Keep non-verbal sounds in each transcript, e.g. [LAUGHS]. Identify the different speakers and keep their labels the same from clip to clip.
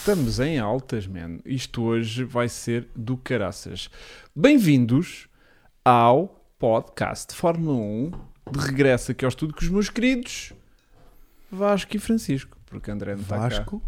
Speaker 1: Estamos em altas, man. Isto hoje vai ser do caraças. Bem-vindos ao podcast Fórmula 1 de regresso aqui ao estudo com os meus queridos Vasco e Francisco. Porque André não está cá.
Speaker 2: Vasco.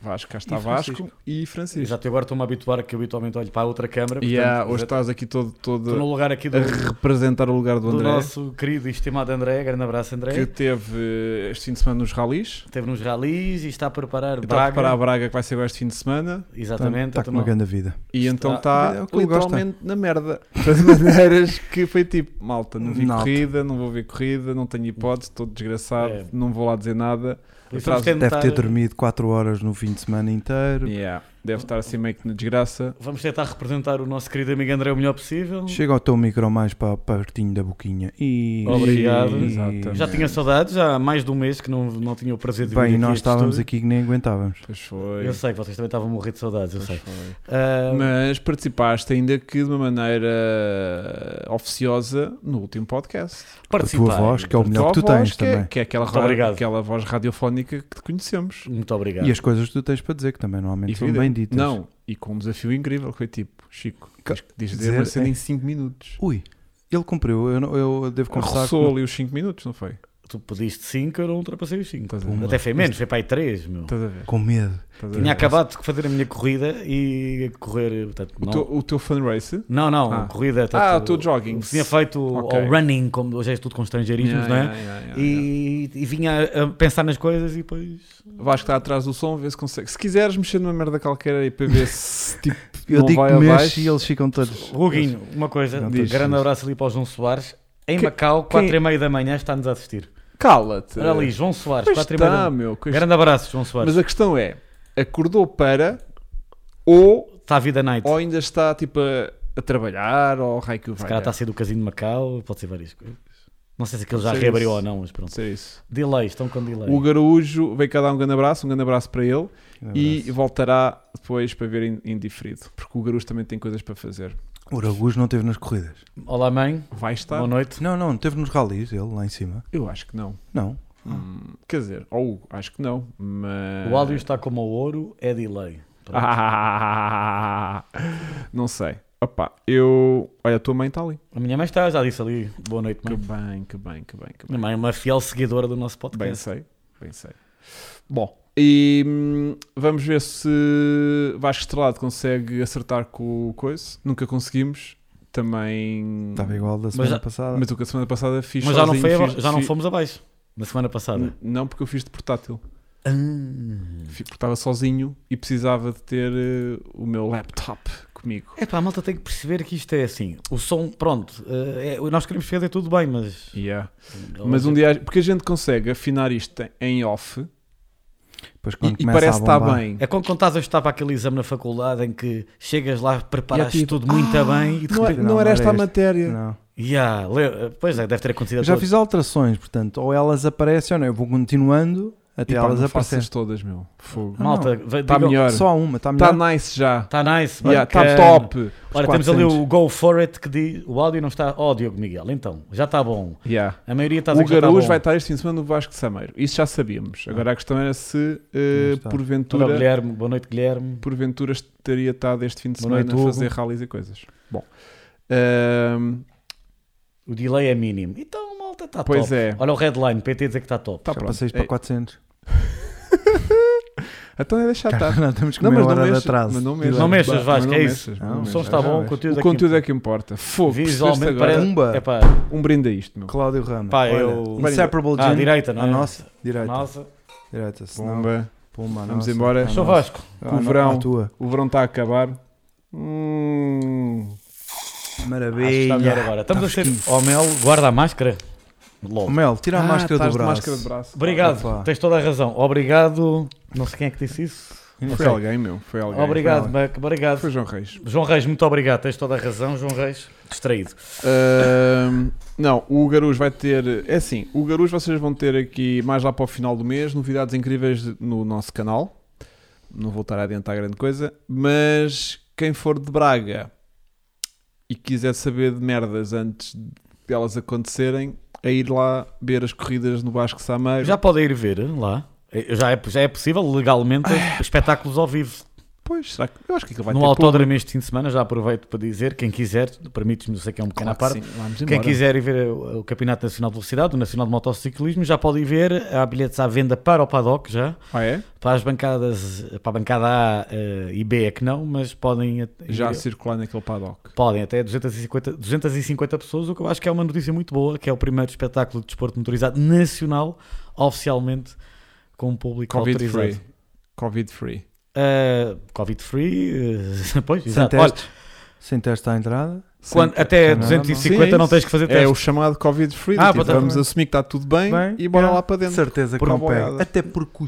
Speaker 1: Vasco, cá está
Speaker 2: E Francisco.
Speaker 1: Vasco e
Speaker 3: Eu
Speaker 1: Francisco.
Speaker 3: Já até agora estou-me a habituar que eu habitualmente olho para a outra câmara.
Speaker 1: E ah,
Speaker 3: portanto,
Speaker 1: hoje
Speaker 3: já
Speaker 1: estás aqui todo, todo
Speaker 3: Estou no lugar
Speaker 2: [LAUGHS]
Speaker 3: aqui do,
Speaker 1: a representar o lugar do
Speaker 3: do
Speaker 1: André,
Speaker 3: nosso querido e estimado André. Grande abraço,
Speaker 1: que
Speaker 3: André.
Speaker 1: teve este fim de semana nos ralis.
Speaker 3: Esteve nos ralis e está a preparar
Speaker 1: Está a
Speaker 3: Braga.
Speaker 1: preparar a Braga que vai ser agora este fim de semana
Speaker 3: Exatamente.
Speaker 2: Está
Speaker 3: Está,
Speaker 2: tá- com uma grande vida.
Speaker 1: e então
Speaker 2: Ah,
Speaker 1: está
Speaker 2: é o que ele gosta.
Speaker 1: literalmente na merda. [LAUGHS] De maneiras que foi tipo, malta, não vi
Speaker 2: Nota.
Speaker 1: corrida, não vou ver corrida, não tenho hipótese, estou desgraçado,
Speaker 3: É.
Speaker 1: não vou lá dizer nada.
Speaker 3: Então,
Speaker 1: atraso.
Speaker 2: Deve ter dormido 4 horas no fim de semana inteiro.
Speaker 1: Yeah, Deve estar assim meio que na desgraça.
Speaker 3: Vamos tentar representar o nosso querido amigo André o melhor possível.
Speaker 2: Chega ao teu micro mais para a partinho da boquinha. E...
Speaker 3: Obrigado.
Speaker 2: E-
Speaker 1: Exatamente.
Speaker 3: Já tinha saudades, já há mais de um mês que não, não tinha o prazer de vir
Speaker 2: Bem,
Speaker 3: aqui a
Speaker 2: nós
Speaker 3: este
Speaker 2: estávamos
Speaker 3: estúdio.
Speaker 2: aqui que nem aguentávamos.
Speaker 1: Pois foi.
Speaker 3: Eu sei que vocês também estavam a morrer de saudades, eu
Speaker 1: pois
Speaker 3: sei.
Speaker 1: foi.
Speaker 3: Ah,
Speaker 1: Mas participaste ainda que de uma maneira oficiosa no último podcast.
Speaker 3: participei.
Speaker 2: A tua voz, que é o
Speaker 1: Tua
Speaker 2: melhor que tu
Speaker 1: voz,
Speaker 2: tens
Speaker 1: que é-
Speaker 2: também.
Speaker 1: Que é aquela,
Speaker 3: Muito
Speaker 1: ra-
Speaker 3: obrigado.
Speaker 1: aquela voz radiofónica que te conhecemos.
Speaker 3: Muito obrigado.
Speaker 2: E as coisas que tu tens para dizer, que também normalmente são
Speaker 1: Evidente.
Speaker 2: bem ditas.
Speaker 1: Não, e com um desafio incrível que foi tipo, Chico,
Speaker 2: Ca-
Speaker 1: diz, diz dizer
Speaker 2: dizer,
Speaker 1: uma cena
Speaker 2: é.
Speaker 1: em 5 minutos.
Speaker 2: Ui, ele cumpriu. Eu, não- eu devo confessar que
Speaker 1: Roçou ali os 5 minutos, não foi?
Speaker 3: Tu pediste 5, eu não ultrapassei os 5.
Speaker 1: Estás a
Speaker 2: Pumba.
Speaker 1: ver?
Speaker 3: Até foi menos, foi para aí 3, meu.
Speaker 1: Estás a ver?
Speaker 2: com medo.
Speaker 1: Estás a ver?
Speaker 3: Tinha acabado de fazer a minha corrida e correr. Portanto,
Speaker 1: O
Speaker 3: não,
Speaker 1: teu, o teu fun race?
Speaker 3: não, não,
Speaker 1: Ah.
Speaker 3: corrida.
Speaker 1: Ah,
Speaker 3: portanto,
Speaker 1: o teu jogging.
Speaker 3: Tinha feito o-
Speaker 1: Ok.
Speaker 3: o running, como hoje é tudo com estrangeirismos, não é? E, e vinha a pensar nas coisas e depois.
Speaker 1: Vasco está atrás do som, vê se consegue. Se quiseres mexer numa merda qualquer aí para ver
Speaker 3: [LAUGHS]
Speaker 1: se tipo,
Speaker 2: Eu
Speaker 1: não
Speaker 2: digo
Speaker 1: vai
Speaker 2: que
Speaker 1: abaixo.
Speaker 2: mexe e eles ficam todos.
Speaker 3: Ruguinho, uma coisa,
Speaker 2: Não,
Speaker 1: diz,
Speaker 3: grande
Speaker 2: diz.
Speaker 3: abraço ali para o João Soares. Em
Speaker 1: Que-
Speaker 3: Macau,
Speaker 1: quem-
Speaker 3: 4 e meia da manhã, está-nos a assistir.
Speaker 1: Cala-te.
Speaker 3: Olha ali, João Soares,
Speaker 1: Pois
Speaker 3: 4 e meia da
Speaker 1: está,
Speaker 3: manhã.
Speaker 1: meu. com este-
Speaker 3: Grande abraço, João Soares.
Speaker 1: Mas a questão é: acordou para ou,
Speaker 3: Está a vida night.
Speaker 1: ou ainda está tipo a, a trabalhar ou raio que o
Speaker 3: Se calhar tá
Speaker 1: vai.
Speaker 3: está a sair do casino de Macau, pode ser várias coisas. Não sei se aquilo já
Speaker 1: Sim,
Speaker 3: reabriu
Speaker 1: isso.
Speaker 3: ou não, mas pronto.
Speaker 1: Ser isso.
Speaker 3: Delay, estão com delay.
Speaker 1: O Garujo veio cá dar um grande abraço, um grande abraço para ele e voltará depois para ver em, em diferido, porque o Garujo também tem coisas para fazer.
Speaker 2: O Araújo não teve nas corridas.
Speaker 3: Olá, mãe.
Speaker 1: Vai estar?
Speaker 3: Boa noite.
Speaker 2: Não, não, teve nos ralis, ele lá em cima.
Speaker 1: Eu acho que não.
Speaker 2: Não.
Speaker 1: Hum, quer dizer, ou Hugo, acho que não, mas.
Speaker 3: O áudio está como o ouro, é delay. Pronto.
Speaker 1: Ah, [LAUGHS] não sei. Opa, eu. Olha, a tua mãe está ali.
Speaker 3: A minha mãe está, já disse ali. Boa noite,
Speaker 1: Que
Speaker 3: mãe.
Speaker 1: bem, que bem, que bem, que bem.
Speaker 3: Minha mãe é uma fiel seguidora do nosso
Speaker 1: Bem
Speaker 3: podcast.
Speaker 1: sei, bem sei. Bom, e hum, vamos ver se Vasco Estrelado consegue acertar com o coisa. Nunca conseguimos. Também.
Speaker 2: Estava igual da
Speaker 3: já-
Speaker 2: semana passada.
Speaker 1: Mas o que a semana passada fiz
Speaker 3: Tá Mas já não,
Speaker 1: sozinho,
Speaker 3: foi,
Speaker 1: fiz-
Speaker 3: já não
Speaker 1: fiz-
Speaker 3: fomos abaixo. Na semana passada.
Speaker 1: N- Não, porque eu fiz de portátil.
Speaker 3: Ah.
Speaker 1: Fi- Porque estava sozinho e precisava de ter eh, o meu laptop comigo.
Speaker 3: É pá, a malta tem que perceber que isto é assim. O som, pronto. eh, é- nós queremos fazer tudo bem, mas.
Speaker 1: Yeah.
Speaker 3: é
Speaker 1: Mas um dia. Porque a gente consegue afinar isto em off
Speaker 2: Depois
Speaker 1: e,
Speaker 2: quando
Speaker 1: e
Speaker 2: começa
Speaker 1: parece
Speaker 2: a
Speaker 1: que tá está
Speaker 2: bombar,
Speaker 1: bem.
Speaker 3: É quando, quando estás a estudar para aquele exame na faculdade em que chegas lá, preparaste
Speaker 1: E é tipo,
Speaker 3: tudo muito
Speaker 1: "Ah,
Speaker 3: bem e de
Speaker 1: Não, é-
Speaker 3: repente.
Speaker 1: não
Speaker 2: não
Speaker 1: era
Speaker 2: era
Speaker 1: esta a
Speaker 2: este.
Speaker 1: matéria.
Speaker 2: Não.
Speaker 3: Yeah, le- pois é, deve ter acontecido a
Speaker 2: Eu já
Speaker 3: todos.
Speaker 2: fiz alterações, portanto, ou elas aparecem ou não. Eu vou continuando tipo, "Ah, até
Speaker 1: E pá,
Speaker 2: elas
Speaker 1: não
Speaker 2: aparecerem.
Speaker 1: faças todas, meu. Fogo.
Speaker 2: Ah,
Speaker 3: Malta, vai-
Speaker 1: Está Tá
Speaker 3: digam-
Speaker 1: melhor.
Speaker 2: Só uma, está melhor.
Speaker 1: Está nice já.
Speaker 3: Está nice,
Speaker 1: Está
Speaker 3: bacana.
Speaker 1: top.
Speaker 3: Olha,
Speaker 2: Os
Speaker 3: temos ali
Speaker 2: 400.
Speaker 3: o Go For It que diz o áudio não está. Ó, Diogo Miguel, então, já está bom.
Speaker 1: Yeah.
Speaker 3: A maioria está
Speaker 1: O
Speaker 3: a dizer que já está
Speaker 1: Garujo
Speaker 3: bom.
Speaker 1: vai estar este fim de semana no Vasco de Sameiro. Isso já sabíamos. Agora a questão era se, eh,
Speaker 2: Ah. Não está.
Speaker 3: Olá,
Speaker 1: porventura,
Speaker 3: Guilherme, boa noite, Guilherme.
Speaker 1: porventura estaria estado este fim de
Speaker 3: Boa
Speaker 1: semana
Speaker 3: noite,
Speaker 1: a
Speaker 3: Hugo.
Speaker 1: fazer rallies e coisas. Bom, Ahm,
Speaker 3: O delay é mínimo. Então, malta, está top.
Speaker 1: pois é.
Speaker 3: Olha o headline, PT dizer que está top.
Speaker 1: Tá
Speaker 2: já
Speaker 1: pronto.
Speaker 2: passei
Speaker 1: É,
Speaker 2: para 400.
Speaker 1: Então é deixar
Speaker 2: [LAUGHS]
Speaker 1: estar.
Speaker 2: Cara, não, estamos com
Speaker 1: Não,
Speaker 2: uma
Speaker 1: mas não
Speaker 2: hora de
Speaker 1: mexas,
Speaker 2: atraso.
Speaker 1: mas não mexas.
Speaker 3: Não mexas,
Speaker 1: Mas
Speaker 3: Vasco,
Speaker 1: não
Speaker 3: é
Speaker 1: mexas,
Speaker 3: isso.
Speaker 1: não
Speaker 3: o
Speaker 1: mexas.
Speaker 3: som está
Speaker 2: Já
Speaker 3: bom, o
Speaker 2: vês.
Speaker 3: conteúdo
Speaker 1: O
Speaker 3: é
Speaker 1: conteúdo
Speaker 3: que
Speaker 1: é que importa. Fogo, percebeste
Speaker 3: Visualmente
Speaker 1: agora?
Speaker 3: parece.
Speaker 2: Pumba.
Speaker 3: É pá,
Speaker 1: Um brinde a isto, meu.
Speaker 2: Cláudio Ramos.
Speaker 1: é
Speaker 3: Pá,
Speaker 2: Olha,
Speaker 3: eu-
Speaker 2: Inseparable
Speaker 3: Ah,
Speaker 2: Gin.
Speaker 3: direita, não é?
Speaker 2: A nossa. Direita.
Speaker 3: nossa.
Speaker 2: Direita. se não-
Speaker 1: Bomba.
Speaker 2: Pumba, a
Speaker 1: Vamos
Speaker 2: nossa.
Speaker 1: embora.
Speaker 2: A
Speaker 1: Só
Speaker 3: Sou
Speaker 2: nossa.
Speaker 3: Vasco.
Speaker 2: Ah,
Speaker 1: O
Speaker 2: não,
Speaker 1: verão.
Speaker 2: A tua.
Speaker 1: O verão está a acabar. Hum.
Speaker 3: Acho que está melhor
Speaker 2: Maravilha.
Speaker 3: agora. Estamos a ser. Ó, Mel, guarda a máscara.
Speaker 2: Ó,
Speaker 3: Logo.
Speaker 2: Mel, tira a
Speaker 1: Ah,
Speaker 2: máscara
Speaker 1: estás
Speaker 2: do
Speaker 1: de
Speaker 2: braço.
Speaker 1: máscara de braço.
Speaker 3: Obrigado,
Speaker 2: Opa.
Speaker 3: tens toda a razão. Obrigado. Não sei quem é que disse isso.
Speaker 1: Foi
Speaker 2: Ok.
Speaker 1: alguém, meu. Foi alguém.
Speaker 3: Obrigado,
Speaker 2: foi
Speaker 3: Mac. Obrigado.
Speaker 1: Foi João Reis.
Speaker 3: João Reis, muito obrigado. Tens toda a razão, João Reis. Distraído.
Speaker 1: Ahm, não, o Garujo vai ter. É assim, o Garujo vocês vão ter aqui mais lá para o final do mês novidades incríveis no nosso canal. Não vou estar a adiantar grande coisa, mas quem for de Braga e quiser saber de merdas antes de elas acontecerem, é ir lá ver as corridas no Vasco Sameiro.
Speaker 3: Já podem ir ver lá. É Eh, Já é, já é possível legalmente espetáculos ao vivo.
Speaker 1: Pois, será que. Eu acho que aquilo Ah. vai
Speaker 3: No
Speaker 1: ter
Speaker 3: autódromo este fim de semana, já aproveito para dizer, quem quiser, permites-me, eu sei que é um pequeno à
Speaker 1: público. Claro
Speaker 3: parte,
Speaker 1: que sim, vamos
Speaker 3: Quem
Speaker 1: embora.
Speaker 3: quiser ir ver o Campeonato Nacional de Velocidade, o Nacional de Motociclismo, já pode ir ver. Há bilhetes à venda para o paddock já.
Speaker 1: Ah, é?
Speaker 3: Para as bancadas, para a bancada A eh, e B é que não, mas podem at- ir-
Speaker 1: Já a circular naquele paddock.
Speaker 3: podem até 250, 250 pessoas, o que eu acho que é uma notícia muito boa, que é o primeiro espetáculo de desporto motorizado nacional, oficialmente, com um público
Speaker 1: Covid
Speaker 3: autorizado.
Speaker 1: free. Covid free.
Speaker 3: Eh, Covid free, eh, [LAUGHS] pois,
Speaker 2: Sem
Speaker 3: exato. Olha,
Speaker 2: testes. Sem teste à entrada.
Speaker 3: quando,
Speaker 1: Sim.
Speaker 3: até
Speaker 2: não, não.
Speaker 3: 250 não,
Speaker 1: é? Sim,
Speaker 3: tens que fazer teste.
Speaker 1: É o chamado Covid free. do
Speaker 3: Ah,
Speaker 1: tipo,
Speaker 3: pode-
Speaker 1: vamos assumir que está tudo bem,
Speaker 2: Bem,
Speaker 1: e bora
Speaker 2: é.
Speaker 1: lá para dentro.
Speaker 2: certeza que
Speaker 1: Por
Speaker 2: não
Speaker 1: uma boiada.
Speaker 2: pega. Até porque o,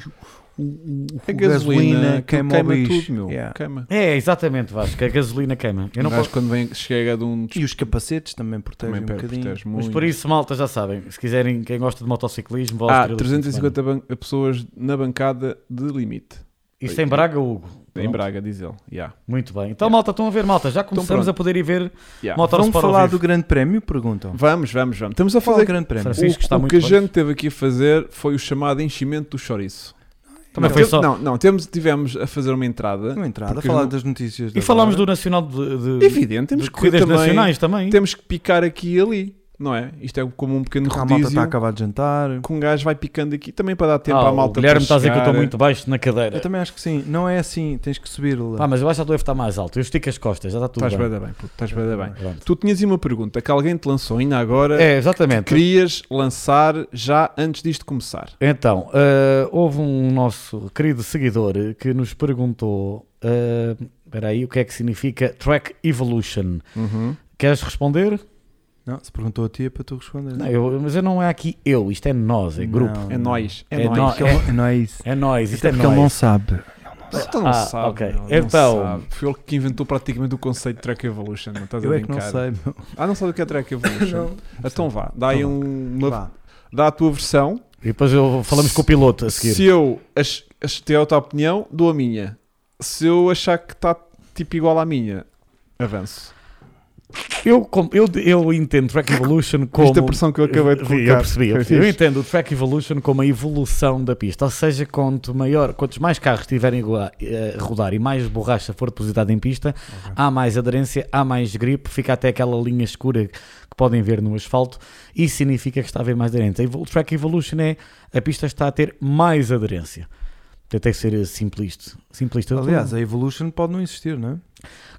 Speaker 2: o, o-
Speaker 1: A
Speaker 2: o
Speaker 1: gasolina, queima,
Speaker 2: o
Speaker 1: queima
Speaker 2: bicho.
Speaker 1: tudo, meu.
Speaker 2: Yeah.
Speaker 1: Queima.
Speaker 3: É, exatamente, Vasco, a gasolina queima. Eu não
Speaker 1: Um gajo
Speaker 3: posso...
Speaker 1: quando vem, chega de um
Speaker 2: E os capacetes também protegem
Speaker 1: também
Speaker 2: um
Speaker 1: perde,
Speaker 2: bocadinho.
Speaker 1: protege
Speaker 3: Mas
Speaker 1: muito.
Speaker 3: por isso, malta, já sabem. Se quiserem, quem gosta de motociclismo, vá ao
Speaker 1: Há
Speaker 3: Estoril este fim de
Speaker 1: 350 ban- pessoas na bancada de limite.
Speaker 3: semana. Isto é em Braga, Hugo.
Speaker 1: Em
Speaker 3: Pronto.
Speaker 1: Braga, diz ele. Yeah.
Speaker 3: Muito bem. Então, malta, estão a ver, malta. Já começamos
Speaker 1: pronto.
Speaker 3: a poder ir ver
Speaker 1: Yeah.
Speaker 2: Vamos
Speaker 3: Motorsport ao
Speaker 2: falar
Speaker 3: vivo.
Speaker 2: do Grande Prémio? Perguntam.
Speaker 1: Vamos, vamos, vamos.
Speaker 3: Então,
Speaker 1: Estamos a
Speaker 2: Fala do
Speaker 1: fazer.
Speaker 2: Grande Prémio.
Speaker 1: O,
Speaker 3: Francisco está
Speaker 1: o
Speaker 3: muito
Speaker 1: que a
Speaker 3: bem.
Speaker 1: gente teve aqui a fazer foi o chamado enchimento do chouriço.
Speaker 3: Também
Speaker 1: não,
Speaker 3: foi
Speaker 1: teve-
Speaker 3: só-
Speaker 1: não, não, temos, tivemos a fazer uma entrada.
Speaker 2: Uma entrada,
Speaker 1: Porque
Speaker 2: falar
Speaker 1: não-
Speaker 2: das notícias.
Speaker 3: E falámos do Nacional de, de,
Speaker 1: Evidente, temos
Speaker 3: de
Speaker 1: que ver
Speaker 3: corridas
Speaker 1: também,
Speaker 3: nacionais também.
Speaker 1: temos que picar aqui e ali, não é? Isto é como um pequeno
Speaker 2: A malta
Speaker 1: rodízio
Speaker 2: está a acabar de jantar.
Speaker 1: que um gajo vai picando aqui também para dar tempo
Speaker 3: tá, Ah,
Speaker 1: à
Speaker 3: o
Speaker 1: malta.
Speaker 3: Guilherme
Speaker 1: para
Speaker 3: está a dizer que eu estou
Speaker 1: chegar.
Speaker 3: muito baixo na
Speaker 2: Eu
Speaker 3: cadeira.
Speaker 2: também acho que sim. Não é assim, tens que subir lá.
Speaker 3: Ah, mas eu acho que já devo estar mais alto. Eu estico as costas, já está tudo
Speaker 1: Estás
Speaker 3: bem.
Speaker 1: bem, bem, puto, estás bem, bem.
Speaker 3: Pronto.
Speaker 1: Tu tinhas aí uma pergunta que alguém te lançou ainda agora.
Speaker 3: É, exatamente.
Speaker 1: Querias lançar já antes disto começar.
Speaker 3: Então, eh, houve um nosso querido seguidor que nos perguntou, eh, espera aí, o que é que significa Track Evolution? Queres responder?
Speaker 2: Não, se perguntou a ti é para tu responder.
Speaker 3: Não, eu- mas eu não é aqui eu, isto é nós, é grupo.
Speaker 2: Não,
Speaker 1: É
Speaker 2: não.
Speaker 1: nós. É,
Speaker 3: É
Speaker 1: nós.
Speaker 3: nó-
Speaker 2: Porque ele- Não é isso.
Speaker 3: É nós, isto
Speaker 2: Até
Speaker 3: é
Speaker 2: porque ele não
Speaker 3: nós.
Speaker 2: sabe.
Speaker 1: Tu não
Speaker 3: Ah,
Speaker 1: sabe,
Speaker 3: ok.
Speaker 1: meu, não
Speaker 3: Então-
Speaker 1: sabe. Foi ele que inventou praticamente o conceito de Track Evolution. Não estás
Speaker 2: Eu
Speaker 1: a
Speaker 2: é que não
Speaker 1: brincar.
Speaker 2: sei. meu.
Speaker 1: Ah, não sabe o que é
Speaker 3: [LAUGHS]
Speaker 1: Track Evolution? então vá, dá aí um, uma-
Speaker 2: Vá.
Speaker 1: dá a tua versão.
Speaker 3: E depois eu, falamos com o piloto a seguir.
Speaker 1: Se eu ach- ach- ter a tua opinião, dou a minha. Se eu achar que está tipo igual à minha, avanço.
Speaker 3: Eu, com- eu, eu entendo Track Evolution como.
Speaker 1: Viste a pressão que eu acabei de
Speaker 3: Vi,
Speaker 1: colocar?
Speaker 3: Eu percebi,
Speaker 1: Foi
Speaker 3: eu, percebi. Eu
Speaker 1: fixe.
Speaker 3: entendo o Track Evolution como a evolução da pista. Ou seja, quanto maior, quantos mais carros tiverem a eh, rodar e mais borracha for depositada em pista, há mais aderência, há mais grip, fica até aquela linha escura que podem ver no asfalto. Isso significa que está a haver mais aderência. O Track Evolution é a pista está a ter mais aderência. Tentei ser eh, simplista. simplista do
Speaker 2: Aliás, a Evolution pode não existir, não é?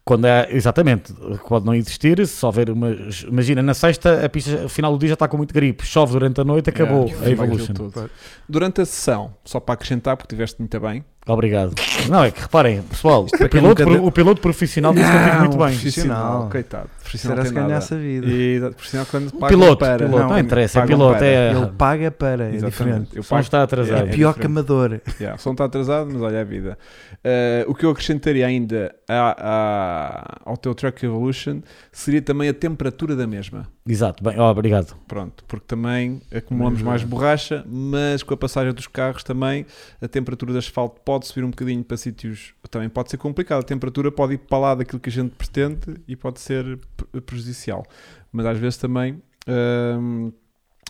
Speaker 3: quando é, exatamente, pode não existir, se houver uma. Imagina, na sexta, a pista, o final do dia já está com muito gripe, chove durante a noite, Então acabou
Speaker 1: Yeah,
Speaker 3: a
Speaker 1: foi
Speaker 3: Evolution.
Speaker 1: aquilo tudo. Durante a sessão, só para acrescentar, porque tiveste muito bem.
Speaker 3: Obrigado. Não, é que reparem, pessoal, o
Speaker 1: para quem
Speaker 3: piloto,
Speaker 1: nunca deu-
Speaker 3: o piloto profissional disse que eu tive
Speaker 2: Não,
Speaker 3: muito bem.
Speaker 1: Profissional,
Speaker 2: Profissional.
Speaker 1: coitado. Profissional
Speaker 2: Será
Speaker 1: tem
Speaker 2: se ganhasse
Speaker 1: nada.
Speaker 2: a vida.
Speaker 1: E, exato, profissional quando paga
Speaker 3: Um piloto,
Speaker 1: para.
Speaker 3: piloto, não interessa, é
Speaker 1: pagam
Speaker 3: piloto,
Speaker 1: para.
Speaker 3: é-
Speaker 2: Ele paga para, é
Speaker 1: Exatamente.
Speaker 2: diferente.
Speaker 1: Eu
Speaker 3: Só
Speaker 1: pago
Speaker 3: está
Speaker 2: É
Speaker 3: atrasado.
Speaker 1: É
Speaker 2: pior
Speaker 1: diferente.
Speaker 2: que amador.
Speaker 1: Yeah, o som está atrasado, mas olha a vida. Eh, o que eu acrescentaria ainda a- a- ao teu Track Evolution seria também a temperatura da mesma.
Speaker 3: Exato, bem, ó, obrigado.
Speaker 1: Pronto, porque também acumulamos
Speaker 2: Mas,
Speaker 1: mais
Speaker 2: eh,
Speaker 1: borracha, mas com a passagem dos carros também a temperatura do asfalto pode subir um bocadinho para sítios. Também pode ser complicado. A temperatura pode ir para lá daquilo que a gente pretende e pode ser pre- prejudicial. Mas às vezes também hum,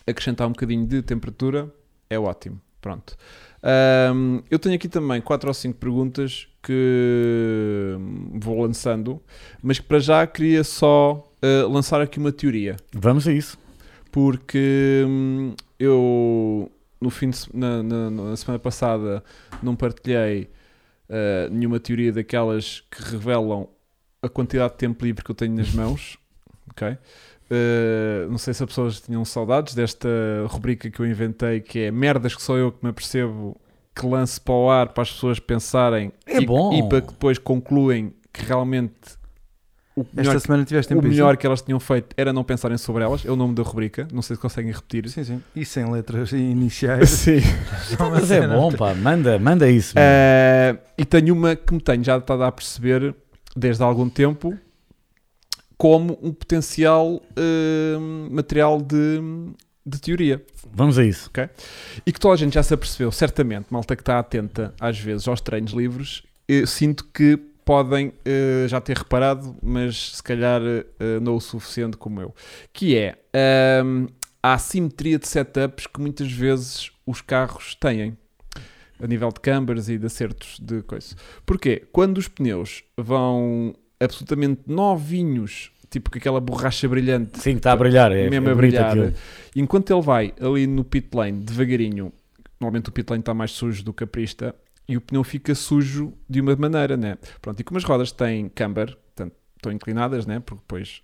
Speaker 1: acrescentar um bocadinho de temperatura é ótimo. Pronto. Hum, eu tenho aqui também quatro ou cinco perguntas que hum, vou lançando, mas que para já queria só eh, lançar aqui uma teoria
Speaker 3: Vamos a isso.
Speaker 1: porque hum, eu no fim de, se- na, na- na semana passada não partilhei eh, nenhuma teoria daquelas que revelam a quantidade de tempo livre que eu tenho
Speaker 3: [LAUGHS]
Speaker 1: nas mãos, ok? Eh, não sei se as pessoas tinham saudades desta rubrica que eu inventei que é merdas que só eu que me apercebo que lance para o ar para as pessoas pensarem
Speaker 3: É
Speaker 1: e,
Speaker 3: bom.
Speaker 1: e para que depois concluem que realmente o melhor
Speaker 2: Esta semana tiveste
Speaker 1: o
Speaker 2: tempo livre?
Speaker 1: melhor que elas tinham feito era não pensarem sobre elas, é o nome da rubrica, não sei se conseguem repetir.
Speaker 2: [LAUGHS] Sim, sim. E sem letras iniciais.
Speaker 1: Sim.
Speaker 3: Mas é bom, pá, manda, manda isso. mano.
Speaker 1: Eh, e tenho uma que me tenho já estado a perceber desde há algum tempo como um potencial eh, material de, de teoria.
Speaker 3: Vamos a isso.
Speaker 1: E que toda a gente já se apercebeu, certamente, malta que está atenta às vezes aos treinos livres, eu sinto que podem eh, já ter reparado, mas se calhar eh, não o suficiente como eu. Que é ahm, a assimetria de setups que muitas vezes os carros têm. a nível de câmbaras e de acertos de coisa. Porquê? Quando os pneus vão absolutamente novinhos, tipo com aquela borracha brilhante,
Speaker 3: Sim, está a brilhar. É,
Speaker 1: mesmo
Speaker 3: é
Speaker 1: a
Speaker 3: bonito
Speaker 1: brilhar,
Speaker 3: aquilo.
Speaker 1: enquanto ele vai ali no pit lane devagarinho, normalmente o pit lane está mais sujo do que a pista, e o pneu fica sujo de uma maneira, né? Pronto, e como as rodas têm camber, portanto, estão inclinadas, né? Porque depois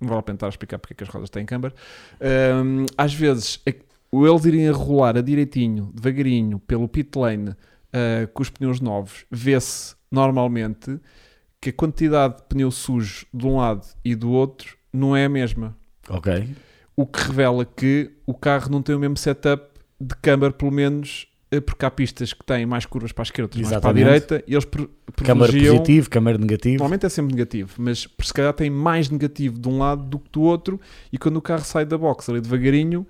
Speaker 1: não vale a pena estar a explicar porque é que as rodas têm camber. Hum, às vezes, a- o eles irem a rolar a direitinho, devagarinho, pelo pit lane, ah, com os pneus novos, vê-se normalmente que a quantidade de pneu sujo de um lado e do outro não é a mesma.
Speaker 3: Ok.
Speaker 1: O que revela que o carro não tem o mesmo setup de câmara, pelo menos, eh, porque há pistas que têm mais curvas para a esquerda, outras mais para a
Speaker 3: Exatamente.
Speaker 1: direita, e eles pre-
Speaker 3: Câmara
Speaker 1: privilegiam.
Speaker 3: positivo, câmara negativo.
Speaker 1: Normalmente é sempre negativo, mas se calhar tem mais negativo de um lado do que do outro, e quando o carro sai da box ali devagarinho,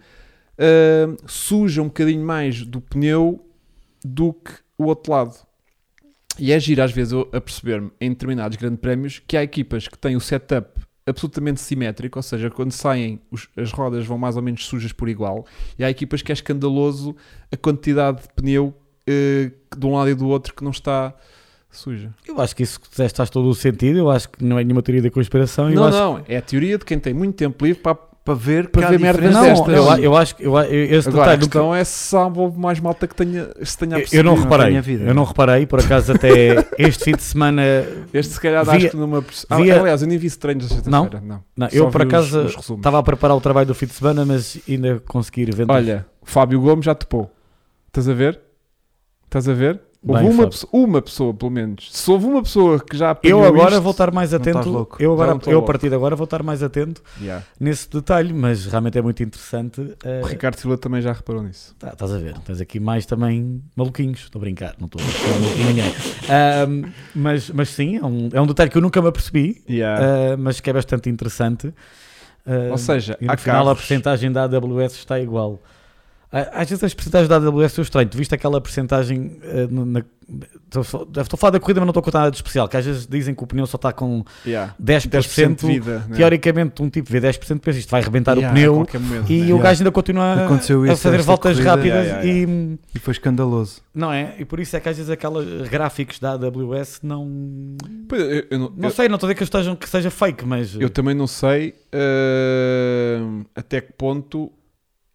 Speaker 1: ah, suja um bocadinho mais do pneu do que o outro lado. E é giro às vezes eu a perceber-me em determinados grandes prémios que há equipas que têm o setup absolutamente simétrico, ou seja, quando saem os- as rodas vão mais ou menos sujas por igual, e há equipas que é escandaloso a quantidade de pneu eh, que de um lado e do outro que não está suja.
Speaker 3: Eu acho que isso que disseste faz todo o sentido. Eu acho que não é nenhuma teoria da conspiração. eu
Speaker 1: Não,
Speaker 3: acho
Speaker 1: não, é a teoria de quem tem muito tempo livre para
Speaker 2: Para ver,
Speaker 1: Para
Speaker 2: que há
Speaker 1: ver merdas
Speaker 2: diferença.
Speaker 1: destas.
Speaker 3: Não, eu, a- eu acho que eu, a- eu- esse
Speaker 1: Agora, a
Speaker 3: detalhe do que-
Speaker 1: questão é se sabe houve mais malta que tenha, se tenha
Speaker 3: eu- eu não
Speaker 1: apercebido.
Speaker 3: reparei.
Speaker 2: tenho a vida.
Speaker 3: Eu não reparei, por acaso até
Speaker 1: [LAUGHS]
Speaker 3: este fim de semana.
Speaker 1: Este se calhar
Speaker 3: Via-
Speaker 1: acho que numa... perce- Ah,
Speaker 3: via-
Speaker 1: Aliás, eu nem vi esse treino da sexta-feira. Não,
Speaker 3: Não, Ah,
Speaker 1: Só
Speaker 3: eu por
Speaker 1: vi os-
Speaker 3: acaso
Speaker 1: os resumos.
Speaker 3: estava a preparar o trabalho do fim de semana, mas ainda consegui ir vendo.
Speaker 1: Olha, Fábio Gomes já topou. Estás a ver? Estás a ver? Houve
Speaker 3: Bem,
Speaker 1: uma,
Speaker 3: Fábio.
Speaker 1: pessoa, uma pessoa, pelo menos. Se houve uma pessoa que já apanhou
Speaker 3: eu agora
Speaker 1: isto-
Speaker 3: vou estar mais
Speaker 2: Não estás
Speaker 3: atento.
Speaker 2: louco.
Speaker 3: Eu,
Speaker 1: Já
Speaker 3: agora,
Speaker 1: não estou
Speaker 3: eu a
Speaker 1: louco.
Speaker 3: partir de agora vou estar mais atento
Speaker 1: Yeah.
Speaker 3: nesse detalhe, mas realmente é muito interessante. eh,
Speaker 1: O Ricardo Silva também já reparou nisso.
Speaker 3: Tá, estás a ver, tens aqui mais também maluquinhos, estou a brincar, não estou a brincar maluquinho ninguém. Ahm, mas, mas sim, é um, é um detalhe que eu nunca me apercebi,
Speaker 1: Yeah.
Speaker 3: ah, mas que é bastante interessante. Ah,
Speaker 1: Ou seja,
Speaker 3: e no
Speaker 1: há
Speaker 3: final a
Speaker 1: carros...
Speaker 3: porcentagem da AWS está igual. Ah, Às vezes as porcentagens da AWS são estranho. Tu viste aquela porcentagem. eh, Estou a falar da corrida, mas não estou a contar nada de especial. Que às vezes dizem que o pneu só está com
Speaker 1: Yeah.
Speaker 3: 10%.
Speaker 1: 10% de vida. né?
Speaker 3: Teoricamente, um tipo vê 10%, pensa isto vai arrebentar
Speaker 1: Yeah,
Speaker 3: o
Speaker 1: a
Speaker 3: pneu
Speaker 1: qualquer momento,
Speaker 3: e
Speaker 1: né?
Speaker 3: o
Speaker 2: Yeah.
Speaker 3: gajo ainda continua a-
Speaker 2: Aconteceu
Speaker 3: a
Speaker 2: isso
Speaker 3: fazer
Speaker 2: esta
Speaker 3: voltas
Speaker 2: corrida.
Speaker 3: rápidas
Speaker 1: Yeah, yeah,
Speaker 3: e.
Speaker 2: E foi escandaloso.
Speaker 3: Não é? E por isso é que às vezes aqueles gráficos da AWS não.
Speaker 1: Pois, eu- eu não-
Speaker 3: Não
Speaker 1: eu-
Speaker 3: sei, não estou a dizer que, estejam, que seja fake, mas.
Speaker 1: Eu também não sei ahm, até que ponto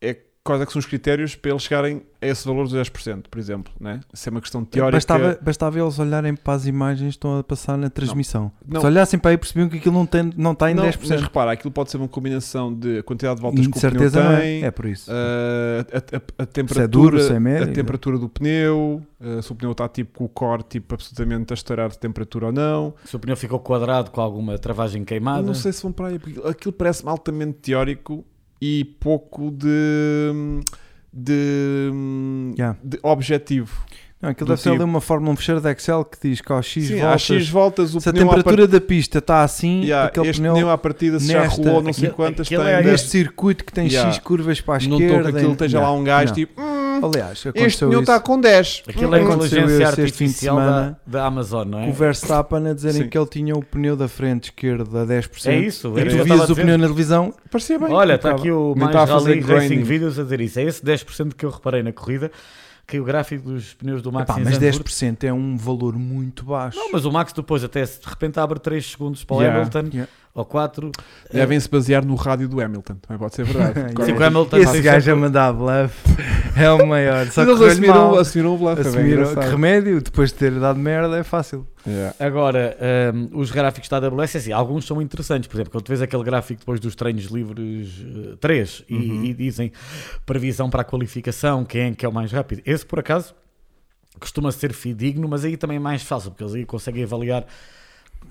Speaker 1: é quais é que são os critérios para eles chegarem a esse valor dos 10%, por exemplo, né? Isso é uma questão teórica.
Speaker 2: Bastava, bastava eles olharem para as imagens que estão a passar na transmissão.
Speaker 1: Não.
Speaker 2: Se olhassem para aí percebiam que aquilo não, tem, não está em
Speaker 1: não,
Speaker 2: 10%.
Speaker 1: mas repara, aquilo pode ser uma combinação de quantidade de voltas que o pneu
Speaker 2: certeza não é.
Speaker 1: tem,
Speaker 2: É por isso.
Speaker 1: ah, a, a- a temperatura,
Speaker 2: se é duro, se é médio.
Speaker 1: a temperatura do pneu, ah, se o pneu está tipo com o core tipo absolutamente a estourar de temperatura ou não.
Speaker 3: Se o pneu ficou quadrado com alguma travagem queimada.
Speaker 1: não sei se vão para aí, porque aquilo parece-me altamente teórico e pouco de de,
Speaker 2: Yeah.
Speaker 1: de objetivo.
Speaker 2: Não, aquilo
Speaker 1: do
Speaker 2: deve ser ali
Speaker 1: tipo.
Speaker 2: uma fórmula, um fecheiro de Excel que diz que ao X
Speaker 1: Sim,
Speaker 2: voltas,
Speaker 1: às X voltas o
Speaker 2: se a
Speaker 1: pneu à
Speaker 2: temperatura da pista está assim,
Speaker 1: part- Yeah,
Speaker 2: aquele
Speaker 1: este
Speaker 2: pneu,
Speaker 1: pneu, à partida se já
Speaker 2: nesta-
Speaker 1: rolou não sei
Speaker 3: aquele-
Speaker 1: quantas tem
Speaker 3: aquele é
Speaker 2: neste
Speaker 1: 10.
Speaker 2: circuito que tem
Speaker 1: Yeah.
Speaker 2: X curvas para a
Speaker 1: não
Speaker 2: esquerda.
Speaker 1: estou que aquilo
Speaker 2: e-
Speaker 1: esteja lá
Speaker 2: Yeah.
Speaker 1: um gajo
Speaker 2: Não.
Speaker 1: tipo "Hum,
Speaker 2: Aliás,
Speaker 1: este
Speaker 2: aconteceu
Speaker 1: pneu tá
Speaker 2: isso.
Speaker 1: está com 10
Speaker 3: Aquilo é
Speaker 1: Hum,
Speaker 2: Aconteceu
Speaker 3: inteligência
Speaker 2: isso este fim de
Speaker 3: artificial
Speaker 2: semana.
Speaker 3: da, da Amazon, não é?
Speaker 2: O Verstappen a dizerem
Speaker 1: Sim.
Speaker 2: que ele tinha o pneu da frente esquerda a 10%.
Speaker 3: É isso,
Speaker 2: E
Speaker 3: era isso que
Speaker 2: tu
Speaker 3: eu estava
Speaker 2: vias
Speaker 3: a
Speaker 2: o
Speaker 3: dizer.
Speaker 2: pneu na televisão,
Speaker 1: parecia bem
Speaker 3: Olha, está
Speaker 1: Tocava.
Speaker 3: aqui o
Speaker 1: Nem
Speaker 3: mais
Speaker 2: tá
Speaker 1: está a fazer
Speaker 3: Rally Racing
Speaker 1: grinding.
Speaker 3: Videos a dizer isso. É esse 10% que eu reparei na corrida, que o gráfico dos pneus do Max
Speaker 2: Epá,
Speaker 3: em
Speaker 2: mas
Speaker 3: Zandvoort-
Speaker 2: 10% é um valor muito baixo.
Speaker 3: Não, mas o Max depois até se de repente abre 3 segundos para o
Speaker 1: Yeah.
Speaker 3: Hamilton
Speaker 2: Yeah.
Speaker 3: ou 4.
Speaker 1: devem-se basear no rádio do Hamilton também pode ser verdade
Speaker 2: [LAUGHS]
Speaker 3: Sim,
Speaker 2: Sim,
Speaker 3: que o Hamilton
Speaker 2: é Esse
Speaker 3: tem
Speaker 2: gajo a
Speaker 3: sempre-
Speaker 2: mandar bluff [LAUGHS] é o maior. Só
Speaker 1: Mas
Speaker 2: que
Speaker 1: eles
Speaker 2: correu-lhe mal.
Speaker 1: assumiram, assumiram o bluff é bem
Speaker 2: Assumiram que
Speaker 1: engraçado.
Speaker 2: remédio, depois de ter dado merda, é fácil.
Speaker 1: Yeah.
Speaker 3: Agora, hum, os gráficos da AWS, assim, alguns são interessantes. Por exemplo, quando tu vês aquele gráfico depois dos treinos livres 3 e,
Speaker 1: Uhum.
Speaker 3: e dizem previsão para a qualificação, quem é que é o mais rápido. Esse, por acaso, costuma ser fidedigno, mas aí também é mais fácil, porque eles aí conseguem avaliar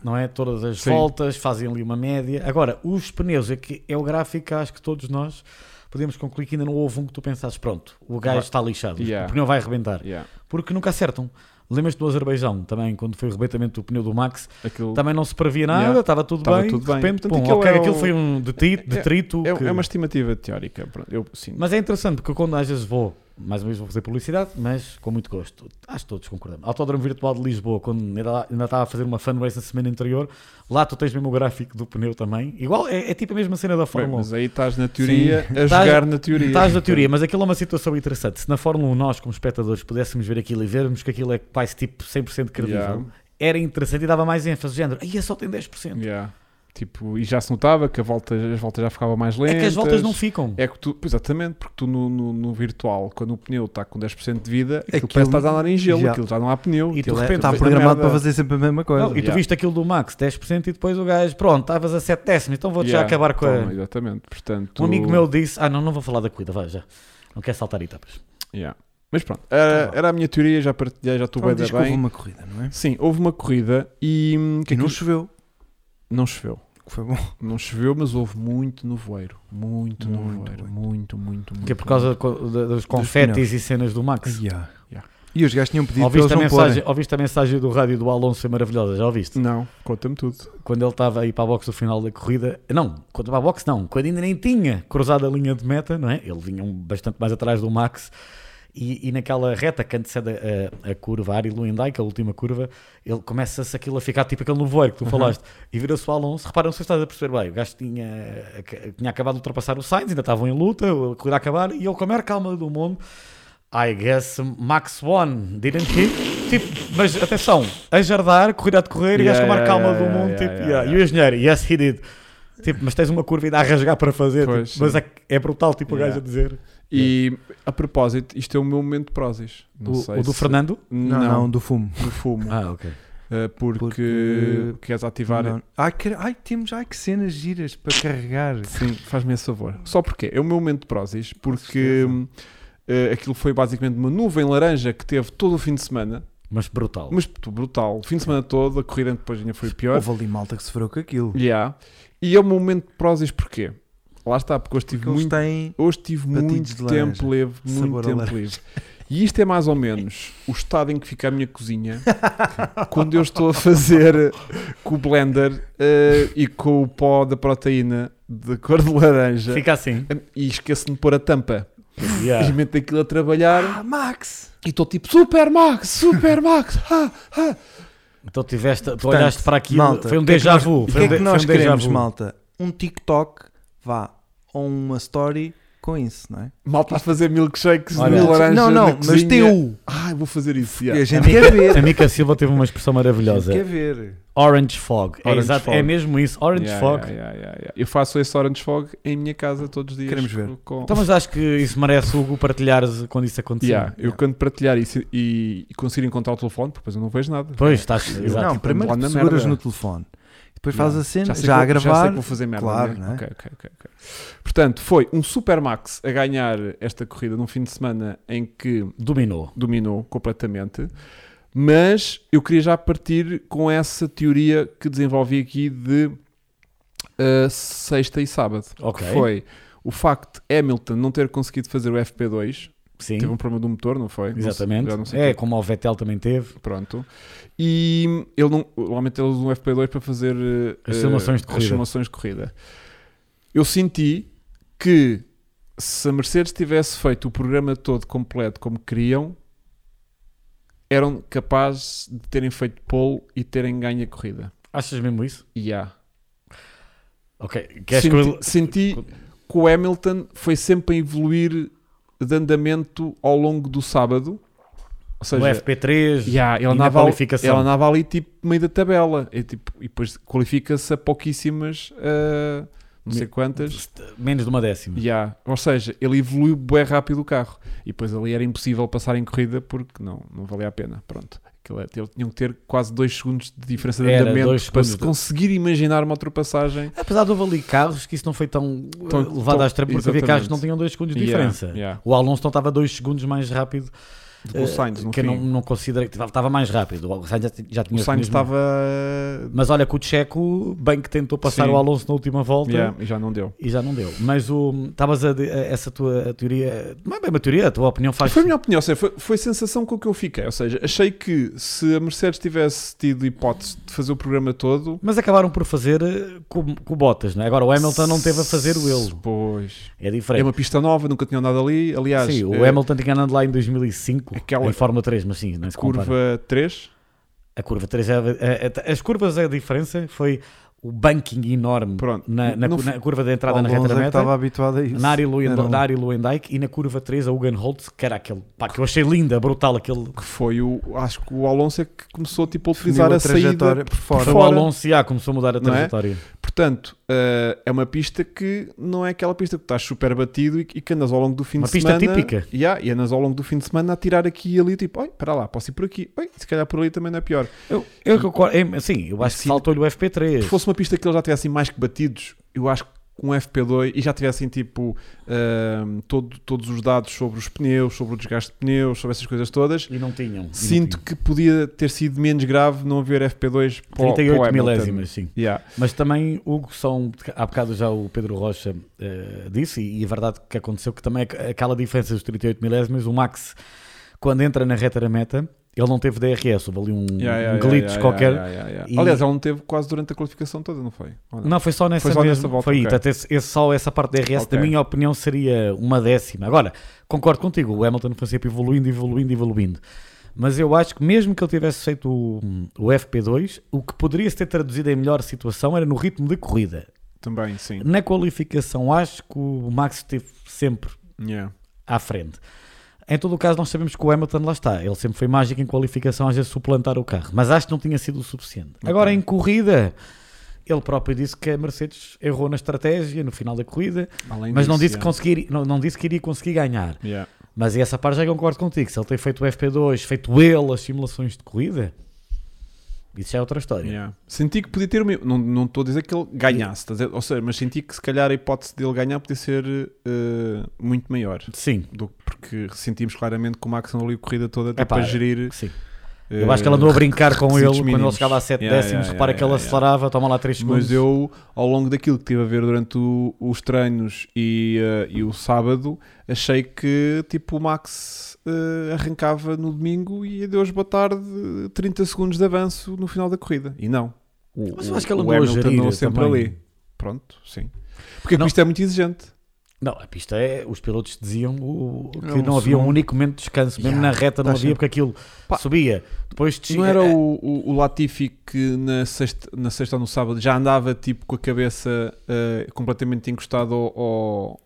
Speaker 3: não é, todas as
Speaker 1: Sim.
Speaker 3: voltas, fazem ali uma média. Agora, os pneus, é, que é o gráfico que acho que todos nós podemos concluir que ainda não houve um que tu pensasses, pronto, o gajo
Speaker 1: Vai-
Speaker 3: está lixado,
Speaker 1: Yeah.
Speaker 3: o pneu vai arrebentar.
Speaker 1: Yeah.
Speaker 3: Porque nunca acertam. Lembras-te do Azerbaijão também, quando foi o arrebentamento do pneu do Max,
Speaker 1: Aquilo
Speaker 2: Tá
Speaker 3: também não se previa nada,
Speaker 1: Yeah.
Speaker 3: estava tudo
Speaker 1: Estava
Speaker 3: bem.
Speaker 1: tudo
Speaker 3: de
Speaker 1: bem.
Speaker 3: repente,
Speaker 1: Portanto,
Speaker 3: pum,
Speaker 1: aquilo
Speaker 3: ok,
Speaker 1: é o-
Speaker 3: aquilo foi um detrito. detrito
Speaker 1: [LAUGHS] é,
Speaker 3: que-
Speaker 1: é uma estimativa teórica pronto, eu sinto
Speaker 3: Mas é interessante, porque eu quando às vezes vou mais uma vez vou fazer publicidade, mas com muito gosto. Acho que todos concordamos. Autódromo Virtual de Lisboa, quando ainda, ainda estava a fazer uma fundraise na semana anterior, lá tu tens mesmo o gráfico do pneu também. Igual, é, é tipo a mesma cena da
Speaker 1: Bem,
Speaker 3: Fórmula 1.
Speaker 1: mas aí estás na teoria
Speaker 3: Sim.
Speaker 1: a
Speaker 3: Estás-
Speaker 1: jogar na teoria.
Speaker 3: Estás na teoria, mas aquilo é uma situação interessante. Se na Fórmula 1 nós, como espectadores, pudéssemos ver aquilo e vermos que aquilo é quase tipo 100% credível,
Speaker 1: Yeah.
Speaker 3: era interessante e dava mais ênfase. Género, aí é só tem 10%.
Speaker 1: Yeah. Tipo, e já se notava que a volta, as voltas já ficavam mais lentas.
Speaker 3: É que as voltas não ficam.
Speaker 1: É que tu, pois, exatamente, porque tu no, no- no virtual, quando o pneu está com 10% de vida, aquilo,
Speaker 2: Aquilo-
Speaker 1: parece que estás a andar em gelo,
Speaker 2: Já.
Speaker 1: aquilo já não há pneu.
Speaker 3: E
Speaker 1: aquilo
Speaker 3: tu de
Speaker 1: é-
Speaker 3: repente tá
Speaker 2: Está
Speaker 1: vês a
Speaker 2: programado
Speaker 1: merda.
Speaker 2: para fazer sempre a mesma coisa.
Speaker 3: Não, e tu
Speaker 1: Yeah.
Speaker 3: viste aquilo do Max, 10%, e depois o gajo, pronto, estavas a 7 décimos, então vou-te já
Speaker 1: Yeah,
Speaker 3: acabar com
Speaker 1: toma,
Speaker 3: a.
Speaker 1: Exatamente, portanto.
Speaker 3: Um amigo meu disse: Ah, não, não vou falar da cuida, vai já. Não quer saltar etapas.
Speaker 1: yeah. Mas pronto, era,
Speaker 3: Tá bom.
Speaker 1: era a minha teoria, já partilhei, já estou
Speaker 2: Então
Speaker 1: bem da
Speaker 2: diz que houve
Speaker 1: bem.
Speaker 2: uma corrida, não é?
Speaker 1: Sim, houve uma corrida e. hum, que
Speaker 2: E não
Speaker 1: aquilo-
Speaker 2: choveu.
Speaker 1: não choveu.
Speaker 2: que Foi bom.
Speaker 1: Não choveu, mas houve muito nevoeiro. Muito,
Speaker 2: Muito,
Speaker 1: nevoeiro. Muito, muito, muito.
Speaker 3: Que é por causa co- da- dos confetes
Speaker 2: pneus.
Speaker 3: e cenas do Max.
Speaker 1: Yeah.
Speaker 2: E os gajos tinham pedido para eles
Speaker 3: Ouviste a,
Speaker 2: não
Speaker 3: mensagem,
Speaker 2: porem.
Speaker 3: ouviste a mensagem do rádio do Alonso, foi maravilhosa, já ouviste?
Speaker 1: Não, conta-me tudo.
Speaker 3: Quando ele estava aí para a box no final da corrida, não, quando para a box não, quando ainda nem tinha cruzado a linha de meta, não é? Ele vinha um- bastante mais atrás do Max e, e naquela reta que antecede a, a, a curva, a Ari Luendijk, a última curva, ele começa-se aquilo a ficar tipo aquele nevoeiro que
Speaker 1: Uhum.
Speaker 3: tu falaste e vira-se o Alonso. Reparam se estás a perceber bem, o gajo tinha, ac- tinha acabado de ultrapassar o Sainz, ainda estavam em luta, a corrida a acabar e ele com a maior calma do mundo. I guess Max won, didn't he? Tipo, mas atenção, a jardar, corrida a decorrer e
Speaker 1: Yeah,
Speaker 3: acho que a maior
Speaker 1: yeah,
Speaker 3: calma
Speaker 1: yeah,
Speaker 3: do
Speaker 1: yeah,
Speaker 3: mundo.
Speaker 1: yeah,
Speaker 3: tipo,
Speaker 1: yeah,
Speaker 3: yeah. E o engenheiro, yes, he did. Tipo, mas tens uma curva ainda a rasgar para fazer.
Speaker 1: Pois,
Speaker 3: tipo, mas
Speaker 1: sim.
Speaker 3: é, é brutal, tipo,
Speaker 1: Yeah.
Speaker 3: o gajo a dizer.
Speaker 1: E a propósito, isto é o meu momento de prósis. Não
Speaker 3: O,
Speaker 1: sei
Speaker 3: o do
Speaker 1: se-
Speaker 3: Fernando?
Speaker 2: Não,
Speaker 1: Não,
Speaker 2: não, do fumo.
Speaker 1: do fumo.
Speaker 3: [LAUGHS] Ah, ok.
Speaker 1: Uh, porque,
Speaker 2: Porque-
Speaker 1: queres ativar.
Speaker 2: Não. Ai, que, ai, temos ai, que cenas giras para carregar.
Speaker 1: Sim, faz-me esse favor. Só porque é o meu momento de prósis, porque
Speaker 2: certeza.
Speaker 1: hum, uh, aquilo foi basicamente uma nuvem laranja que teve todo o fim de semana,
Speaker 3: Mas brutal.
Speaker 1: mas tu, brutal. O fim de semana todo, a corrida depois ainda foi pior.
Speaker 2: Houve ali malta que se ferrou com aquilo.
Speaker 1: Yeah. E é o meu momento de prósis porquê? Lá está, porque hoje tive
Speaker 2: Porque eles
Speaker 1: muito
Speaker 2: têm.
Speaker 1: Hoje tive
Speaker 2: Batidos
Speaker 1: muito
Speaker 2: de
Speaker 1: tempo
Speaker 2: laranja.
Speaker 1: livre, muito
Speaker 2: Sabor a
Speaker 1: tempo
Speaker 2: laranja.
Speaker 1: livre. E isto é mais ou menos o estado em que fica a minha cozinha
Speaker 2: [LAUGHS]
Speaker 1: quando eu estou a fazer com o blender eh, e com o pó da proteína de cor de
Speaker 2: eh,
Speaker 1: laranja
Speaker 3: Fica assim.
Speaker 1: e esqueço-me de pôr a tampa.
Speaker 2: É.
Speaker 3: Yeah.
Speaker 1: Simplesmente daquilo a trabalhar
Speaker 2: Ah, Max!
Speaker 1: e estou tipo Super Max, Super Max. ah, ah."
Speaker 3: Então tiveste, tu
Speaker 2: Portanto,
Speaker 3: olhaste para aquilo,
Speaker 2: malta,
Speaker 3: foi um
Speaker 2: o que é que
Speaker 3: déjà vu.
Speaker 2: E o que
Speaker 3: foi um
Speaker 2: é que
Speaker 3: de-
Speaker 2: nós
Speaker 3: foi um déjà
Speaker 2: queremos,
Speaker 3: vu.
Speaker 2: malta? Um TikTok vá ou uma story com isso, não é?
Speaker 1: Mal está a fazer milkshakes
Speaker 3: Olha,
Speaker 1: de laranja.
Speaker 2: não, não,
Speaker 1: na
Speaker 2: mas
Speaker 1: cozinha.
Speaker 2: teu!
Speaker 1: Ai, vou fazer isso.
Speaker 2: E
Speaker 1: yeah.
Speaker 2: a gente quer ver.
Speaker 3: A Mica Silva teve uma expressão
Speaker 2: A gente quer
Speaker 3: maravilhosa.
Speaker 2: ver.
Speaker 3: Orange Fog. É,
Speaker 1: Orange
Speaker 3: exato,
Speaker 1: fog.
Speaker 3: é mesmo isso. Orange
Speaker 1: Yeah,
Speaker 3: Fog.
Speaker 1: yeah, yeah, yeah, yeah. Eu faço esse Orange Fog em minha casa todos os dias.
Speaker 2: Queremos ver.
Speaker 1: com-
Speaker 3: Então, mas acho que isso merece, Hugo, partilhares quando isso acontecer.
Speaker 1: Yeah, eu
Speaker 2: Yeah.
Speaker 1: quando partilhar isso e, e conseguir encontrar o telefone, porque depois eu não vejo nada.
Speaker 3: Pois, estás. Exato.
Speaker 2: Não, Tipo, primeiro
Speaker 1: lá na
Speaker 2: seguras
Speaker 1: merda.
Speaker 2: no telefone. Depois fazes a cena, já,
Speaker 1: sei
Speaker 2: a
Speaker 1: que vou- Tipo, Já sei
Speaker 2: gravar.
Speaker 1: que vou fazer merda.
Speaker 2: claro,
Speaker 1: né?
Speaker 3: é?
Speaker 2: né?
Speaker 1: Ok, ok, ok, ok. Portanto, foi um Supermax a ganhar esta corrida num fim de semana em que
Speaker 3: Dominou.
Speaker 1: dominou completamente. Mas eu queria já partir com essa teoria que desenvolvi aqui de uh, sexta e sábado.
Speaker 3: Ok.
Speaker 1: Que foi o facto de Hamilton não ter conseguido fazer o FP2.
Speaker 3: Sim.
Speaker 2: tipo,
Speaker 1: Teve um problema do motor, não foi? Não sei-
Speaker 3: Exatamente.
Speaker 1: já não sei
Speaker 3: É,
Speaker 1: quem-
Speaker 3: como o Vettel também teve.
Speaker 1: Pronto. E ele não, normalmente eles usam o um FP2 para fazer eh,
Speaker 3: As simulações
Speaker 1: eh,
Speaker 3: de
Speaker 1: as
Speaker 3: corrida.
Speaker 1: simulações de corrida. Eu senti que se a Mercedes tivesse feito o programa todo completo como queriam, eram capazes de terem feito pole e terem ganho a corrida.
Speaker 3: Achas mesmo isso?
Speaker 1: E há.
Speaker 3: Ok. Queres que
Speaker 1: senti,
Speaker 2: tipo,
Speaker 3: eu-
Speaker 1: senti que o Hamilton foi sempre a evoluir de andamento ao longo do sábado. Ou
Speaker 3: o
Speaker 1: seja,
Speaker 3: FP3,
Speaker 1: Yeah, ele,
Speaker 3: E na
Speaker 1: andava ali,
Speaker 3: qualificação?
Speaker 1: ele andava ali tipo meio da tabela e, tipo, e depois qualifica-se a pouquíssimas, ah, não sei
Speaker 3: Me-
Speaker 1: quantas.
Speaker 3: menos de uma décima.
Speaker 1: Yeah. Ou seja, ele evoluiu bem rápido o carro e depois ali era impossível passar em corrida porque não, não valia a pena. Pronto, Aquilo é- ele- tinham que ter quase 2 segundos de diferença de
Speaker 3: Era dois
Speaker 1: andamento para se
Speaker 3: segundos.
Speaker 1: conseguir imaginar uma ultrapassagem.
Speaker 3: Apesar de houve ali carros que isso não foi tão, eh,
Speaker 1: Tão-
Speaker 3: levado
Speaker 1: tão-
Speaker 3: à extrema, porque havia
Speaker 1: exatamente.
Speaker 3: carros que não tinham 2 segundos de
Speaker 1: Yeah,
Speaker 3: diferença.
Speaker 1: yeah.
Speaker 3: O Alonso não estava 2 segundos mais rápido
Speaker 1: Do Sainz, no
Speaker 3: Eh, que eu não,
Speaker 1: fim.
Speaker 3: não considerei que estava mais rápido. O Sainz já, t- já tinha
Speaker 1: O
Speaker 3: os
Speaker 1: Sainz
Speaker 3: pneus-
Speaker 1: estava.
Speaker 3: Mas olha que o Checo, bem que tentou passar
Speaker 1: Sim.
Speaker 3: o Alonso na última volta
Speaker 1: Yeah, e já não deu.
Speaker 3: e já não deu. Mas o estavas a, de- a- essa tua teoria, não é bem uma teoria, a tua opinião faz
Speaker 1: Foi a minha opinião, ou seja, foi, foi a sensação com que eu fiquei. Ou seja, achei que se a Mercedes tivesse tido hipótese de fazer o programa todo.
Speaker 3: Mas acabaram por fazer eh, com, com botas, não é? Agora o Hamilton não teve a fazer o ele.
Speaker 1: Pois.
Speaker 3: É
Speaker 1: É
Speaker 3: diferente.
Speaker 1: uma pista nova, nunca tinham andado ali. Aliás,
Speaker 3: sim, o
Speaker 1: eh,
Speaker 3: Hamilton tinha andado lá em 2005
Speaker 1: aquela-
Speaker 3: em Fórmula 3, mas sim, não se compara.
Speaker 1: curva 3.
Speaker 3: A curva 3 é, é- é- as curvas a diferença foi o banking enorme
Speaker 1: Pronto.
Speaker 3: na, na
Speaker 1: Não
Speaker 3: cu-
Speaker 1: f-
Speaker 3: na curva de entrada
Speaker 2: Alonso
Speaker 3: na reta
Speaker 2: é
Speaker 3: da
Speaker 2: que
Speaker 3: meta.
Speaker 2: estava habituado a isso.
Speaker 3: Na área, Luen,
Speaker 2: Era um-
Speaker 3: na área Luendijk e na curva 3 a Hugan Holtz, que era aquele pá, que eu achei linda, brutal aquele
Speaker 1: Que foi o. Acho que o Alonso é que começou tipo, a
Speaker 2: definiu
Speaker 1: utilizar a, saída
Speaker 2: trajetória por fora.
Speaker 3: Foi o
Speaker 1: fora.
Speaker 3: Alonso e ah, começou a mudar a
Speaker 1: Não é?
Speaker 3: trajetória.
Speaker 1: Portanto, eh, é uma pista que não é aquela pista que estás super batido e, e que andas ao longo do fim
Speaker 3: Uma
Speaker 1: de
Speaker 3: pista
Speaker 1: semana.
Speaker 3: típica.
Speaker 1: Yeah, e andas ao longo do fim de semana a tirar aqui e ali, tipo, oi, para lá, posso ir por aqui. Oi, se calhar por ali também não é pior.
Speaker 3: Eu, eu, concordo- em- sim, eu acho que
Speaker 1: Sim.
Speaker 3: faltou-lhe o FP3.
Speaker 1: Se fosse uma pista que eles já tivessem mais que batidos, eu acho que com um FP2 e já tivessem tipo ehm, todo- todos os dados sobre os pneus, sobre o desgaste de pneus, sobre essas coisas todas.
Speaker 3: E não tinham. e não
Speaker 1: Sinto
Speaker 3: tinham.
Speaker 1: que podia ter sido menos grave não haver FP2 para o- para o
Speaker 3: 38
Speaker 1: Hamilton.
Speaker 3: milésimas, sim.
Speaker 1: Yeah.
Speaker 3: Mas também, Hugo, são, há bocado já o Pedro Rocha eh, disse, e, e a verdade que aconteceu, que também é aquela diferença dos 38 milésimos, o Max, quando entra na reta da meta, ele não teve DRS, houve ali um,
Speaker 1: Yeah, yeah,
Speaker 3: um
Speaker 1: yeah,
Speaker 3: glitch
Speaker 1: yeah,
Speaker 3: qualquer.
Speaker 1: yeah, yeah, yeah.
Speaker 3: E-
Speaker 1: Aliás, ele não teve quase durante a qualificação toda, não foi? Ou não?
Speaker 3: Não, foi só nessa,
Speaker 1: Foi só
Speaker 3: mesmo,
Speaker 1: nessa volta,
Speaker 3: Foi aí.
Speaker 1: ok.
Speaker 3: Portanto, esse, esse- só essa parte da RS,
Speaker 1: Ok.
Speaker 3: na minha opinião, seria uma décima. Agora, concordo contigo, o Hamilton foi sempre evoluindo, evoluindo, evoluindo. Mas eu acho que mesmo que ele tivesse feito o, o FP2, o que poderia se ter traduzido em melhor situação era no ritmo de corrida.
Speaker 1: Também, sim.
Speaker 3: Na qualificação, acho que o Max esteve sempre
Speaker 1: Yeah.
Speaker 3: à frente. Em todo o caso, nós sabemos que o Hamilton lá está. Ele sempre foi mágico em qualificação, às vezes suplantar o carro. Mas acho que não tinha sido o suficiente. Agora, em corrida, ele próprio disse que a Mercedes errou na estratégia no final da corrida,
Speaker 1: Além
Speaker 3: mas não
Speaker 1: disso,
Speaker 3: disse, que conseguir, não, não disse que iria conseguir ganhar.
Speaker 1: yeah. Yeah.
Speaker 3: Mas essa parte já concordo contigo. Se ele tem feito o FP2, feito ele as simulações de corrida, isso já é outra história.
Speaker 1: Yeah. Senti que podia ter o mesmo. Não, não estou a dizer que ele ganhasse, estás a dizer- ou seja, mas senti que se calhar a hipótese dele ganhar podia ser eh, muito maior.
Speaker 3: Sim,
Speaker 1: Do, porque sentimos claramente que o Max andou ali a corrida toda tipo,
Speaker 3: Epá,
Speaker 1: para gerir.
Speaker 3: sim. Eu acho que ela andou a
Speaker 1: eh,
Speaker 3: brincar com ele
Speaker 1: requisitos
Speaker 3: quando ele
Speaker 1: mínimos.
Speaker 3: chegava a 7
Speaker 1: Yeah,
Speaker 3: décimos.
Speaker 1: yeah,
Speaker 3: repara
Speaker 1: yeah,
Speaker 3: que ele
Speaker 1: yeah, yeah.
Speaker 3: acelerava, toma lá 3 segundos.
Speaker 1: Mas eu, ao longo daquilo que tive a ver durante o- os treinos e, eh, e o sábado, achei que tipo o Max eh, arrancava no domingo e deu-os boa tarde 30 segundos de avanço no final da corrida. E não. O,
Speaker 3: Mas eu acho que ele
Speaker 1: o
Speaker 3: andou a
Speaker 1: Hamilton
Speaker 3: gerir
Speaker 1: andou sempre
Speaker 3: também.
Speaker 1: ali. Pronto, sim. Porque
Speaker 3: Não.
Speaker 1: isto é muito exigente.
Speaker 3: Não, a pista é. Os pilotos diziam o- que
Speaker 1: É um
Speaker 3: não havia um
Speaker 1: segundo.
Speaker 3: único momento de descanso, mesmo
Speaker 2: Yeah,
Speaker 3: na reta
Speaker 2: tá
Speaker 3: não havia,
Speaker 2: sempre.
Speaker 3: porque aquilo
Speaker 1: Pá,
Speaker 3: subia, depois descia.
Speaker 1: Não era o, o- o Latifi que na sexta, na sexta ou no sábado já andava tipo com a cabeça eh, completamente encostada ao. ao-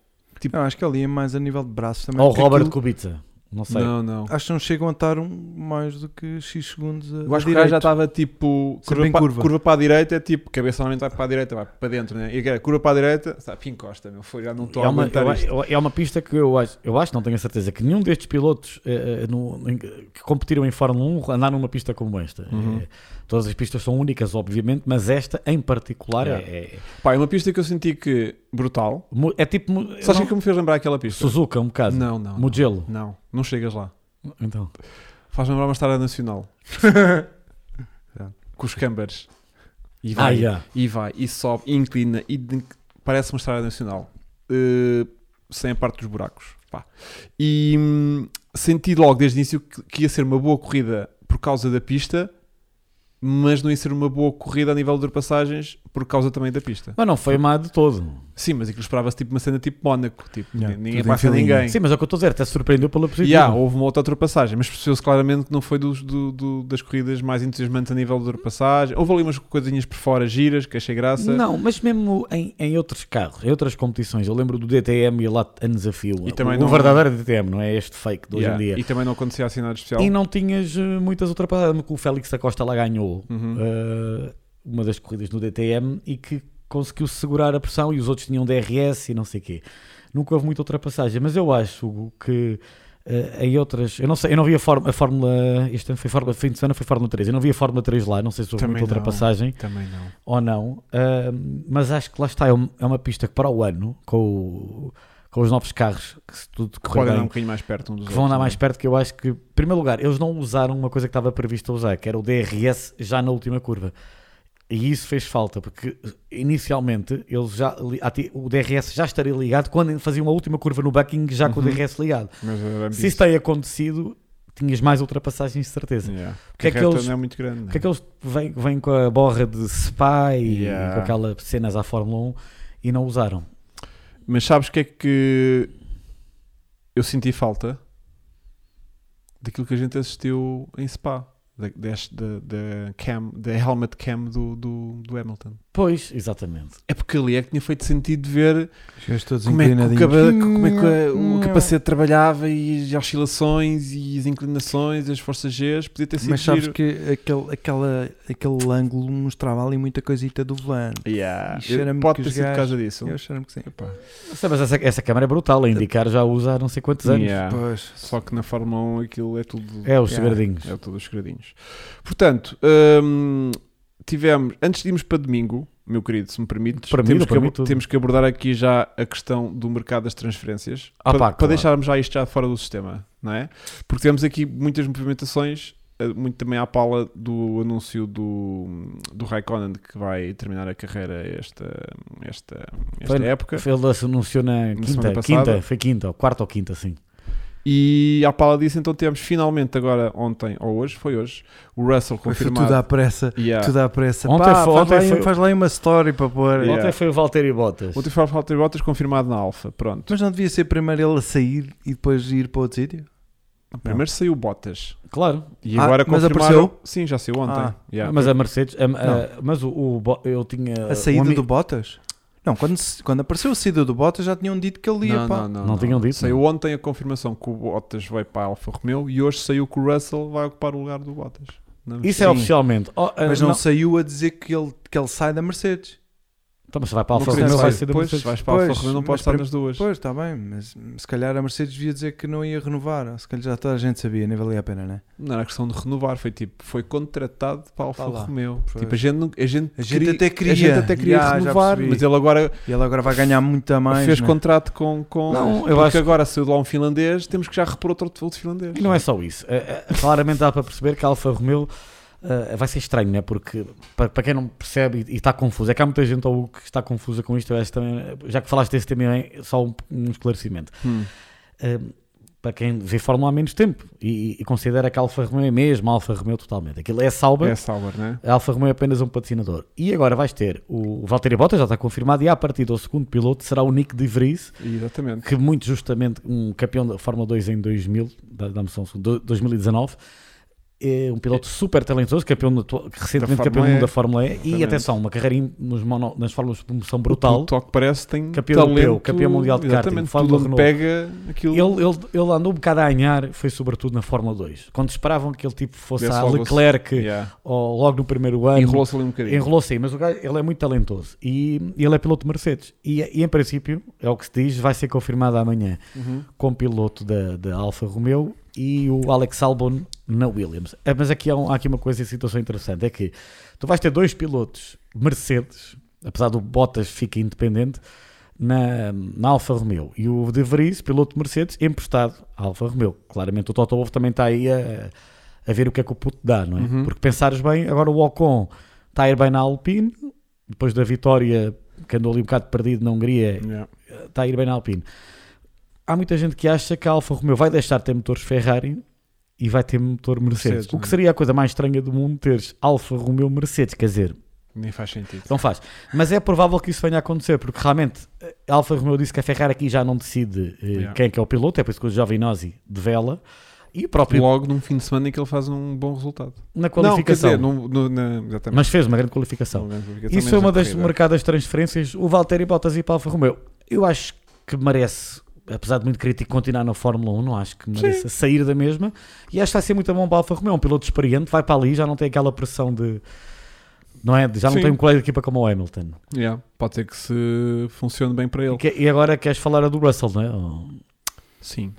Speaker 2: Eu acho que ali é mais a nível de braços também.
Speaker 3: Ou o
Speaker 2: porque
Speaker 3: Robert
Speaker 2: aquilo-
Speaker 3: Kubica, não sei.
Speaker 1: Não, não.
Speaker 2: Acho que não chegam a estar um, mais do que X segundos a
Speaker 1: Eu acho
Speaker 2: a
Speaker 1: que o cara
Speaker 2: direito.
Speaker 1: já estava tipo.
Speaker 2: Sempre
Speaker 1: Curva
Speaker 2: em
Speaker 1: para,
Speaker 2: curva.
Speaker 1: curva. para a direita é tipo. Cabeça normalmente vai para a direita, vai para dentro, né? E aquela curva para a direita, sabe, encosta, meu. Foi, já não estou
Speaker 3: é
Speaker 1: a
Speaker 3: uma,
Speaker 1: aguentar
Speaker 3: eu-
Speaker 1: isto.
Speaker 3: eu- é uma pista que eu acho, eu acho, não tenho a certeza, que nenhum destes pilotos eh, eh, no- em- que competiram em Fórmula 1 andaram numa pista como esta.
Speaker 1: Uhum.
Speaker 3: Eh, todas as pistas são únicas, obviamente, mas esta em particular é- é,
Speaker 1: Pá, é uma pista que eu senti que. brutal.
Speaker 3: mu- é tipo mu-
Speaker 1: Sabes o que é
Speaker 3: não-
Speaker 1: que me fez lembrar aquela pista?
Speaker 3: Suzuka, um bocado.
Speaker 1: Não, não. Não,
Speaker 3: Mugello.
Speaker 1: não, não chegas lá.
Speaker 3: Então.
Speaker 1: Faz lembrar uma estrada [LAUGHS] nacional. Com os câmbares. E
Speaker 3: Ah,
Speaker 1: vai,
Speaker 3: yeah.
Speaker 1: e vai, e sobe, e inclina, e de- parece uma estrada nacional. Eh, sem a parte dos buracos. Pá. E hum, senti logo desde o início que, que ia ser uma boa corrida por causa da pista, mas não ia ser uma boa corrida a nível de ultrapassagens por causa também da pista.
Speaker 3: Mas não foi má de todo.
Speaker 1: Sim, mas aquilo esperava-se tipo uma cena tipo Mónaco, tipo, ni-
Speaker 2: Yeah,
Speaker 1: ninguém
Speaker 2: tudo em
Speaker 1: passa
Speaker 2: filinha.
Speaker 1: ninguém.
Speaker 3: Sim, mas é o que eu estou a dizer, até surpreendeu pela
Speaker 1: E
Speaker 3: positiva.
Speaker 1: há, houve uma outra ultrapassagem, mas percebeu-se claramente que não foi dos, do- do- das corridas mais entusiasmantes a nível de ultrapassagem. Houve ali umas coisinhas por fora, giras, que achei graça.
Speaker 3: Não, mas mesmo em, em outros carros, em outras competições, eu lembro do DTM e lá a desafio.
Speaker 1: E também
Speaker 3: o
Speaker 1: não-
Speaker 3: verdadeiro DTM, não é este fake de hoje
Speaker 1: Yeah.
Speaker 3: em dia.
Speaker 1: E também não acontecia assim nada de especial.
Speaker 3: E, não tinhas eh, muitas ultrapassagens, que o Félix Acosta lá ganhou
Speaker 1: Uhum.
Speaker 3: eh, uma das corridas no DTM e que conseguiu segurar a pressão e os outros tinham DRS e não sei o quê. Nunca houve muita ultrapassagem, mas eu acho Hugo, que eh, em outras, eu não sei, eu não vi a, Fór- a Fórmula, este ano foi Fórmula, fim de semana foi Fórmula 3, eu não vi a Fórmula 3 lá, não sei se houve
Speaker 1: Também
Speaker 3: muita
Speaker 1: não.
Speaker 3: ultrapassagem, ah,
Speaker 1: Também não.
Speaker 3: ou não, ahm, mas acho que lá está, é um- é uma pista que para o ano, com o, com os novos carros, que se tudo correr
Speaker 1: Podem
Speaker 3: bem,
Speaker 1: andar um bocadinho mais perto um dos
Speaker 3: que vão andar
Speaker 1: outros,
Speaker 3: mais perto, que eu acho que, em primeiro lugar, eles não usaram uma coisa que estava prevista usar, que era o DRS já na última curva. E isso fez falta, porque inicialmente eles já, li- ati- o DRS já estaria ligado quando fazia uma última curva no backing já com
Speaker 1: Uhum.
Speaker 3: o DRS ligado.
Speaker 1: não é? Mas era
Speaker 3: Se isso tem acontecido, tinhas mais ultrapassagens de certeza.
Speaker 1: Yeah.
Speaker 3: que
Speaker 1: Porque
Speaker 3: é que
Speaker 1: a reta
Speaker 3: eles-
Speaker 1: não é muito grande. não é?
Speaker 3: Porque é que eles vêm, vêm com a borra de Spa e
Speaker 1: Yeah.
Speaker 3: com aquelas cenas à Fórmula 1 e não usaram.
Speaker 1: Mas sabes o que é que eu senti falta? Daquilo que a gente assistiu em Spa, da, deste- da, da, cam, da helmet cam do, do, do Hamilton.
Speaker 3: Pois, exatamente.
Speaker 1: É porque ali é que tinha feito sentido ver
Speaker 2: Os todos
Speaker 1: como é que, o,
Speaker 2: inclinadinhos.
Speaker 1: caba- como é que a-
Speaker 3: Hum,
Speaker 1: o capacete trabalhava e as oscilações e as inclinações, as forças Gs, podia ter sido
Speaker 2: Mas sabes
Speaker 1: giro.
Speaker 2: que aquele, aquela, aquele ângulo mostrava ali muita coisita do van.
Speaker 1: Yeah.
Speaker 2: Ixi, era-me
Speaker 1: Pode
Speaker 2: que
Speaker 1: ter
Speaker 2: os
Speaker 1: sido por
Speaker 2: gajos-
Speaker 1: causa disso.
Speaker 2: Eu cheiro-me que sim.
Speaker 1: Epá.
Speaker 3: Sim, Mas essa, essa câmara é brutal, a indicar já usa há não sei quantos anos.
Speaker 1: Yeah.
Speaker 2: Pois.
Speaker 1: Só que na Fórmula 1 aquilo é tudo
Speaker 3: É, os
Speaker 2: Yeah.
Speaker 3: segredinhos.
Speaker 1: É o todos os segredinhos. Portanto, hum, tivemos, antes de irmos para domingo, meu querido, se me permites,
Speaker 3: Para mim,
Speaker 1: temos,
Speaker 3: não,
Speaker 1: que,
Speaker 3: para mim
Speaker 1: abo-
Speaker 3: tudo.
Speaker 1: temos que abordar aqui já a questão do mercado das transferências.
Speaker 3: Ah,
Speaker 1: para,
Speaker 3: pá,
Speaker 1: para
Speaker 3: claro.
Speaker 1: deixarmos já isto já fora do sistema, não é? Porque tivemos aqui muitas movimentações, eh, muito também à pala do anúncio do, do Raikkonen que vai terminar a carreira esta, esta, esta
Speaker 3: Foi-
Speaker 1: época.
Speaker 3: Foi- Ele anunciou na
Speaker 1: semana
Speaker 3: quinta,
Speaker 1: passada.
Speaker 3: quinta, foi quinta, ou quarta ou quinta, sim.
Speaker 1: E à pala disso, então temos finalmente agora, ontem ou hoje, foi hoje, o Russell
Speaker 2: Foi tudo à
Speaker 1: confirmado. Ah.
Speaker 2: pressa.
Speaker 1: Yeah.
Speaker 2: Tudo à pressa.
Speaker 3: Ontem
Speaker 2: Pá,
Speaker 3: foi-
Speaker 2: faz,
Speaker 3: ontem
Speaker 2: lá, aí- um-
Speaker 3: foi-
Speaker 2: faz lá aí uma story para pôr.
Speaker 1: Yeah.
Speaker 3: Ontem foi o Valtteri Bottas.
Speaker 1: Ontem foi o Valtteri Bottas confirmado na Alfa, pronto.
Speaker 2: Mas não devia ser primeiro ele a sair e depois ir para outro sítio?
Speaker 1: Primeiro saiu Bottas
Speaker 3: Claro,
Speaker 1: e
Speaker 2: Ah,
Speaker 1: agora
Speaker 2: mas
Speaker 1: confirmaram...
Speaker 2: apareceu?
Speaker 1: Sim, já saiu ontem.
Speaker 2: Ah,
Speaker 1: Yeah.
Speaker 3: mas a Mercedes, a- a- mas o, o Bo- eu tinha
Speaker 1: Ah,
Speaker 2: A saída
Speaker 3: um ami-
Speaker 2: do Bottas? Não, quando, se- quando apareceu a saída do Bottas já tinham dito que ele ia
Speaker 1: não,
Speaker 2: pá.
Speaker 1: não, não,
Speaker 3: Não tinham dito,
Speaker 1: Saiu ontem a confirmação que o Bottas vai para a Alfa Romeo e hoje saiu que o Russell vai ocupar o lugar do Bottas. Não,
Speaker 3: Isso é
Speaker 2: Sim.
Speaker 3: oficialmente. Oh, ah,
Speaker 2: Mas não,
Speaker 3: não-
Speaker 2: saiu a dizer que ele, que ele sai da Mercedes.
Speaker 3: Então, mas vai
Speaker 2: é
Speaker 3: para a Alfa
Speaker 1: não queria
Speaker 3: Romeo, vai
Speaker 1: saber.
Speaker 3: ser da
Speaker 1: Pois,
Speaker 3: Mercedes.
Speaker 1: vais para a Alfa
Speaker 2: Pois,
Speaker 1: Romeo, não
Speaker 2: mas
Speaker 1: podes estar
Speaker 2: prim-
Speaker 1: nas duas.
Speaker 2: Pois, está bem, mas hum, se calhar a Mercedes devia dizer que não ia renovar. ou Se calhar já toda a gente sabia, nem valia a pena, né?
Speaker 1: Não era questão de renovar, foi tipo, foi contratado para a Alfa
Speaker 2: Tá lá.
Speaker 1: Romeo.
Speaker 2: Pois.
Speaker 1: Tipo, a gente, não- a gente,
Speaker 2: A gente até queria.
Speaker 1: a gente até queria
Speaker 2: Já, já
Speaker 1: renovar,
Speaker 2: percebi.
Speaker 1: mas ele agora
Speaker 2: E ele agora vai ganhar muito mais.
Speaker 1: fez
Speaker 2: né?
Speaker 1: contrato com. com
Speaker 3: Não, eu
Speaker 1: porque
Speaker 3: acho que-
Speaker 1: agora saiu de lá um finlandês, temos que já repor outro, outro finlandês.
Speaker 3: E não é só isso. Eh, eh, claramente dá para perceber que a Alfa Romeo eh, vai ser estranho, né? porque para, para quem não percebe e, e está confuso, é que há muita gente ou que está confusa com isto, eu acho também, eh, já que falaste desse tema, hein, só um, um esclarecimento.
Speaker 1: Hum.
Speaker 3: Eh, para quem vê Fórmula há menos tempo e, e considera que a Alfa Romeo é mesmo a Alfa Romeo totalmente. Aquilo é Sauber,
Speaker 1: É Sauber, né?
Speaker 3: a Alfa Romeo é apenas um patrocinador. E agora vais ter o Valtteri Bottas, já está confirmado, e à partida o segundo piloto será o Nick de Vries,
Speaker 1: Exatamente.
Speaker 3: que muito justamente um campeão da Fórmula 2 em 2000, dá- dá-me só um segundo, do- 2019, é um piloto super talentoso, campeão do atua- recentemente
Speaker 1: Fórmula
Speaker 3: campeão do mundo
Speaker 1: E.
Speaker 3: da Fórmula E,
Speaker 1: Exatamente.
Speaker 3: e atenção, uma carreira in- nos mono- nas Fórmulas de promoção brutal.
Speaker 1: O toque parece que tem
Speaker 3: Campeão
Speaker 1: talento,
Speaker 3: europeu, campeão mundial de karting,
Speaker 1: Exatamente,
Speaker 3: Fórmula
Speaker 1: tudo onde
Speaker 3: Renault.
Speaker 1: pega aquilo.
Speaker 3: Ele, ele, ele andou um bocado a anhar, foi sobretudo na Fórmula 2. Quando esperavam que ele tipo fosse
Speaker 1: Desse
Speaker 3: a
Speaker 1: logo o-
Speaker 3: Leclerc
Speaker 1: Yeah.
Speaker 3: ou logo no primeiro ano,
Speaker 1: Enrolou-se é. ali um bocadinho.
Speaker 3: Enrolou-se aí, mas o gajo ele é muito talentoso e ele é piloto de Mercedes. E, e, em princípio, é o que se diz, vai ser confirmado amanhã
Speaker 1: Uhum.
Speaker 3: com o piloto da, da Alfa Romeo e o Alex Albon na Williams. Ah, Mas aqui há, um- há aqui uma coisa e situação interessante: é que tu vais ter dois pilotos Mercedes, apesar do Bottas fica independente, na, na Alfa Romeo e o De Vries, piloto de Mercedes, emprestado à Alfa Romeo. Claramente o Toto Wolff também está aí a, a ver o que é que o puto dá, não é?
Speaker 1: Uhum.
Speaker 3: Porque pensares bem, agora o Ocon está a ir bem na Alpine, depois da vitória que andou ali um bocado perdido na Hungria,
Speaker 1: Yeah.
Speaker 3: está tá a ir bem na Alpine. Há muita gente que acha que a Alfa Romeo vai deixar de ter motores Ferrari e vai ter motor Mercedes.
Speaker 1: Mercedes,
Speaker 3: o que
Speaker 1: não é?
Speaker 3: seria a coisa mais estranha do mundo teres Alfa Romeo Mercedes, quer dizer,
Speaker 1: Nem faz sentido.
Speaker 3: não faz. Mas é provável que isso venha a acontecer, porque realmente a Alfa Romeo disse que a Ferrari aqui já não decide eh,
Speaker 1: Yeah.
Speaker 3: quem é que é o piloto, é por isso que o Giovinazzi de vela e o próprio
Speaker 1: Logo num fim de semana em que ele faz um bom resultado.
Speaker 3: na
Speaker 1: Não, quer
Speaker 3: qualificação.
Speaker 1: dizer, no, no, na, exatamente.
Speaker 3: Mas fez uma grande qualificação.
Speaker 1: Não, na qualificação,
Speaker 3: Isso é
Speaker 1: menos
Speaker 3: uma
Speaker 1: na
Speaker 3: das
Speaker 1: corrida.
Speaker 3: mercadas transferências. O Valtteri Bottas e para a Alfa Romeo. Eu acho que merece, apesar de muito crítico, continuar na Fórmula 1. Não acho que mereça sair da mesma. E acho que vai ser muito bom para a Alfa Romeo. Um piloto experiente, vai para ali, já não tem aquela pressão de. Não é? Já não
Speaker 1: Sim.
Speaker 3: tem um colega de equipa como o Hamilton.
Speaker 1: Yeah. Pode ser que se funcione bem para
Speaker 3: E,
Speaker 1: ele.
Speaker 3: que- é e agora queres falar a do Russell, não é? Oh,
Speaker 1: Sim.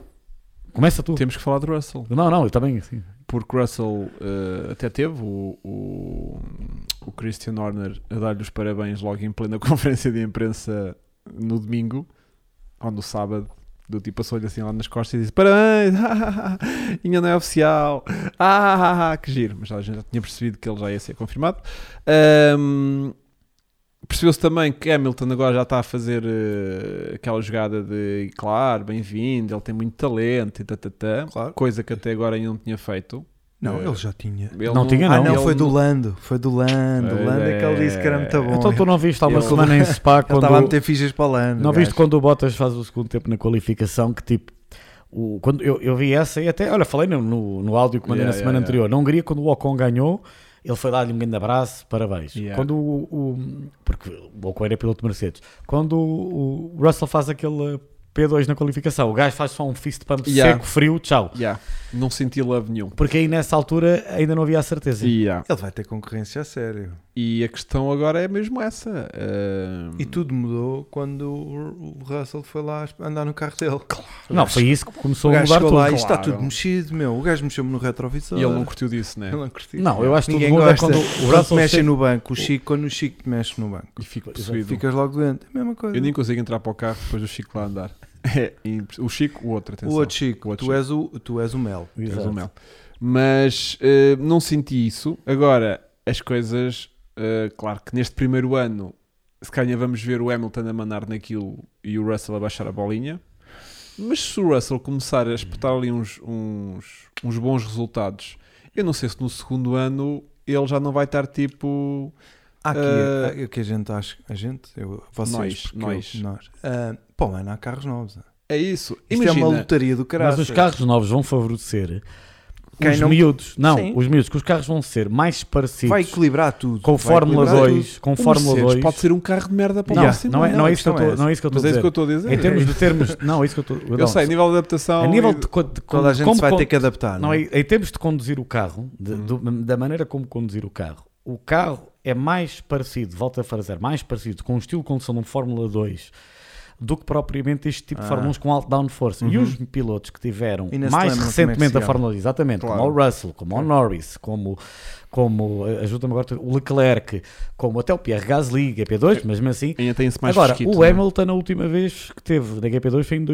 Speaker 3: Começa tu.
Speaker 1: Temos que falar de Russell.
Speaker 3: Não, não, eu também. Sim.
Speaker 1: Porque Russell eh, até teve o, o, o Christian [LAUGHS] Horner a dar-lhe os parabéns logo em plena conferência de imprensa no domingo. ou no sábado, do tipo passou-lhe assim lá nas costas e disse: Parabéns, [LAUGHS] ainda não é oficial, ah, que giro. Mas a gente já tinha percebido que ele já ia ser confirmado. Ahm, Percebeu-se também que Hamilton agora já está a fazer eh, aquela jogada de claro, bem-vindo, ele tem muito talento e tatatã,
Speaker 2: Claro.
Speaker 1: coisa que até agora ainda não tinha feito.
Speaker 2: Não,
Speaker 1: Eh,
Speaker 2: ele já tinha.
Speaker 1: Ele
Speaker 3: É. Não tinha,
Speaker 2: Ah,
Speaker 3: não,
Speaker 2: não,
Speaker 1: ele
Speaker 2: foi do Lando. Foi do Lando. O
Speaker 1: Pois
Speaker 2: Lando é que ele
Speaker 1: é.
Speaker 2: disse que era muito bom.
Speaker 3: Então tu
Speaker 2: ele
Speaker 3: não viste há
Speaker 1: [LAUGHS]
Speaker 3: uma
Speaker 1: Eu-
Speaker 3: semana em Spa quando...
Speaker 2: estava a meter fichas para o Lando.
Speaker 3: Não
Speaker 2: gajo.
Speaker 3: viste quando o Bottas faz o segundo tempo na qualificação que tipo. O, quando eu, eu vi essa e até, olha, falei no, no, no áudio que mandei
Speaker 1: Yeah,
Speaker 3: na semana
Speaker 1: yeah,
Speaker 3: anterior. Na Hungria, quando o Ocon ganhou, ele foi dar-lhe um grande abraço, parabéns.
Speaker 1: Yeah.
Speaker 3: Quando o, o- Porque o Ocon era piloto de Mercedes. Quando o, o Russell faz aquele P2 na qualificação, o gajo faz só um fist pump
Speaker 1: Yeah.
Speaker 3: seco, frio, tchau.
Speaker 1: Yeah, não senti love nenhum.
Speaker 3: Porque aí nessa altura ainda não havia a certeza.
Speaker 1: Yeah.
Speaker 2: Ele vai ter concorrência a sério.
Speaker 1: E a questão agora é mesmo essa. ah,
Speaker 2: E tudo mudou quando o o Russell foi lá andar no carro dele.
Speaker 3: não, foi isso que começou
Speaker 2: O
Speaker 3: a
Speaker 2: gajo
Speaker 3: mudar
Speaker 2: chegou
Speaker 3: tudo.
Speaker 2: lá e isto está
Speaker 1: claro.
Speaker 2: tudo mexido, meu. O gajo mexeu-me no retrovisor.
Speaker 1: e ele não curtiu disso, né?
Speaker 2: eh, Ele não curtiu.
Speaker 3: Não, eu acho que
Speaker 2: Ninguém
Speaker 3: tudo muda
Speaker 2: gosta.
Speaker 3: quando o Russell
Speaker 2: mexe
Speaker 3: chega-
Speaker 2: no banco, o Chico, quando o Chico te mexe no banco,
Speaker 1: E fico
Speaker 3: Exato.
Speaker 1: possuído.
Speaker 2: ficas logo doente. É a mesma coisa.
Speaker 1: Eu nem consigo entrar para o carro depois do Chico lá andar. [LAUGHS] É, impre- o Chico, o outro,
Speaker 2: O
Speaker 1: atenção.
Speaker 2: outro Chico,
Speaker 1: O outro
Speaker 2: tu, És o, tu és o Mel.
Speaker 1: És o
Speaker 3: Exato.
Speaker 1: Mel. Mas eh, não senti isso. Agora, as coisas, eh, claro que neste primeiro ano, se calhar vamos ver o Hamilton a manar naquilo e o Russell a baixar a bolinha. Mas se o Russell começar a espetar ali uns, uns, uns bons resultados, eu não sei se no segundo ano ele já não vai estar tipo.
Speaker 2: Há aqui
Speaker 1: Eh,
Speaker 2: há- o que a gente acha, a gente, eu, vocês,
Speaker 1: Nós,
Speaker 2: porque
Speaker 1: nós.
Speaker 2: Eu, nós. Ah, pá, mano, há carros novos. ah.
Speaker 1: É isso.
Speaker 2: Isto
Speaker 1: Imagina,
Speaker 2: é uma lotaria do caralho.
Speaker 3: Mas os carros novos vão favorecer
Speaker 2: Quem
Speaker 3: os
Speaker 2: não-
Speaker 3: miúdos. Não,
Speaker 2: Sim.
Speaker 3: os miúdos, que os carros vão ser mais parecidos
Speaker 2: vai equilibrar tudo.
Speaker 3: com
Speaker 2: vai
Speaker 3: Fórmula
Speaker 2: equilibrar
Speaker 3: 2. Com
Speaker 1: o
Speaker 3: Fórmula
Speaker 1: Mercedes
Speaker 3: 2.
Speaker 1: pode ser um carro de merda para o
Speaker 3: Não,
Speaker 1: Mercedes.
Speaker 3: não, é, não,
Speaker 2: não,
Speaker 3: é
Speaker 2: a
Speaker 3: isso que eu
Speaker 2: questão
Speaker 3: tô-
Speaker 2: é
Speaker 3: não é isso que eu estou
Speaker 1: Mas
Speaker 3: a
Speaker 1: é isso que eu
Speaker 3: dizer.
Speaker 1: estou a dizer.
Speaker 3: Em termos de termos. Não, é isso que eu estou.
Speaker 1: Eu sei, a nível de adaptação.
Speaker 3: A nível
Speaker 1: e-
Speaker 3: de. co- de-
Speaker 2: Toda a gente
Speaker 3: como
Speaker 2: se vai
Speaker 3: con-
Speaker 2: ter que adaptar.
Speaker 3: Não,
Speaker 2: é?
Speaker 3: em, em termos de conduzir o carro, de- do- da maneira como conduzir o carro, o carro é mais parecido, volto a fazer, mais parecido com o estilo de condução de um Fórmula 2 do que propriamente este tipo de Fórmula 1 com alto downforce. E os pilotos que tiveram
Speaker 2: E não se
Speaker 3: mais
Speaker 2: lembram como é que
Speaker 3: recentemente
Speaker 2: se
Speaker 3: a
Speaker 2: chama.
Speaker 3: Fórmula 2, exatamente, como o Russell, como o Norris, como, como eh, ajuda-me agora, o Leclerc, como até o Pierre Gasly, GP2, mas mesmo assim.
Speaker 1: Ainda tem-se mais
Speaker 3: agora,
Speaker 1: fresquito,
Speaker 3: o
Speaker 1: não é?
Speaker 3: Hamilton, a última vez que teve na GP2 foi em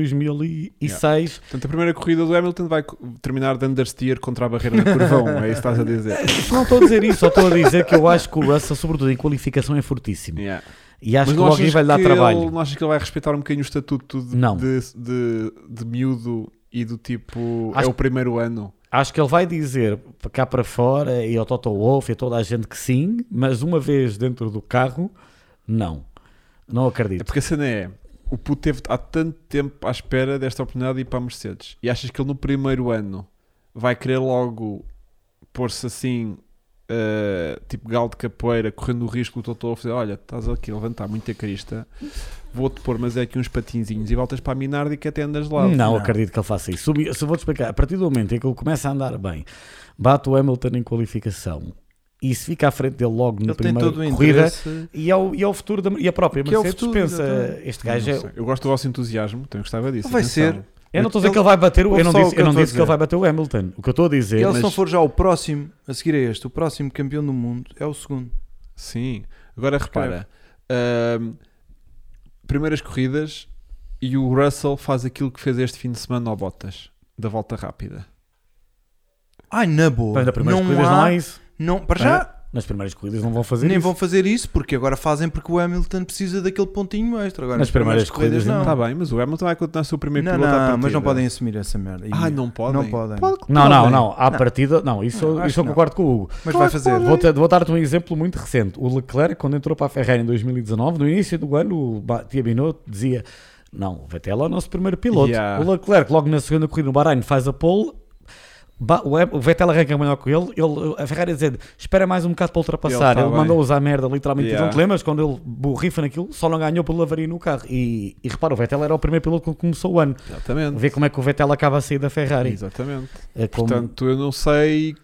Speaker 3: 2006.
Speaker 1: Portanto, a primeira corrida do Hamilton vai co- terminar de understeer contra a barreira do curvão. é isso que estás a dizer.
Speaker 3: Não estou a dizer isso, só estou a dizer que eu acho que o Russell, sobretudo em qualificação, é fortíssimo.
Speaker 1: Yeah.
Speaker 3: E acho
Speaker 1: Mas
Speaker 3: que
Speaker 1: não
Speaker 3: logo aí
Speaker 1: achas
Speaker 3: vai lhe dar
Speaker 1: que Ele,
Speaker 3: trabalho.
Speaker 1: não achas que ele vai respeitar um bocadinho o estatuto de,
Speaker 3: Não.
Speaker 1: de, de, de miúdo e do tipo.
Speaker 3: Acho-
Speaker 1: É o primeiro ano.
Speaker 3: Acho que ele vai dizer para cá para fora e ao Toto Wolff e a toda a gente que sim, mas uma vez dentro do carro, não. Não
Speaker 1: É
Speaker 3: acredito.
Speaker 1: porque a cena é. O puto teve há tanto tempo à espera desta oportunidade de ir para a Mercedes. E achas que ele no primeiro ano vai querer logo pôr-se assim, eh, tipo galo de capoeira, correndo o risco do Totó fazer: Olha, estás aqui a levantar muita crista, vou-te pôr, mas é aqui uns patinzinhos e voltas para a Minardi que até andas lá.
Speaker 3: não, acredito que ele faça isso. Subi- Se eu vou-te explicar, a partir do momento em que ele começa a andar bem, bate o Hamilton em qualificação e se fica à frente dele logo na
Speaker 2: Ele tem
Speaker 3: primeira
Speaker 2: todo o
Speaker 3: corrida,
Speaker 2: interesse.
Speaker 3: e é, o, e é o futuro da e a própria
Speaker 2: Que é o
Speaker 3: Mercedes
Speaker 2: futuro,
Speaker 3: pensa,
Speaker 2: exatamente.
Speaker 3: este gajo é,
Speaker 1: Eu gosto do vosso entusiasmo, também gostava disso.
Speaker 2: Vai
Speaker 1: atenção.
Speaker 2: ser.
Speaker 3: Eu não estou a dizer
Speaker 2: Ele-
Speaker 3: que ele vai bater o.
Speaker 2: ouve
Speaker 3: Eu não
Speaker 2: só o
Speaker 3: disse,
Speaker 2: que
Speaker 3: eu
Speaker 2: eu
Speaker 3: não
Speaker 2: estou a
Speaker 3: disse que ele
Speaker 2: dizer.
Speaker 3: vai bater o Hamilton. O que eu estou a dizer.
Speaker 2: E ele,
Speaker 3: mas
Speaker 2: se não for já o próximo, a seguir a este, o próximo campeão do mundo é o segundo.
Speaker 1: Sim. Agora repara. ahm, primeiras corridas e o Russell faz aquilo que fez este fim de semana ao Bottas, da volta rápida.
Speaker 2: Ai, na boa.
Speaker 3: mas nas primeiras
Speaker 2: não
Speaker 3: corridas
Speaker 2: há,
Speaker 3: não há isso.
Speaker 2: não- para já,
Speaker 3: Nas primeiras corridas não vão fazer
Speaker 2: nem
Speaker 3: isso.
Speaker 2: vão fazer isso, porque agora fazem porque o Hamilton precisa daquele pontinho extra. Agora,
Speaker 3: Nas primeiras corridas, Tá
Speaker 2: não.
Speaker 1: Está bem, mas o Hamilton vai continuar a ser o primeiro
Speaker 2: Não,
Speaker 1: piloto à
Speaker 2: não,
Speaker 1: partida.
Speaker 2: mas não podem assumir essa merda. E-
Speaker 1: Ah, não podem?
Speaker 2: Não podem.
Speaker 1: Pode-
Speaker 3: Não, não,
Speaker 2: Podem.
Speaker 3: não. À partida. Não, isso,
Speaker 2: Não, acho
Speaker 3: isso eu
Speaker 2: que não.
Speaker 3: concordo com o Hugo.
Speaker 2: Mas vai fazer.
Speaker 3: Vou, te- vou dar-te um exemplo muito recente. O Leclerc, quando entrou para a Ferrari em 2019, no início do ano, o Batia Binotto dizia: Não, o Vettel é o nosso primeiro piloto.
Speaker 1: Yeah.
Speaker 3: O Leclerc, logo na segunda corrida no Bahrein, faz a pole. Ba- O Hem- o Vettel arranca melhor com ele, ele- a Ferrari dizendo espera mais um bocado para ultrapassar.
Speaker 1: Ele tá
Speaker 3: Ele,
Speaker 1: bem.
Speaker 3: mandou-os à merda, literalmente.
Speaker 1: Yeah.
Speaker 3: Não te lembras quando ele borrifa naquilo, só não ganhou pelo avaria no carro. E, e repara, o Vettel era o primeiro piloto quando começou o ano.
Speaker 1: Exatamente.
Speaker 3: Vê como é que o Vettel acaba a sair da Ferrari.
Speaker 1: Exatamente.
Speaker 3: É como-
Speaker 1: Portanto, eu não sei.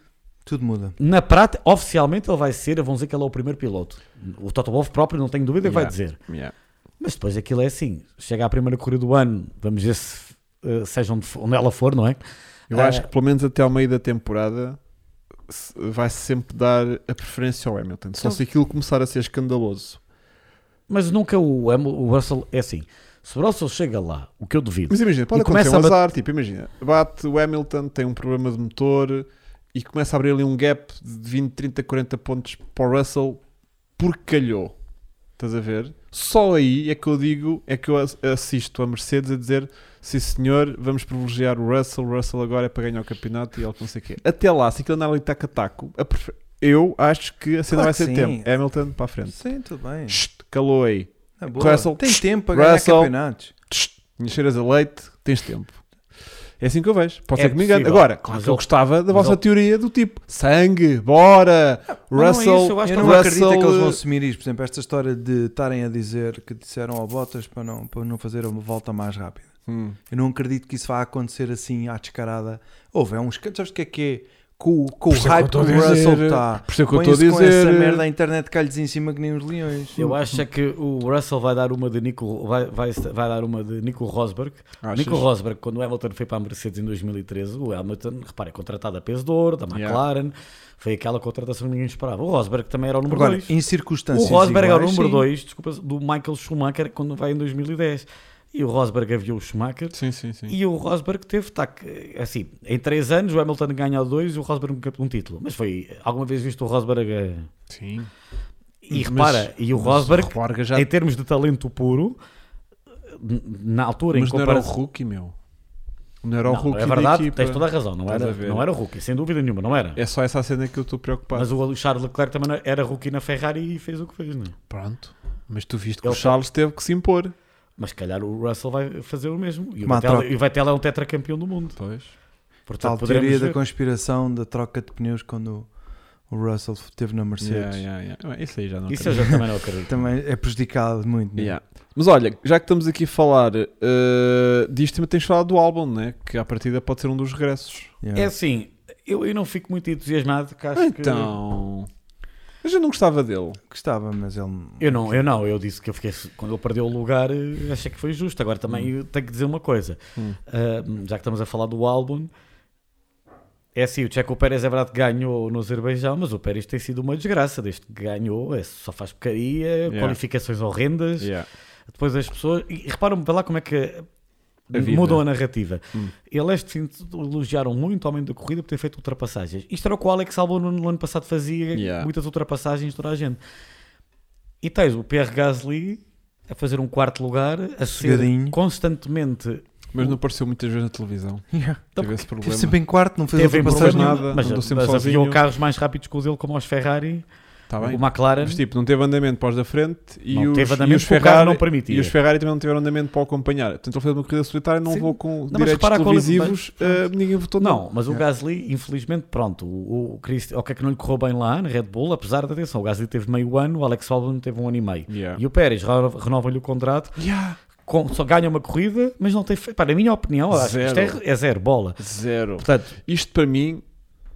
Speaker 2: Tudo muda.
Speaker 3: na prática, oficialmente ele vai ser, vão dizer que ele é o primeiro piloto. O Toto Wolff próprio, não tenho dúvida, que vai
Speaker 1: Yeah.
Speaker 3: dizer.
Speaker 1: Yeah.
Speaker 3: Mas depois aquilo é assim, chega à primeira corrida do ano, vamos ver se eh, seja onde, for- onde ela for, não é?
Speaker 1: Eu
Speaker 3: Ah,
Speaker 1: acho que pelo menos até ao meio da temporada se- vai sempre dar a preferência ao Hamilton. Só
Speaker 3: Então-
Speaker 1: se aquilo começar a ser escandaloso.
Speaker 3: Mas nunca o, Ham- o Russell é assim. Se Russell chega lá, o que eu duvido,
Speaker 1: Mas imagina, pode
Speaker 3: E começa
Speaker 1: acontecer um
Speaker 3: a bat-
Speaker 1: azar, tipo, imagina, bate o Hamilton, tem um problema de motor e começa a abrir ali um gap de 20, 30, 40 pontos para o Russell porque calhou. Estás a ver? Só aí é que eu digo, é que eu as- assisto a Mercedes a dizer sim senhor, vamos privilegiar o Russell, o Russell agora é para ganhar o campeonato e ele que não sei o quê. Até lá, se aquilo andar ali taco a taco, a prefe- eu acho que a cena
Speaker 2: Claro
Speaker 1: vai
Speaker 2: que
Speaker 1: ser
Speaker 2: sim.
Speaker 1: tempo. Hamilton para a frente.
Speaker 2: Sim, tudo bem.
Speaker 1: Chut, calou aí.
Speaker 2: Na boa.
Speaker 1: Russell.
Speaker 2: Tem tempo para ganhar
Speaker 1: Russell.
Speaker 2: campeonatos.
Speaker 1: Encheras a leite, tens tempo. É assim que eu vejo. Pode
Speaker 3: É
Speaker 1: ser que me engane.
Speaker 3: possível.
Speaker 1: Agora, claro
Speaker 3: Mas
Speaker 1: que eu Ah,
Speaker 3: ele-
Speaker 1: gostava da
Speaker 3: mas
Speaker 1: vossa
Speaker 3: ele-
Speaker 1: teoria do tipo sangue, bora,
Speaker 3: não é
Speaker 1: Russell.
Speaker 3: isso, eu acho
Speaker 2: Eu
Speaker 3: que
Speaker 2: não
Speaker 1: Russell,
Speaker 2: acredito é que eles vão
Speaker 1: eh,
Speaker 2: assumir isto. Por exemplo, esta história de estarem a dizer que disseram ao Bottas para não, para não fazer uma volta mais rápida.
Speaker 1: Hum.
Speaker 2: Eu não acredito que isso vá acontecer assim à descarada. Houve, é um escândalo. Sabes o que é que é? Com, o- com o
Speaker 1: Por isso é que eu
Speaker 2: hype que
Speaker 1: estou a
Speaker 2: o
Speaker 1: dizer.
Speaker 2: Russell está.
Speaker 1: Por isso é que eu estou a
Speaker 2: Põe-se com
Speaker 1: dizer.
Speaker 2: essa merda à internet calhes em cima que nem os leões.
Speaker 3: eu acho é que o Russell vai dar uma de Nico, vai, vai, vai dar uma de Nico Rosberg.
Speaker 1: Ah, Achas?
Speaker 3: Nico Rosberg, quando o Hamilton foi para a Mercedes em 2013, o Hamilton, repare, é contratado a peso de ouro, da
Speaker 1: Yeah.
Speaker 3: McLaren, foi aquela contratação que ninguém esperava. O Rosberg também era o número
Speaker 2: Agora,
Speaker 3: 2.
Speaker 2: em
Speaker 3: O
Speaker 2: circunstâncias
Speaker 3: Rosberg
Speaker 1: é
Speaker 3: era o
Speaker 2: iguais,
Speaker 3: número
Speaker 2: sim.
Speaker 3: 2, desculpa, do Michael Schumacher quando vai em 2010. E o Rosberg aviou o Schumacher.
Speaker 1: Sim, sim, sim.
Speaker 3: E o Rosberg teve, tá, que- assim, em 3 anos o Hamilton ganha dois e o Rosberg nunca um título. Mas foi, alguma vez visto o Rosberg? eh,
Speaker 1: Sim.
Speaker 3: E
Speaker 1: Mas-
Speaker 3: repara, e o
Speaker 1: Mas
Speaker 3: Rosberg,
Speaker 1: Rosberg já-
Speaker 3: em termos de talento puro, n- na altura,
Speaker 1: mas
Speaker 3: em
Speaker 1: não era o
Speaker 3: comparação...
Speaker 1: rookie, meu. Não era o
Speaker 3: Não,
Speaker 1: rookie
Speaker 3: é
Speaker 1: da
Speaker 3: verdade,
Speaker 1: equipa.
Speaker 3: tens toda a razão, não
Speaker 1: Estás
Speaker 3: era,
Speaker 1: a ver.
Speaker 3: não era rookie, sem dúvida nenhuma, não era.
Speaker 1: É só essa a cena que eu estou preocupado.
Speaker 3: Mas o Charles Leclerc também não era rookie na Ferrari e fez o que fez, não é?
Speaker 1: Pronto. Mas tu viste que
Speaker 3: Ele
Speaker 1: o Charles teve que se impor.
Speaker 3: Mas se calhar o Russell vai fazer o mesmo. E o
Speaker 2: Uma
Speaker 3: Vettel,
Speaker 2: troca.
Speaker 3: e o Vettel é um tetracampeão do mundo.
Speaker 1: Pois.
Speaker 3: Portanto,
Speaker 2: Tal
Speaker 3: poderemos
Speaker 2: teoria da
Speaker 3: ver.
Speaker 2: conspiração da troca de pneus quando o Russell teve na Mercedes.
Speaker 1: Yeah, yeah, yeah. Isso aí já não
Speaker 3: Isso eu
Speaker 1: quero.
Speaker 3: já também não acredito.
Speaker 2: Também é prejudicado muito. né?
Speaker 1: Yeah. Mas olha, já que estamos aqui a falar eh, disto, também tens falado do álbum, né? que à partida pode ser um dos regressos.
Speaker 2: Yeah.
Speaker 3: É assim, eu, eu não fico muito entusiasmado, que acho
Speaker 1: Então. Mas eu não gostava dele.
Speaker 2: É. Gostava, mas ele.
Speaker 3: que... Eu não, eu não, eu disse que eu fiquei... Quando ele perdeu o lugar, eh, achei que foi justo. Agora também
Speaker 2: Hum.
Speaker 3: eu tenho que dizer uma coisa.
Speaker 1: Hum.
Speaker 3: Ah, já que estamos a falar do álbum, é assim, o Checo Pérez é verdade que ganhou no Azerbaijão, mas o Pérez tem sido uma desgraça desde que ganhou, é, só faz porcaria, qualificações horrendas, depois as pessoas... E reparam-me para lá como é que
Speaker 1: A vida.
Speaker 3: mudou a narrativa.
Speaker 1: Hum.
Speaker 3: Ele este fim de- elogiaram muito ao meio da corrida por ter feito ultrapassagens. Isto era o que o Alex Albon no ano passado fazia,
Speaker 1: Yeah.
Speaker 3: muitas ultrapassagens toda a gente. E tens o Pierre Gasly a fazer um quarto lugar, a ser
Speaker 2: Sossegadinho.
Speaker 3: constantemente
Speaker 1: Mas não apareceu muitas vezes na televisão.
Speaker 2: Yeah.
Speaker 3: Então
Speaker 1: Teve esse
Speaker 2: Teve
Speaker 1: problema.
Speaker 2: sempre em quarto, não fez
Speaker 3: teve em
Speaker 1: ultrapassagem
Speaker 2: ultrapassagem
Speaker 3: problema,
Speaker 1: nada,
Speaker 3: mas,
Speaker 1: andou
Speaker 3: mas
Speaker 1: sempre
Speaker 3: havia
Speaker 1: sozinho.
Speaker 3: carros mais rápidos com ele, como os Ferrari,
Speaker 1: Tá bem?
Speaker 3: o McLaren.
Speaker 1: Mas tipo, não teve andamento para os da frente e
Speaker 3: Não
Speaker 1: os,
Speaker 3: teve
Speaker 1: e
Speaker 3: andamento
Speaker 1: os
Speaker 3: porque o carro
Speaker 1: Ferrari
Speaker 3: não permitia.
Speaker 1: E os Ferrari também não tiveram andamento para o acompanhar. Portanto, ele fez uma corrida solitária não
Speaker 3: Sim.
Speaker 1: vou com
Speaker 3: mas
Speaker 1: direitos
Speaker 3: repara a quali-
Speaker 1: televisivos. eh, ninguém votou
Speaker 3: Não, mas
Speaker 1: é.
Speaker 3: o Gasly, infelizmente, pronto, o, o, Christi- o que é que não lhe correu bem lá na Red Bull, apesar da atenção, o Gasly teve meio ano, o Alex Albon teve um ano e meio.
Speaker 1: Yeah.
Speaker 3: E o Pérez reno- renova-lhe o contrato,
Speaker 1: Yeah.
Speaker 3: com- só ganha uma corrida, mas não tem feito. Para a minha opinião, eu acho que isto
Speaker 1: Zero.
Speaker 3: é, é zero bola.
Speaker 1: Zero.
Speaker 3: Portanto,
Speaker 1: Isto para mim,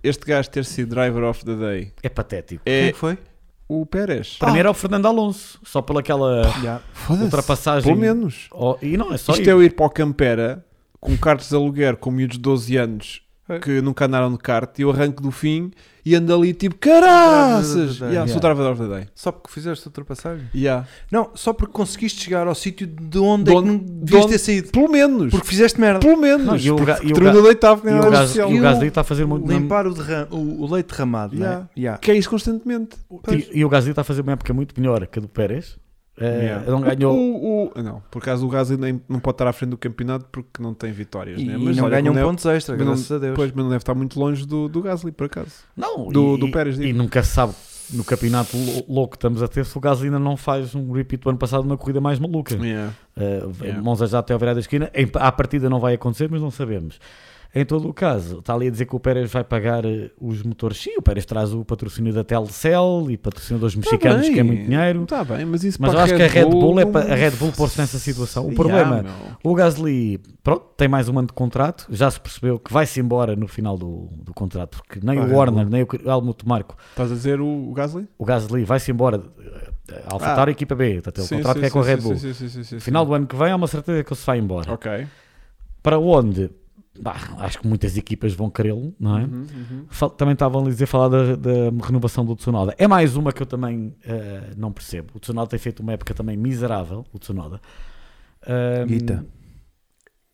Speaker 1: este gajo ter sido driver of the day
Speaker 3: é patético.
Speaker 2: Quem é
Speaker 1: é
Speaker 2: que foi?
Speaker 1: o Pérez.
Speaker 3: Para mim era o Fernando Alonso, só pela aquela
Speaker 2: Yeah.
Speaker 1: Foda-se.
Speaker 3: ultrapassagem.
Speaker 1: Pelo menos.
Speaker 3: Oh, e não, é só
Speaker 1: Isto
Speaker 3: isso.
Speaker 1: é eu ir para o Campera com cartas de aluguer com miúdos de 12 anos
Speaker 2: É.
Speaker 1: que nunca andaram de kart e eu arranco do fim e ando ali tipo caraças!
Speaker 2: Driver of the day.
Speaker 1: Yeah, Sou
Speaker 3: Yeah.
Speaker 1: driver of the day.
Speaker 2: Só porque fizeste ultrapassagem?
Speaker 1: Yeah.
Speaker 2: Não, só porque conseguiste chegar ao sítio de onde
Speaker 1: De
Speaker 2: é que
Speaker 1: onde-
Speaker 2: não
Speaker 1: de
Speaker 2: devias
Speaker 1: onde-
Speaker 2: ter saído.
Speaker 1: Pelo menos!
Speaker 2: Porque fizeste merda.
Speaker 1: Pelo menos!
Speaker 3: Não, e o ga- e o
Speaker 1: Terminou
Speaker 3: ga-
Speaker 1: de oitavo, que
Speaker 3: E
Speaker 1: não
Speaker 3: o,
Speaker 1: era
Speaker 3: Gas, e
Speaker 1: especial.
Speaker 3: o Gasly está a fazer muito.
Speaker 2: Limpar o, derram- o- o leite derramado,
Speaker 1: Yeah.
Speaker 2: né? Yeah.
Speaker 1: Que é isso constantemente.
Speaker 3: E, e o Gasly está a fazer uma época muito melhor que a do Pérez. Eh,
Speaker 1: Yeah.
Speaker 3: Não ganhou.
Speaker 1: O, o- não, por acaso o Gasly nem, não pode estar à frente do campeonato porque não tem vitórias.
Speaker 2: E,
Speaker 1: né?
Speaker 2: e não
Speaker 1: olha,
Speaker 2: ganham
Speaker 3: um
Speaker 1: quando é-
Speaker 2: pontos extra,
Speaker 1: mas não-
Speaker 2: graças a Deus.
Speaker 1: Pois, mas não deve estar muito longe do, do Gasly, por acaso.
Speaker 3: Não,
Speaker 1: Do-
Speaker 3: e,
Speaker 1: do Pérez, digo.
Speaker 3: E nunca se sabe no campeonato lou- louco que estamos a ter se o Gasly ainda não faz um repeat do ano passado numa corrida mais maluca.
Speaker 1: Yeah.
Speaker 3: Uh,
Speaker 1: Yeah.
Speaker 3: Monza já até ao virar da esquina. Em, à partida não vai acontecer, mas não sabemos. Em todo o caso, está ali a dizer que o Pérez vai pagar eh, os motores. Sim, o Pérez traz o patrocínio da Telcel e patrocinadores
Speaker 1: Tá
Speaker 3: mexicanos,
Speaker 1: bem.
Speaker 3: que é muito dinheiro.
Speaker 1: Está Tá bem, mas isso
Speaker 3: Mas eu
Speaker 1: para
Speaker 3: acho que a Red Bull, é
Speaker 1: não-
Speaker 3: para a Red Bull pôr-se nessa situação. O problema é-
Speaker 1: Yeah, meu.
Speaker 3: o Gasly, pronto, tem mais um ano de contrato, já se percebeu que vai-se embora no final do, do contrato, porque nem
Speaker 1: Vai,
Speaker 3: o Warner, nem o Helmut Marco,
Speaker 1: Estás a dizer o, o Gasly?
Speaker 3: o Gasly vai-se embora, eh, AlphaTauri e equipa B, portanto, o contrato que é com a Red Bull.
Speaker 1: Ah. Sim, sim, sim, sim, sim.
Speaker 3: Final do ano que vem há uma certeza que ele se vai embora.
Speaker 1: Ok.
Speaker 3: Para onde? Bah, acho que muitas equipas vão querê-lo, não é?
Speaker 1: Uhum, uhum.
Speaker 3: Fal- Também estavam ali a dizer falar da, da renovação do Tsunoda. É mais uma que eu também eh, não percebo. O Tsunoda tem feito uma época também miserável, o Tsunoda. Ahm,
Speaker 2: Guita.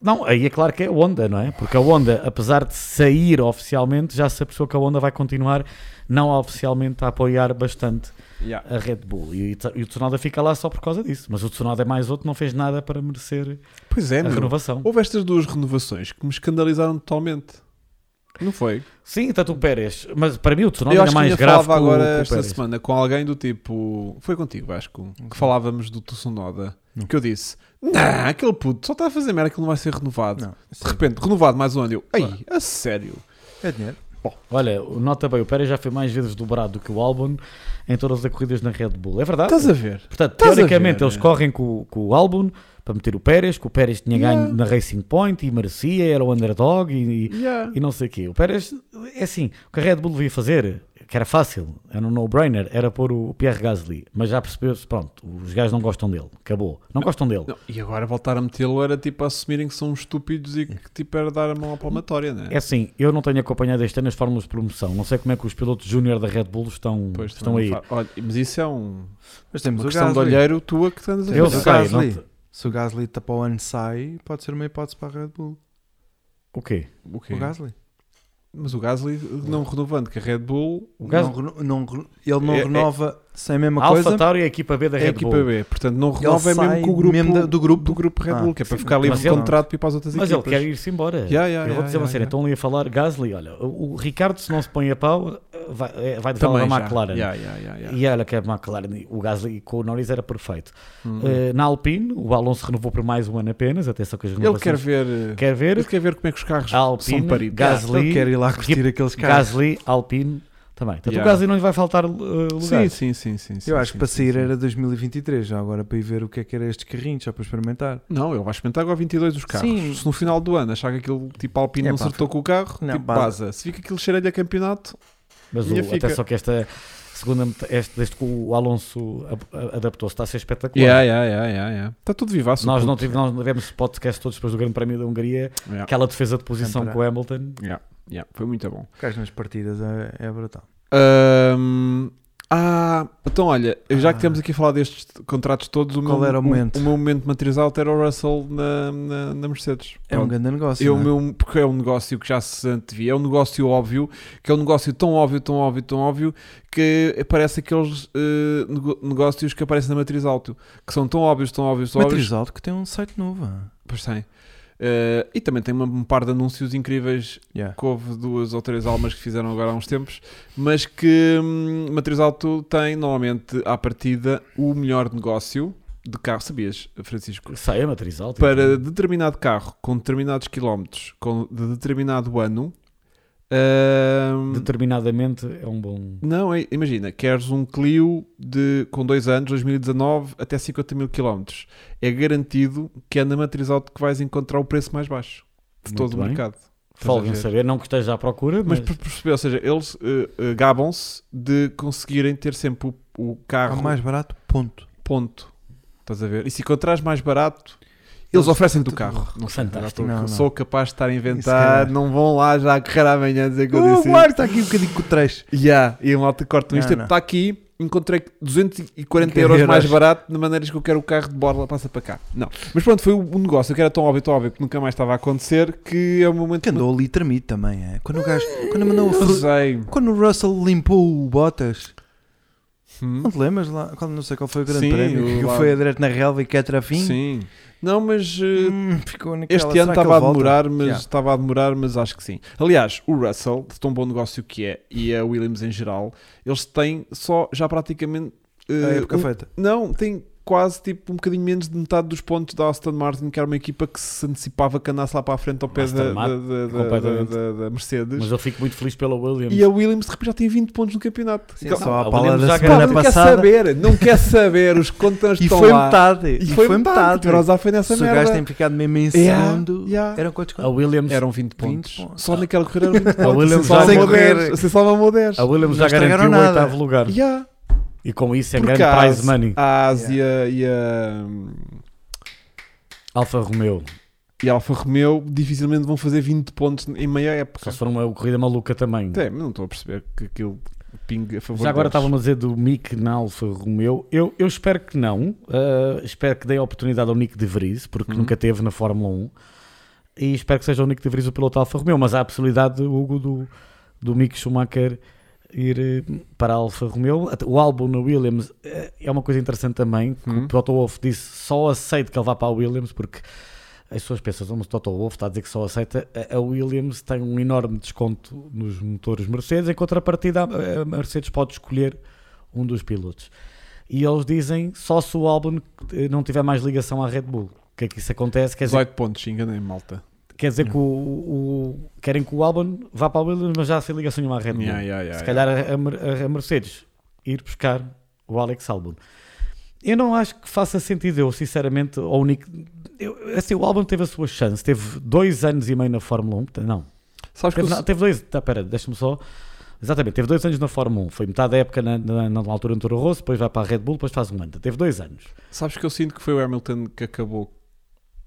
Speaker 3: Não, aí é claro que é a Honda, não é? Porque a Honda, apesar de sair oficialmente, já se apercebeu que a Honda vai continuar não oficialmente a apoiar bastante
Speaker 1: Yeah.
Speaker 3: a Red Bull. E, e o Tsunoda fica lá só por causa disso. Mas o Tsunoda é mais outro, não fez nada para merecer
Speaker 1: Pois é,
Speaker 3: a
Speaker 1: meu.
Speaker 3: renovação.
Speaker 1: Houve estas duas renovações que me escandalizaram totalmente. Não foi?
Speaker 3: Sim, tanto o Pérez. Mas para mim o Tsunoda
Speaker 1: eu
Speaker 3: era
Speaker 1: acho que
Speaker 3: mais
Speaker 1: ainda
Speaker 3: grave que
Speaker 1: falava
Speaker 3: o,
Speaker 1: agora
Speaker 3: que o
Speaker 1: esta
Speaker 3: Pérez.
Speaker 1: semana com alguém do tipo. Foi contigo, acho que falávamos do Tsunoda.
Speaker 2: Não.
Speaker 1: Que eu disse: Não, aquele puto só está a fazer merda, aquilo não vai ser renovado.
Speaker 2: Não,
Speaker 1: De repente, renovado mais um ano. Eu, Ei, a sério.
Speaker 2: é dinheiro.
Speaker 3: Olha, nota bem, o Pérez já foi mais vezes dobrado do que o Albon em todas as corridas na Red Bull. É verdade.
Speaker 1: Estás a ver?
Speaker 3: Portanto,
Speaker 1: Estás a
Speaker 3: teoricamente
Speaker 1: ver,
Speaker 3: eles
Speaker 1: é.
Speaker 3: correm com, com o álbum para meter o Pérez, que o Pérez tinha
Speaker 1: Yeah.
Speaker 3: ganho na Racing Point e merecia, era o underdog e, e-
Speaker 1: Yeah.
Speaker 3: e não sei o quê. O Pérez, é assim, o que a Red Bull devia fazer, que era fácil, era um no-brainer, era pôr o Pierre Gasly, mas já percebeu-se, pronto, os gajos não gostam dele, acabou, não gostam dele.
Speaker 1: Não, e agora voltar a metê-lo era tipo assumirem que são estúpidos e que tipo era dar a mão à palmatória, né?
Speaker 3: É assim, eu não tenho acompanhado este ano as fórmulas de promoção, não sei como é que os pilotos júnior da Red Bull estão,
Speaker 1: Pois,
Speaker 3: estão
Speaker 1: também
Speaker 3: aí.
Speaker 1: não fa- Olha, mas isso é um,
Speaker 2: Mas temos
Speaker 1: uma
Speaker 2: o
Speaker 1: questão
Speaker 2: Gasly.
Speaker 1: de olheiro tua que estás a
Speaker 3: Eu
Speaker 2: Mas
Speaker 1: fazer.
Speaker 2: o
Speaker 3: sei,
Speaker 2: Gasly,
Speaker 3: não
Speaker 2: se o Gasly está para o ano sai, pode ser uma hipótese para a Red Bull.
Speaker 3: O quê?
Speaker 1: O quê?
Speaker 2: O Gasly.
Speaker 1: Mas o Gasly não renovando, que a Red Bull
Speaker 3: O Gasly-
Speaker 2: Não reno- não reno- ele não
Speaker 1: É- é-
Speaker 2: renova sem a mesma
Speaker 3: Alfa
Speaker 2: coisa.
Speaker 3: Tauri é a equipa B da
Speaker 1: é a
Speaker 3: Red
Speaker 1: equipa
Speaker 3: Bull.
Speaker 1: B, portanto não
Speaker 2: Ele
Speaker 1: renova é
Speaker 2: sai
Speaker 1: mesmo com o grupo,
Speaker 2: mesmo da- do grupo.
Speaker 1: do grupo Red
Speaker 2: Ah,
Speaker 1: Bull, que é para
Speaker 2: sim,
Speaker 1: ficar livre
Speaker 3: mas
Speaker 1: de
Speaker 3: ele-
Speaker 1: contrato para ir para as outras
Speaker 3: Mas ele
Speaker 1: equipas.
Speaker 3: quer ir-se embora.
Speaker 1: Yeah, yeah,
Speaker 3: eu vou
Speaker 1: yeah,
Speaker 3: dizer uma
Speaker 1: yeah,
Speaker 3: cena,
Speaker 1: yeah.
Speaker 3: estão ali a falar, Gasly, olha, o o Ricardo se não se põe a pau, vai, é- vai de volta
Speaker 1: também
Speaker 3: à
Speaker 1: já.
Speaker 3: McLaren.
Speaker 1: Yeah, yeah, yeah, yeah.
Speaker 3: E olha que a McLaren, o Gasly com o Norris era perfeito.
Speaker 1: Hum.
Speaker 3: Eh, na Alpine, o Alonso renovou por mais um ano apenas, atenção que as
Speaker 1: Ele
Speaker 3: renovações...
Speaker 1: quer ver,
Speaker 3: Quer Ah,
Speaker 1: ele
Speaker 3: ver?
Speaker 1: quer ver como é que os carros
Speaker 3: A Alpine,
Speaker 1: são paridos.
Speaker 3: Gasly,
Speaker 2: Ele quer ir lá curtir aqueles carros.
Speaker 3: Gasly, Alpine, também. Portanto,
Speaker 1: Yeah.
Speaker 3: o Gasly não lhe vai faltar eh, lugar.
Speaker 1: Sim, sim, sim, sim, sim.
Speaker 2: Eu acho que
Speaker 1: sim,
Speaker 2: para
Speaker 1: sim,
Speaker 2: sair é-
Speaker 1: sim.
Speaker 2: era 2023, já agora para ir ver o que é que era estes carrinhos, só para experimentar.
Speaker 1: Não, ele vai experimentar agora 22 dos carros.
Speaker 2: Sim.
Speaker 1: Se no final do ano achar que aquilo tipo Alpine
Speaker 2: É
Speaker 1: não
Speaker 2: pá,
Speaker 1: acertou com o carro,
Speaker 2: Não,
Speaker 1: tipo
Speaker 2: pá.
Speaker 1: baza. Se fica aquilo cheirelho a campeonato,
Speaker 3: Mas o,
Speaker 1: Minha fica.
Speaker 3: até só que esta segunda, meta- este, desde que o Alonso a- a- adaptou-se, está a ser espetacular.
Speaker 1: yeah, yeah, yeah, yeah, yeah. está Tá tudo vivaço.
Speaker 3: Nós
Speaker 1: puto.
Speaker 3: não, tive, nós não tivemos podcast todos depois do Grande Prémio da Hungria.
Speaker 1: Yeah,
Speaker 3: Aquela defesa de posição
Speaker 2: Sempre.
Speaker 3: com o Hamilton.
Speaker 1: yeah, foi muito bom.
Speaker 2: O gajo nas partidas é, é brutal.
Speaker 1: Ahm, ah, então olha, já
Speaker 2: Ah.
Speaker 1: que temos aqui a falar destes contratos todos, o
Speaker 2: Qual
Speaker 1: meu,
Speaker 2: era o
Speaker 1: O,
Speaker 2: momento?
Speaker 1: meu momento materializado era o Russell na, na, na Mercedes.
Speaker 2: É um
Speaker 1: Pronto.
Speaker 2: grande negócio.
Speaker 1: Eu,
Speaker 2: não é?
Speaker 1: meu, porque é um negócio que já se antevia, é um negócio óbvio, que é um negócio tão óbvio, tão óbvio, tão óbvio, que parece aqueles eh, nego- negócios que aparecem na matriz alto, que são tão óbvios, tão óbvios, tão óbvios.
Speaker 2: Matriz Alto que tem um site novo. ah.
Speaker 1: Pois tem. Eh, e também tem uma- um par de anúncios incríveis
Speaker 2: Yeah.
Speaker 1: que houve duas ou três almas que fizeram agora há uns tempos, mas que hum, Matriz Alto tem normalmente à partida o melhor negócio de carro, sabias, Francisco?
Speaker 3: Sai a matriz alta.
Speaker 1: Para
Speaker 3: então.
Speaker 1: determinado carro, com determinados quilómetros, com, de determinado ano, hum,
Speaker 3: Determinadamente é um bom.
Speaker 1: não, é- imagina, queres um Clio de, com dois anos, 2019, até 50 mil quilómetros. É garantido que é na matriz alto que vais encontrar o preço mais baixo de
Speaker 3: Muito
Speaker 1: todo o
Speaker 3: bem.
Speaker 1: mercado.
Speaker 3: Folga em
Speaker 1: a ver?
Speaker 3: saber, não que esteja à procura,
Speaker 1: Mas
Speaker 3: mas.
Speaker 1: para perceber, ou seja, eles eh, eh, gabam-se de conseguirem ter sempre o, o
Speaker 2: Ao
Speaker 1: carro
Speaker 2: É mais barato, ponto.
Speaker 1: ponto. Estás a ver? E se encontrares mais barato, eles
Speaker 2: Eles-
Speaker 1: oferecem-te o carro. Não sei,
Speaker 3: Fantástico.
Speaker 1: agora estou-
Speaker 2: Não, é- não.
Speaker 1: Sou capaz de estar a inventar,
Speaker 2: calhar.
Speaker 1: não vão lá já a correr amanhã dizer é que eu
Speaker 2: Oh,
Speaker 1: disse isto.
Speaker 2: guarda, está aqui um bocadinho com o trecho.
Speaker 1: Yeah, e um alto corte
Speaker 2: Não,
Speaker 1: isto.
Speaker 2: não.
Speaker 1: Está aqui, encontrei 240
Speaker 2: Que
Speaker 1: euros
Speaker 2: euros.
Speaker 1: mais barato, de maneiras que eu quero o carro de borla, passa para cá. Não. Mas pronto, foi um negócio que era tão óbvio, tão óbvio, que nunca mais estava a acontecer, que é um momento...
Speaker 2: Que andou ali tremido também, é. Quando o gajo. Quando mandou o.
Speaker 1: Não sei.
Speaker 2: Quando o Russell limpou o Bottas.
Speaker 1: Hum?
Speaker 2: Não te lembras lá? Qual- Não sei qual foi o grande
Speaker 1: Sim,
Speaker 2: prémio.
Speaker 1: o
Speaker 2: Que
Speaker 1: lá-
Speaker 2: foi a direto na relva e que é trafim.
Speaker 1: Sim. Não, mas... eh,
Speaker 2: Hum, ficou naquela,
Speaker 1: Este ano
Speaker 2: será que
Speaker 1: estava a
Speaker 2: ele volta?
Speaker 1: demorar, mas
Speaker 2: Yeah.
Speaker 1: estava a demorar, mas acho que sim. Aliás, o Russell, de tão bom negócio que é, e a Williams em geral, eles têm só já praticamente
Speaker 2: É, A
Speaker 1: eh,
Speaker 2: época
Speaker 1: um-
Speaker 2: feita.
Speaker 1: não, tem quase tipo um bocadinho menos de metade dos pontos da Aston Martin, que era uma equipa que se antecipava que andasse lá para a frente ao pé
Speaker 3: Aston
Speaker 1: da, da,
Speaker 3: Martin,
Speaker 1: da- da-
Speaker 3: completamente.
Speaker 1: da- da Mercedes.
Speaker 3: Mas eu fico muito feliz pela Williams.
Speaker 1: E a Williams de repente já tem 20 pontos no campeonato.
Speaker 2: Sim,
Speaker 1: Então,
Speaker 2: só
Speaker 3: a
Speaker 2: a pala
Speaker 3: Williams já
Speaker 2: da
Speaker 1: pá,
Speaker 2: semana
Speaker 1: não quer
Speaker 2: passada.
Speaker 1: saber, não quer saber, os contas
Speaker 2: E
Speaker 1: estão
Speaker 2: foi
Speaker 1: lá.
Speaker 2: metade.
Speaker 1: E foi metade, metade. foi
Speaker 2: Se
Speaker 1: nessa
Speaker 2: o
Speaker 1: merda.
Speaker 2: gajo tem ficado mesmo em
Speaker 1: Yeah,
Speaker 2: segundo.
Speaker 1: yeah.
Speaker 2: Eram quantos?
Speaker 3: A Williams,
Speaker 1: Eram 20 pontos.
Speaker 2: pontos.
Speaker 1: Só naquela corrida
Speaker 3: [LAUGHS]
Speaker 1: eram 20 pontos.
Speaker 3: Williams
Speaker 1: Sem
Speaker 3: já
Speaker 1: salva
Speaker 2: ganhou.
Speaker 1: o 10. Sem salva o 10.
Speaker 3: a Williams
Speaker 2: Não
Speaker 3: já garantiu
Speaker 2: estragaram
Speaker 3: o
Speaker 2: nada.
Speaker 3: oitavo lugar.
Speaker 1: Yeah.
Speaker 3: E com isso é
Speaker 1: Porque
Speaker 3: grande
Speaker 1: a
Speaker 3: prize
Speaker 1: As-
Speaker 3: money.
Speaker 1: A Ásia e a,
Speaker 3: Alfa Romeo.
Speaker 1: e a Alfa Romeo dificilmente vão fazer 20 pontos em meia
Speaker 3: Só
Speaker 1: época.
Speaker 3: se for uma corrida maluca também.
Speaker 1: Até, mas não estou a perceber que aquilo ping a favor
Speaker 3: Já agora
Speaker 1: deles.
Speaker 3: estavam a dizer do Mick na Alfa Romeo. Eu, eu espero que não. Ah, espero que dê a oportunidade ao Nick de Vries, porque
Speaker 1: Uhum.
Speaker 3: nunca teve na Fórmula 1. E espero que seja o Nick de Vries o piloto Alfa Romeo. Mas há a possibilidade, Hugo, do, do Mick Schumacher ir eh, para a Alfa Romeo. Até O álbum na Williams eh, é uma coisa interessante também. que
Speaker 1: Uhum.
Speaker 3: O Toto Wolff disse só aceito que ele vá para a Williams, porque as pessoas pensam, "Oh, mas o Toto Wolff está a dizer que só aceita. A- A Williams tem um enorme desconto nos motores Mercedes, em contrapartida, a a Mercedes pode escolher um dos pilotos. E eles dizem só se o álbum eh, não tiver mais ligação à Red Bull. O que é que isso acontece? Quer dizer,
Speaker 1: 18 pontos, enganei, malta.
Speaker 3: quer dizer que o, o- querem que o álbum vá para a Williams, mas já sem ligação nenhuma à Red Bull.
Speaker 1: Yeah, yeah, yeah,
Speaker 3: Se calhar a- a Mer- a, a Mercedes ir buscar o Alex Albon. Eu não acho que faça sentido, eu sinceramente, ao Nick. Eu, assim, o Albon teve a sua chance, teve dois anos e meio na Fórmula 1. portanto, Não,
Speaker 1: yeah. Sabes que
Speaker 3: teve,
Speaker 1: o-
Speaker 3: não, teve dois. Tá, pera, deixa-me só. Exatamente, teve dois anos na Fórmula 1. Foi metade da época na, na, na altura no Toro Rosso, depois vai para a Red Bull, depois faz um ano. Teve dois anos.
Speaker 1: Sabes que eu sinto que foi o Hamilton que acabou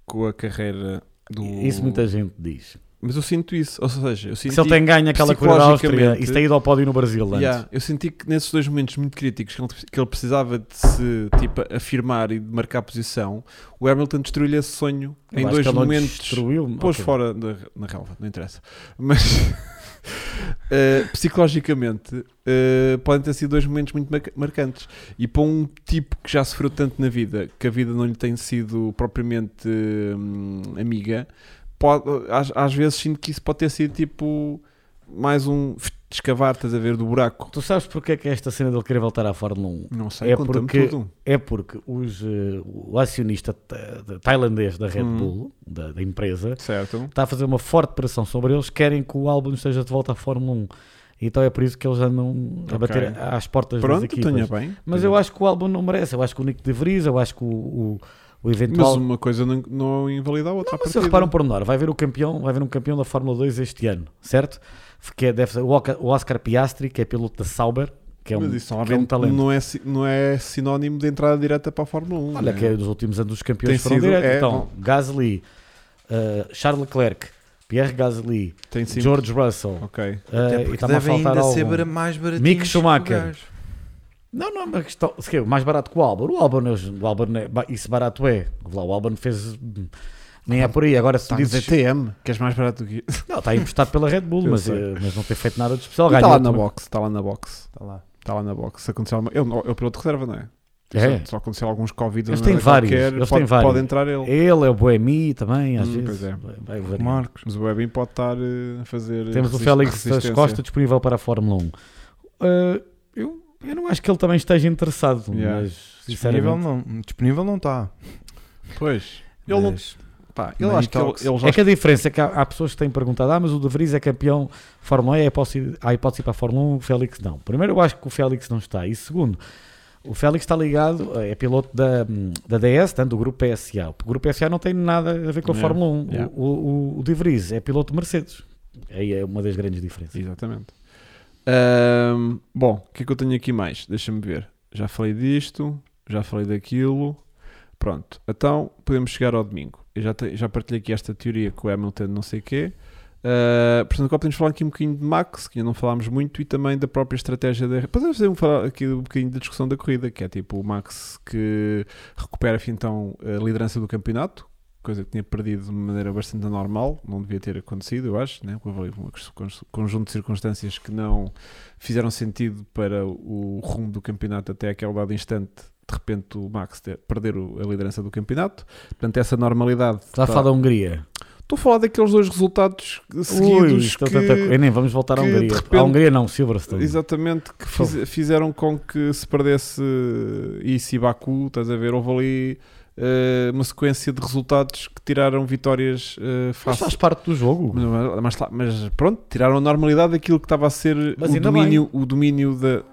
Speaker 1: com a carreira do.
Speaker 3: Isso muita gente diz.
Speaker 1: Mas eu sinto isso, ou seja, eu
Speaker 3: Que
Speaker 1: senti.
Speaker 3: se ele tem ganho aquela corrida da Áustria
Speaker 1: psicologicamente-
Speaker 3: e se tem ido ao pódio no Brasil antes.
Speaker 1: Yeah, eu senti que nesses dois momentos muito críticos que ele, que ele precisava de se tipo, afirmar e de marcar posição, o Hamilton destruiu-lhe esse sonho
Speaker 3: Eu
Speaker 1: em
Speaker 3: acho
Speaker 1: dois
Speaker 3: que ele não
Speaker 1: momentos.
Speaker 3: Destruiu,
Speaker 1: Pôs
Speaker 3: ok.
Speaker 1: fora da, na relva, não interessa. Mas [LAUGHS] eh, psicologicamente eh, podem ter sido dois momentos muito marca- marcantes. E para um tipo que já sofreu tanto na vida, que a vida não lhe tem sido propriamente hum, amiga, pode- às, às vezes sinto que isso pode ter sido tipo mais um escavar, estás a ver, do buraco.
Speaker 3: Tu sabes porque é que esta cena dele querer voltar à Fórmula 1?
Speaker 1: Não sei,
Speaker 3: É
Speaker 1: conta-me
Speaker 3: porque-
Speaker 1: tudo.
Speaker 3: É porque os, eh, o acionista ta- da- tailandês da Red
Speaker 1: Hum.
Speaker 3: Bull, da, da empresa,
Speaker 1: Certo.
Speaker 3: está a fazer uma forte pressão sobre eles, querem que o álbum esteja de volta à Fórmula 1. Então é por isso que eles andam a
Speaker 1: Ok.
Speaker 3: bater às portas das
Speaker 1: Pronto,
Speaker 3: equipas.
Speaker 1: tenha bem.
Speaker 3: Mas eu acho que o álbum não merece, eu acho que o Nick de Vries, eu acho que o, o, o
Speaker 1: Mas
Speaker 3: eventual...
Speaker 1: uma coisa não, não invalida a outra. à
Speaker 3: Mas se
Speaker 1: partida.
Speaker 3: reparam por menor, vai haver o campeão, vai haver um campeão da Fórmula 2 este ano, certo? Que é, deve ser o Oca- o Oscar Piastri, que é piloto da Sauber, que é um,
Speaker 1: Mas isso
Speaker 3: que é um
Speaker 1: normalmente
Speaker 3: talento.
Speaker 1: não, é, si- não é sinónimo de entrada direta para a Fórmula 1.
Speaker 3: Olha,
Speaker 1: né?
Speaker 3: que é nos últimos anos os
Speaker 1: Tem
Speaker 3: campeões foram
Speaker 1: sido-
Speaker 3: direto.
Speaker 1: é,
Speaker 3: então, Gasly, eh, Charles Leclerc, Pierre Gasly,
Speaker 1: Tem sim.
Speaker 3: George Russell.
Speaker 1: Ok.
Speaker 2: Até
Speaker 3: eh, e
Speaker 2: porque
Speaker 3: está-me a
Speaker 2: devem
Speaker 3: faltar
Speaker 2: ainda ser
Speaker 3: algum.
Speaker 2: bara- mais baratinhos
Speaker 3: Mick
Speaker 2: que o
Speaker 3: Schumacher.
Speaker 2: gajo.
Speaker 3: Não, não, mas questão, se quê, mais barato que o Albon. O Albon, é- o Albon é, ba- isso barato é. Lá, o Albon fez. hum, Nem é por aí. Agora se tu
Speaker 1: Tá no
Speaker 3: dizes.
Speaker 1: DTM, que és mais barato do que isso.
Speaker 3: Não, está emprestado pela Red Bull,
Speaker 1: Eu
Speaker 3: mas,
Speaker 1: sei.
Speaker 3: eh, mas não tem feito nada de especial.
Speaker 1: Está [LAUGHS]
Speaker 3: Ganhou
Speaker 1: Tá lá na
Speaker 3: também.
Speaker 1: box, está lá na box.
Speaker 3: Tá
Speaker 2: Está lá.
Speaker 1: Está lá na box. Se acontecer alguma... Ele, não- ele é o piloto de reserva, não é?
Speaker 3: É.
Speaker 1: Só, só acontecer alguns Covid
Speaker 3: Eles
Speaker 1: ou nada
Speaker 3: têm vários,
Speaker 1: qualquer,
Speaker 3: eles
Speaker 1: pode,
Speaker 3: têm vários.
Speaker 1: pode entrar ele.
Speaker 3: Ele é o Boemi também, às
Speaker 1: Hum,
Speaker 3: vezes.
Speaker 1: pois é.
Speaker 3: Vai- vai variando.
Speaker 2: Marcos.
Speaker 1: Mas o Webin pode estar eh, a fazer. eh,
Speaker 3: Temos o
Speaker 1: resist-
Speaker 3: Félix das
Speaker 1: resistência.
Speaker 3: Costa disponível para a Fórmula 1. Ah, eu, eu não acho que ele também esteja interessado,
Speaker 1: Yeah.
Speaker 3: mas
Speaker 2: Disponível
Speaker 3: sinceramente.
Speaker 2: não, disponível não está.
Speaker 1: Pois. Ele não.
Speaker 2: Mas
Speaker 1: Pá, ele
Speaker 2: Nem
Speaker 1: acho que ele,
Speaker 2: toques.
Speaker 1: ele já.
Speaker 3: É que a diferença é que há, há pessoas que têm perguntado: ah, mas o De Vries é campeão Fórmula E, é possi- há hipótese para a Fórmula 1, o Félix não. Primeiro, eu acho que o Félix não está. E segundo, o Félix está ligado, é piloto da, da DS, tanto do grupo PSA. O grupo PSA não tem nada a ver com a
Speaker 1: Yeah,
Speaker 3: Fórmula 1.
Speaker 1: yeah.
Speaker 3: O, o, o De Vries é piloto de Mercedes. Aí é uma das grandes diferenças.
Speaker 1: Exatamente. Ahm, bom, o que é que eu tenho aqui mais? Deixa-me ver. Já falei disto, já falei daquilo. Pronto, então podemos chegar ao domingo. Eu já, te- já partilhei aqui esta teoria com o Hamilton, não sei o quê. Ah, portanto, agora podemos falar aqui um bocadinho de Max, que ainda não falámos muito, e também da própria estratégia da. Podemos fazer um- falar aqui um bocadinho da discussão da corrida, que é tipo o Max que recupera então a liderança do campeonato, coisa que tinha perdido de uma maneira bastante anormal, não devia ter acontecido, eu acho, né? houve ali um cons- conjunto de circunstâncias que não fizeram sentido para o rumo do campeonato até aquele dado instante, de repente o Max ter- perder o- a liderança do campeonato, portanto essa normalidade...
Speaker 3: Está a
Speaker 1: tá-
Speaker 3: falar da Hungria.
Speaker 1: Estou a falar daqueles dois resultados
Speaker 3: Ui,
Speaker 1: seguidos
Speaker 3: isto é
Speaker 1: que-
Speaker 3: tanta coisa. Nem vamos voltar à
Speaker 1: que, de
Speaker 3: Hungria.
Speaker 1: repente-
Speaker 3: À Hungria não, Silverstone.
Speaker 1: Exatamente, que fiz- fizeram com que se perdesse isso e Baku, estás a ver? Houve ali eh, uma sequência de resultados que tiraram vitórias eh,
Speaker 3: Mas
Speaker 1: face.
Speaker 3: faz parte do jogo.
Speaker 1: Mas, mas lá- mas pronto, tiraram a normalidade daquilo que estava a ser
Speaker 3: Mas
Speaker 1: o
Speaker 3: ainda
Speaker 1: domínio, o domínio da.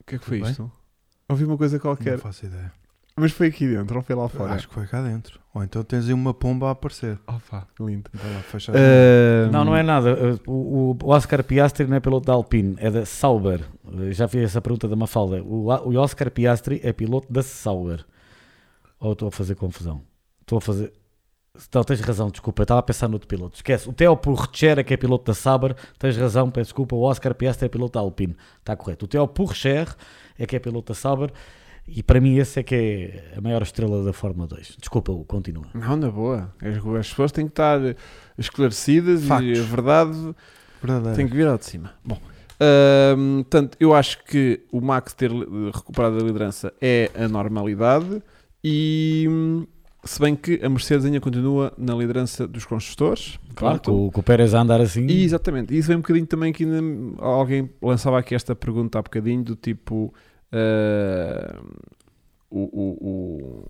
Speaker 1: O que é que foi
Speaker 2: Tudo bem?
Speaker 1: isto? Ouvi uma coisa
Speaker 2: não
Speaker 1: qualquer,
Speaker 2: faço ideia.
Speaker 1: mas foi aqui dentro, não foi lá fora.
Speaker 2: Acho que foi cá dentro. Ou então tens aí uma pomba a aparecer.
Speaker 1: Opa, lindo.
Speaker 2: Vai lá, fecha as mãos.
Speaker 1: Ah,
Speaker 3: Não, não é nada. O, o Oscar Piastri não é piloto da Alpine, é da Sauber. Eu Já fiz essa pergunta da Mafalda. O, A- o Oscar Piastri é piloto da Sauber. Ou estou a fazer confusão? Estou a fazer. Não, tens razão, desculpa. Eu estava a pensar no outro piloto. Esquece. O Theo Purcher, que é piloto da Saber, tens razão, peço desculpa. O Oscar Piastri é piloto da Alpine. Está correto. O Theo Purcher é que é piloto da Saber e para mim esse é que é a maior estrela da Fórmula 2. Desculpa, Hugo, continua.
Speaker 1: Não, na boa. As, as pessoas têm que estar esclarecidas
Speaker 2: Factos.
Speaker 1: e a verdade
Speaker 3: É.
Speaker 2: Verdadeiro.
Speaker 1: tem que vir ao de cima. Bom, hum, portanto, eu acho que o Max ter eh, recuperado a liderança é a normalidade e. hum, Se bem que a Mercedes ainda continua na liderança dos construtores,
Speaker 3: Claro, com, o- com o Pérez a andar assim.
Speaker 1: E, exatamente. E isso vem um bocadinho também que ainda alguém lançava aqui esta pergunta há bocadinho do tipo ah, o, o, o-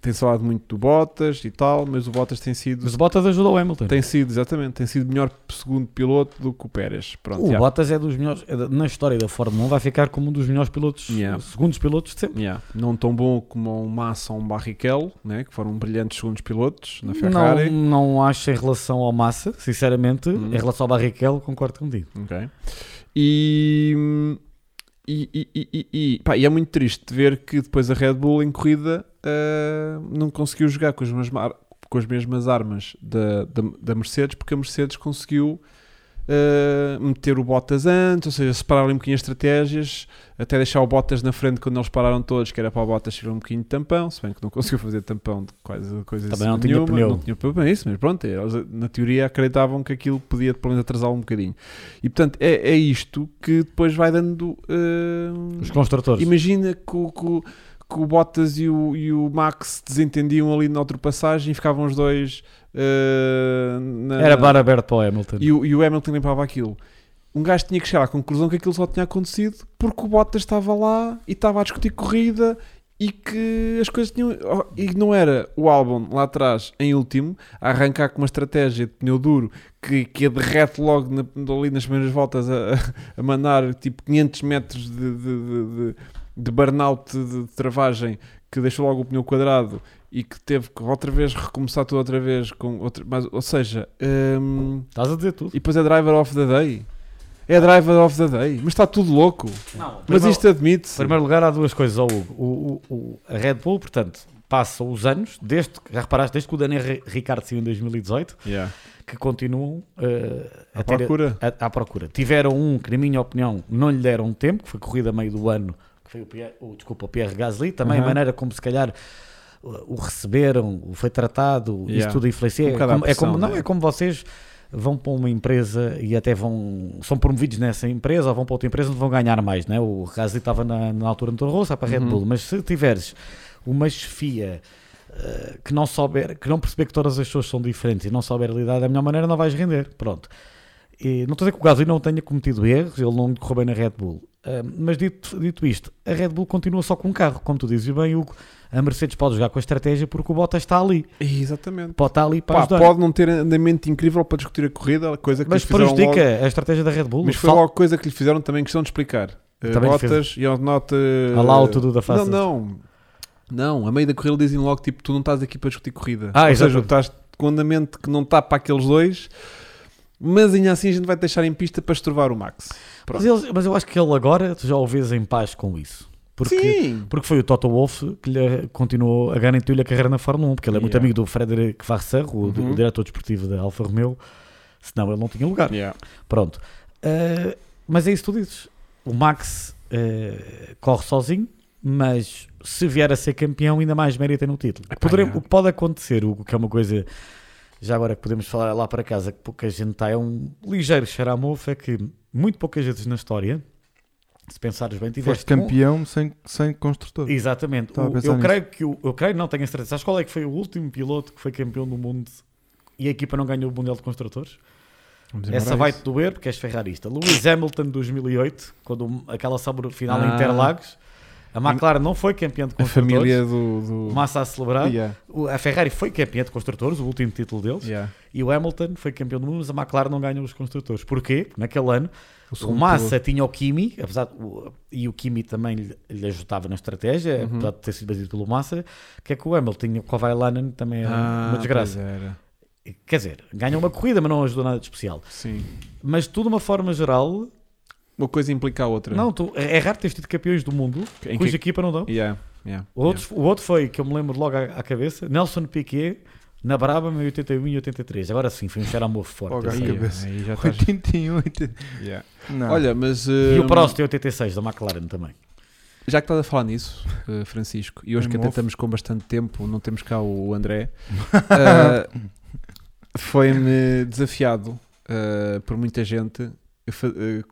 Speaker 1: tem-se falado muito do Bottas e tal, mas o Bottas tem sido
Speaker 3: Mas o Bottas ajuda o Hamilton.
Speaker 1: tem sido, exatamente, tem sido melhor segundo piloto do que o Pérez. Pronto,
Speaker 3: o
Speaker 1: já.
Speaker 3: Bottas é dos melhores, é da- na história da Fórmula 1, vai ficar como um dos melhores pilotos,
Speaker 1: Yeah.
Speaker 3: segundos pilotos de sempre.
Speaker 1: Yeah. Não tão bom como um Massa ou um Barrichello, né? que foram brilhantes segundos pilotos na Ferrari.
Speaker 3: Não, não acho em relação ao Massa, sinceramente,
Speaker 1: Hum.
Speaker 3: em relação ao Barrichello, concordo contigo.
Speaker 1: Ok. E, e, e, e- e- e- pá, e é muito triste ver que depois a Red Bull em corrida ah, não conseguiu jogar com as mesmas, ar- com as mesmas armas da, da, da Mercedes, porque a Mercedes conseguiu ah, meter o Bottas antes, ou seja, separar ali um bocadinho as estratégias, até deixar o Bottas na frente quando eles pararam todos, que era para o Bottas tirar um bocadinho de tampão, se bem que não conseguiu fazer tampão de quase coisa assim
Speaker 3: Também não tinha
Speaker 1: nenhuma,
Speaker 3: pneu.
Speaker 1: Não tinha pneu, é isso, mas pronto, eles na teoria acreditavam que aquilo podia pelo menos atrasá-lo um bocadinho. E portanto é, é isto que depois vai dando. ah,
Speaker 3: Os construtores.
Speaker 1: Imagina que, o- que o- que o Bottas e o, e o Max se desentendiam ali na ultrapassagem e ficavam os dois. ah, na-
Speaker 3: Era bar aberto para o Hamilton.
Speaker 1: e o, e o Hamilton limpava aquilo. Um gajo tinha que chegar à conclusão que aquilo só tinha acontecido porque o Bottas estava lá e estava a discutir corrida e que as coisas tinham. oh, E não era o álbum lá atrás, em último, a arrancar com uma estratégia de pneu duro que, que a derrete logo na, ali nas primeiras voltas a, a mandar tipo 500 metros de, de, de, de- de burnout de, de travagem que deixou logo o pneu quadrado e que teve que outra vez recomeçar tudo outra vez. Com outra, mas, ou seja. hum,
Speaker 3: Estás a dizer tudo.
Speaker 1: e depois é driver of the day. É driver of the day. Mas está tudo louco. Mas isto é-
Speaker 3: Em
Speaker 1: admite-se.
Speaker 3: primeiro lugar, há duas coisas ao Hugo. O, o- o- a Red Bull, portanto, passa os anos, desde, que- já reparaste, desde que o Daniel Ri- Ricciardo saiu em 2018,
Speaker 1: Yeah.
Speaker 3: que continuam eh, a
Speaker 1: À
Speaker 3: ter-
Speaker 1: procura.
Speaker 3: a- à procura. Tiveram um que, na minha opinião, não lhe deram tempo, que foi corrida a meio do ano, que foi o Pierre, o- desculpa, o Pierre Gasly. Também
Speaker 1: Uhum.
Speaker 3: a maneira como, se calhar, o o receberam, o foi tratado, isso
Speaker 1: Yeah.
Speaker 3: tudo influencia.
Speaker 1: Um
Speaker 3: é
Speaker 1: bocado à
Speaker 3: como, é
Speaker 1: pressão,
Speaker 3: como- não,
Speaker 1: né?
Speaker 3: é como vocês vão para uma empresa e até vão são promovidos nessa empresa ou vão para outra empresa onde vão ganhar mais, né? O Gasly estava na, na altura no Toro Rosso, vai para a Red
Speaker 1: Uhum.
Speaker 3: Bull, mas se tiveres uma chefia eh, que não souber, que não perceber que todas as pessoas são diferentes e não souber lidar da melhor maneira, não vais render. Pronto. E não estou a dizer que o Gasly não tenha cometido erros, ele não lhe correu bem na Red Bull. Ah, mas dito, dito isto, a Red Bull continua só com um carro, como tu dizes e bem, Hugo. A Mercedes pode jogar com a estratégia porque o Bottas está ali.
Speaker 1: Exatamente.
Speaker 3: Pode estar ali para
Speaker 1: Pá,
Speaker 3: ajudar.
Speaker 1: pode não ter andamento incrível para discutir a corrida, coisa que
Speaker 3: mas
Speaker 1: lhe fizeram
Speaker 3: prejudica
Speaker 1: logo.
Speaker 3: a estratégia da Red Bull.
Speaker 1: Mas foi
Speaker 3: Fal-
Speaker 1: logo coisa que lhe fizeram também questão de explicar. Eh,
Speaker 3: Também lhe
Speaker 1: Botas e ao nota.
Speaker 3: A lá o tudo da face.
Speaker 1: eh, Não, não. Não, a meio da corrida dizem logo tipo, tu não estás aqui para discutir corrida.
Speaker 3: Ah,
Speaker 1: Ou
Speaker 3: exatamente.
Speaker 1: seja, estás com um andamento que não está para aqueles dois, mas ainda assim a gente vai te deixar em pista para estrovar o Max.
Speaker 3: Mas, eles- mas eu acho que ele agora tu já o vês em paz com isso. Porque,
Speaker 1: Sim!
Speaker 3: porque foi o Toto Wolff que lhe continuou a garantir-lhe a carreira na Fórmula 1, porque ele é muito
Speaker 1: Yeah.
Speaker 3: amigo do Frederic Vasseur, o,
Speaker 1: Uhum.
Speaker 3: o diretor desportivo da Alfa Romeo, senão ele não tinha lugar.
Speaker 1: Yeah.
Speaker 3: Pronto. Uh, mas é isso que tu dizes. O Max uh, corre sozinho, mas se vier a ser campeão, ainda mais mérito tem no título.
Speaker 1: Epá,
Speaker 3: Podere-
Speaker 1: é.
Speaker 3: O que pode acontecer, Hugo, que é uma coisa já agora que podemos falar lá para casa, que pouca gente está, é um ligeiro xaramufo, é que muito poucas vezes na história, se pensares bem, tiveste
Speaker 2: Foste
Speaker 3: um-
Speaker 2: campeão sem, sem construtor.
Speaker 3: Exatamente.
Speaker 2: Estava a
Speaker 3: O-
Speaker 2: pensar
Speaker 3: eu,
Speaker 2: nisso.
Speaker 3: creio que o, eu creio, não tenho a certeza. Sabes qual é que foi o último piloto que foi campeão do mundo e a equipa não ganhou o Mundial de Construtores?
Speaker 1: Vamos embora
Speaker 3: Essa
Speaker 1: a
Speaker 3: vai-te
Speaker 1: isso.
Speaker 3: doer porque és ferrarista. Lewis Hamilton 2008, quando aquela sabre final em
Speaker 1: Ah.
Speaker 3: Interlagos, a McLaren não foi campeã de
Speaker 1: A
Speaker 3: construtores.
Speaker 1: família do. do...
Speaker 3: Massa a celebrar.
Speaker 1: Yeah,
Speaker 3: O- A Ferrari foi campeã de construtores, o último título deles.
Speaker 1: yeah.
Speaker 3: E o Hamilton foi campeão do mundo, mas a McLaren não ganhou os construtores. Porquê? Porque naquele ano o,
Speaker 1: segundo
Speaker 3: Massa tinha o Kimi, apesar de- o- e o Kimi também lhe, lhe ajudava na estratégia,
Speaker 1: Uhum.
Speaker 3: apesar de ter sido batido pelo Massa, que é que o Hamilton tinha o Kovalainen também era
Speaker 1: Ah,
Speaker 3: uma desgraça.
Speaker 1: pois é. era.
Speaker 3: Quer dizer, ganhou uma corrida, mas não ajudou nada de especial.
Speaker 1: Sim.
Speaker 3: Mas tudo de uma forma geral,
Speaker 1: Uma coisa implica a outra.
Speaker 3: não, tu, é é raro teres tido campeões do mundo
Speaker 1: Em
Speaker 3: cuja
Speaker 1: que-
Speaker 3: equipa não dão.
Speaker 1: Yeah, yeah,
Speaker 3: O outro, o outro foi, que eu me lembro logo à, à cabeça, Nelson Piquet, Na Braba, em 81 e 83. Agora sim, foi um xaramofo
Speaker 2: Oh,
Speaker 3: forte.
Speaker 2: gajo.
Speaker 3: assim.
Speaker 1: Aí,
Speaker 2: cabeça.
Speaker 1: aí já estás...
Speaker 2: 81. oitenta-
Speaker 1: Yeah.
Speaker 2: Não.
Speaker 1: Olha, mas
Speaker 3: E o
Speaker 1: hum,
Speaker 3: Prost em 86, da McLaren também.
Speaker 1: já que estás a falar nisso, eh, Francisco, e hoje
Speaker 2: Em
Speaker 1: que até
Speaker 2: mofo.
Speaker 1: estamos com bastante tempo, não temos cá o
Speaker 2: [LAUGHS]
Speaker 1: André, eh, foi-me desafiado eh, por muita gente eu fa- eh,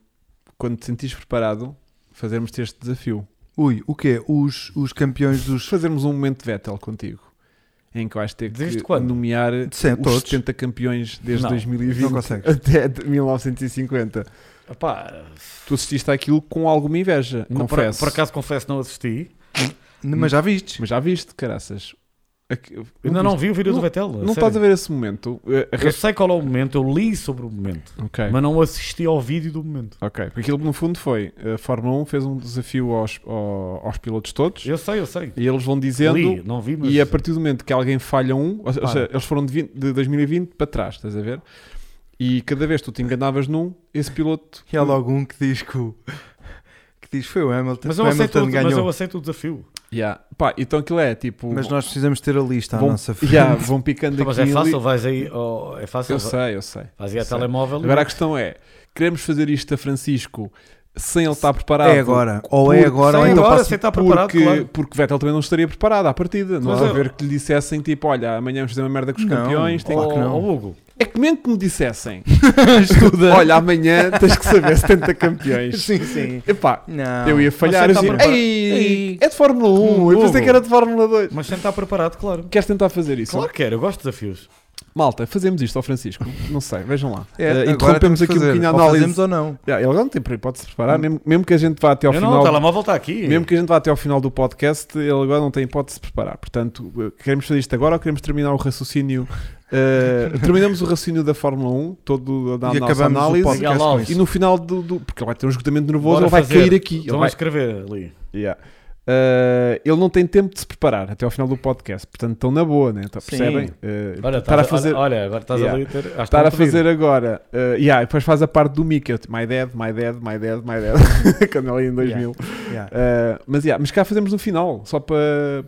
Speaker 1: quando te sentires preparado fazermos-te este desafio.
Speaker 2: Ui, o quê? Os, os campeões dos.
Speaker 1: Fazermos um momento de Vettel contigo. Em que vais ter
Speaker 3: Desde
Speaker 1: que
Speaker 3: quando?
Speaker 1: nomear
Speaker 2: De cem,
Speaker 1: os
Speaker 2: todos.
Speaker 1: 70 campeões desde
Speaker 3: Não,
Speaker 1: 2020
Speaker 2: não consegues.
Speaker 1: até de 1950.
Speaker 3: Epá,
Speaker 1: Tu assististe àquilo com alguma inveja,
Speaker 3: não- por,
Speaker 1: confesso.
Speaker 3: por acaso confesso não assisti.
Speaker 2: Mas já vistes?
Speaker 1: Mas já viste, caraças. Aqui-
Speaker 3: Ainda não vi o vídeo
Speaker 1: Não-
Speaker 3: do Vettel.
Speaker 1: Não estás a ver esse momento? Eh, a
Speaker 3: Eu
Speaker 1: res-
Speaker 3: sei qual é o momento, eu li sobre o momento,
Speaker 1: Ok.
Speaker 3: mas não assisti ao vídeo do momento.
Speaker 1: Ok, porque aquilo no fundo foi a Fórmula 1 fez um desafio aos, ao- aos pilotos todos
Speaker 3: Eu sei, eu sei.
Speaker 1: e eles vão dizendo
Speaker 3: li, não vi, mas
Speaker 1: e a partir do momento que alguém falha um, ou, se- ou
Speaker 2: Para.
Speaker 1: seja, eles foram de, 20 de 2020 para trás, estás a ver? E cada vez que tu te enganavas num, esse piloto
Speaker 2: E há logo um que diz que o. Que diz que foi o Hamilton.
Speaker 3: mas
Speaker 2: que
Speaker 3: eu
Speaker 2: o Hamilton
Speaker 3: aceito, o- mas eu
Speaker 2: ganhou.
Speaker 3: aceito o desafio.
Speaker 1: Yeah. Pá, então aquilo é tipo
Speaker 2: Mas nós precisamos ter a lista Tá à
Speaker 1: vão,
Speaker 2: nossa
Speaker 1: [LAUGHS]
Speaker 2: frente.
Speaker 1: yeah, vão picando
Speaker 3: Mas é
Speaker 1: aquilo e-
Speaker 3: fácil, vais aí, ao- é fácil,
Speaker 1: Eu sei, eu sei.
Speaker 3: vais aí ao
Speaker 1: sei.
Speaker 3: telemóvel. e-
Speaker 1: Agora a questão é: queremos fazer isto a Francisco sem ele estar preparado?
Speaker 2: É agora. Ou é
Speaker 1: Porque-
Speaker 2: agora, ou
Speaker 3: Sim,
Speaker 2: então
Speaker 3: agora,
Speaker 2: passa-
Speaker 3: sem estar preparado,
Speaker 1: Porque,
Speaker 3: claro.
Speaker 1: porque Vettel também não estaria preparado à partida. Não
Speaker 3: Mas
Speaker 1: há a
Speaker 3: eu-
Speaker 1: ver que lhe dissessem tipo: olha, amanhã vamos fazer uma merda com os
Speaker 2: Não,
Speaker 1: campeões. tem que-
Speaker 2: claro
Speaker 3: Ó-
Speaker 2: que não.
Speaker 3: ó, Hugo,
Speaker 1: É que mesmo que me dissessem: [LAUGHS] olha, amanhã tens que saber 70 [LAUGHS]
Speaker 2: [LAUGHS]
Speaker 1: campeões.
Speaker 2: Sim, sim.
Speaker 1: Epá,
Speaker 2: Não.
Speaker 1: eu ia falhar.
Speaker 3: Mas
Speaker 1: Eu
Speaker 3: você
Speaker 1: dizia,
Speaker 3: tá preparado.
Speaker 1: Ei,
Speaker 3: Ei.
Speaker 1: é de Fórmula 1.
Speaker 3: Hum,
Speaker 1: eu pensei
Speaker 3: Hugo.
Speaker 1: que era de Fórmula 2.
Speaker 3: mas sem estar preparado, claro.
Speaker 1: Queres tentar fazer isso?
Speaker 3: Claro que quero, eu gosto de desafios.
Speaker 1: Malta, fazemos isto ao Francisco. Não sei, vejam lá.
Speaker 2: É,
Speaker 1: Eh,
Speaker 2: agora
Speaker 1: interrompemos
Speaker 2: temos que
Speaker 1: aqui um
Speaker 2: fazer.
Speaker 1: bocadinho a
Speaker 2: Ou
Speaker 1: análise.
Speaker 2: fazemos ou não.
Speaker 1: Yeah, ele não tem hipótese de se preparar, mesmo, mesmo que a gente vá até ao
Speaker 3: eu não,
Speaker 1: final.
Speaker 3: o telemóvel está aqui.
Speaker 1: Mesmo que a gente vá até ao final do podcast, ele agora não tem hipótese de se preparar. Portanto, eh, queremos fazer isto agora ou queremos terminar o raciocínio? eh, terminamos o raciocínio da Fórmula 1, todo da
Speaker 2: e
Speaker 1: nossa
Speaker 2: acabamos
Speaker 1: análise.
Speaker 2: o podcast
Speaker 3: Miguel
Speaker 2: com
Speaker 1: [LAUGHS]
Speaker 3: Alves.
Speaker 1: E
Speaker 2: isso.
Speaker 1: no final do. do- porque ele vai ter um esgotamento nervoso,
Speaker 3: Bora
Speaker 1: ele vai
Speaker 3: fazer.
Speaker 1: cair aqui. Ele,
Speaker 2: Então
Speaker 3: Estão a
Speaker 1: vai-
Speaker 3: escrever ali.
Speaker 1: Yeah. Eh, ele não tem tempo de se preparar até ao final do podcast. Portanto, estão na boa, né? Então,
Speaker 3: Sim.
Speaker 1: percebem? Eh, estar
Speaker 3: Olha, estás
Speaker 1: a fazer.
Speaker 3: olha, olha, agora estás
Speaker 1: Yeah.
Speaker 3: ali a ter. acho que
Speaker 1: Estar
Speaker 3: não
Speaker 1: a
Speaker 3: te ouvi.
Speaker 1: fazer agora, eh, yeah, e depois faz a parte do Mickey, tipo, my dad, my dad, my dad, my dad, [LAUGHS] quando ali em 2000.
Speaker 2: Yeah.
Speaker 1: Uh, mas, yeah, mas cá fazemos no final, só para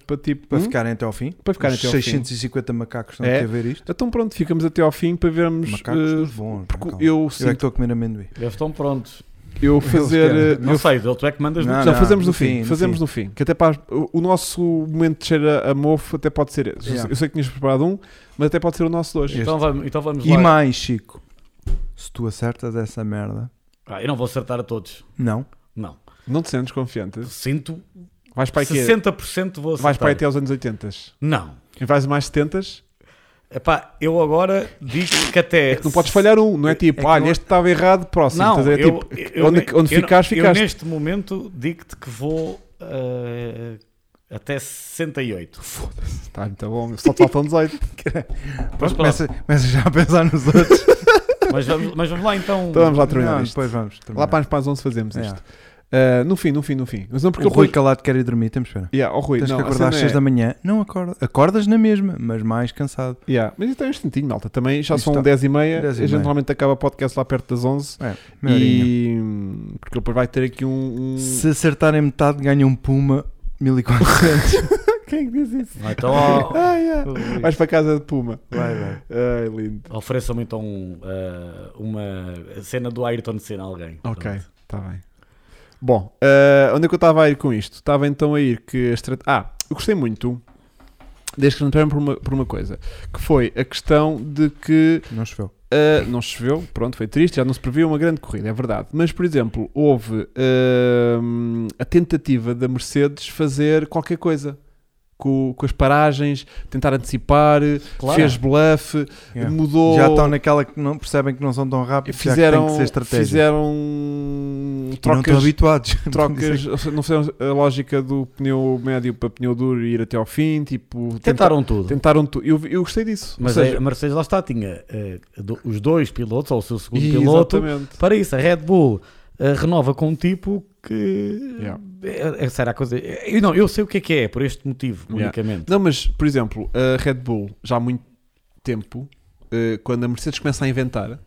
Speaker 1: para tipo.
Speaker 2: Para
Speaker 1: hum?
Speaker 2: ficarem até ao fim.
Speaker 1: Para ficarem
Speaker 2: Os
Speaker 1: até ao fim.
Speaker 2: 650 macacos estão
Speaker 1: É.
Speaker 2: aqui a ver isto.
Speaker 1: Então pronto, ficamos até ao fim para vermos.
Speaker 2: Macacos
Speaker 1: uh,
Speaker 2: dos bons.
Speaker 1: porque
Speaker 2: calma.
Speaker 1: eu
Speaker 2: Eu é que
Speaker 1: sinto
Speaker 2: estou a comer amendoim.
Speaker 3: Eles estão prontos.
Speaker 1: eu fazer.
Speaker 2: querem.
Speaker 1: uh,
Speaker 3: Não
Speaker 1: eu-
Speaker 3: sei, tu é que mandas
Speaker 2: Não,
Speaker 1: não,
Speaker 3: no
Speaker 1: fazemos no,
Speaker 2: no
Speaker 1: fim,
Speaker 2: fim, no
Speaker 1: fazemos
Speaker 2: fim.
Speaker 1: no fim. Que até para, as- o, o nosso momento de cheiro a mofo até pode ser. esse. Eu-
Speaker 2: Yeah.
Speaker 1: Eu sei que tinhas preparado um, mas até pode ser o nosso de hoje.
Speaker 3: Então vamos, então vamos
Speaker 2: E
Speaker 3: lá.
Speaker 2: mais, Chico, se tu acertas essa merda,
Speaker 3: Ah, eu não vou acertar a todos.
Speaker 2: não.
Speaker 3: Não.
Speaker 1: Não te sentes confiante?
Speaker 3: Sinto
Speaker 1: Vais para aqui.
Speaker 3: 60% vou acertar.
Speaker 1: Vais para aí até aos anos 80.
Speaker 3: Não.
Speaker 1: E vais mais 70.
Speaker 3: Epá, eu agora digo que até.
Speaker 1: Não podes falhar um, não é tipo,
Speaker 2: é que
Speaker 1: olha,
Speaker 2: não-
Speaker 1: este estava errado, próximo.
Speaker 3: Não,
Speaker 1: Estás a ver,
Speaker 3: eu,
Speaker 1: tipo,
Speaker 3: eu,
Speaker 1: onde,
Speaker 3: eu,
Speaker 1: onde ficares,
Speaker 3: eu,
Speaker 1: ficaste.
Speaker 3: neste momento digo-te que vou eh, até 68.
Speaker 1: Está muito bom, "Tá, então só te faltam
Speaker 2: [LAUGHS]
Speaker 1: 18.
Speaker 3: Mas,
Speaker 2: Começa, começa já a pensar nos
Speaker 1: [LAUGHS]
Speaker 2: outros.
Speaker 3: mas vamos, mas vamos lá então.
Speaker 1: Então vamos lá terminar
Speaker 2: Não,
Speaker 1: isto.
Speaker 2: Depois vamos.
Speaker 1: Lá
Speaker 2: terminar.
Speaker 1: para as para as 11 fazemos
Speaker 2: É.
Speaker 1: isto. Uh, no fim, no fim, no fim. Mas não porque
Speaker 2: o
Speaker 1: eu
Speaker 2: Rui
Speaker 1: depois-
Speaker 2: Calado quer ir dormir, temos pena.
Speaker 1: Yeah, oh, Rui,
Speaker 2: Tens
Speaker 1: não,
Speaker 2: que acordar
Speaker 1: a
Speaker 2: às
Speaker 1: cena
Speaker 2: 6
Speaker 1: é-
Speaker 2: da manhã. Não acordas. Acordas na mesma, mas mais cansado.
Speaker 1: Yeah, Mas isto é um instantinho, malta. Também já
Speaker 2: Isto
Speaker 1: são
Speaker 2: tá-
Speaker 1: 10 e meia.
Speaker 2: 10 e
Speaker 1: A gente
Speaker 2: meia.
Speaker 1: normalmente acaba o podcast lá perto das 11.
Speaker 2: É, meia horinha.
Speaker 1: E... Porque ele depois vai ter aqui um...
Speaker 2: [LAUGHS]
Speaker 1: um-
Speaker 2: Se acertarem metade, ganha um Puma
Speaker 1: [LAUGHS]
Speaker 2: 1400.
Speaker 1: Quem é que diz isso?
Speaker 3: Lá
Speaker 2: [LAUGHS]
Speaker 3: Então ó,
Speaker 1: Ah, yeah. Vais para a casa de Puma.
Speaker 2: vai, vai.
Speaker 1: Ai, lindo.
Speaker 3: ofereçam-me então eh, uma cena do Ayrton Senna a alguém.
Speaker 1: Ok,
Speaker 3: Pronto.
Speaker 1: está bem. Bom, uh, onde é que eu estava a ir com isto? Estava então a ir que... a estrat- Ah, eu gostei muito deste grande prémio por uma, por uma coisa. Que foi a questão de que...
Speaker 2: Não choveu.
Speaker 1: Uh, não choveu, pronto, foi triste, já não se previa uma grande corrida, é verdade. Mas, por exemplo, houve uh, a tentativa da Mercedes fazer qualquer coisa com, com as paragens, tentar antecipar,
Speaker 3: Claro.
Speaker 1: fez bluff,
Speaker 2: Yeah.
Speaker 1: mudou.
Speaker 2: É. Já estão naquela que não percebem que não são tão rápidos. já que
Speaker 1: fizeram,
Speaker 2: tem que ser estratégia.
Speaker 1: fizeram
Speaker 2: E não estão
Speaker 1: trocas,
Speaker 2: habituados. [LAUGHS]
Speaker 1: trocas ou seja, não fizeram a lógica do pneu médio para pneu duro e ir até ao fim, tipo, tenta-
Speaker 3: Tentaram tudo.
Speaker 1: tentaram é tu. Eu, eu gostei disso.
Speaker 3: Mas
Speaker 1: Ou
Speaker 3: a
Speaker 1: seja,
Speaker 3: Mercedes lá está, tinha eh, do- os dois pilotos, ou o seu
Speaker 1: um
Speaker 3: segundo piloto.
Speaker 1: exatamente.
Speaker 3: Para isso, a Red Bull eh, renova com um tipo que.
Speaker 1: Yeah.
Speaker 3: É, é, será a coisa. Eu, não, eu sei o que é que é, por este motivo,
Speaker 1: Yeah.
Speaker 3: unicamente.
Speaker 1: Não, mas, por exemplo, a Red Bull, já há muito tempo, eh, quando a Mercedes começa a inventar,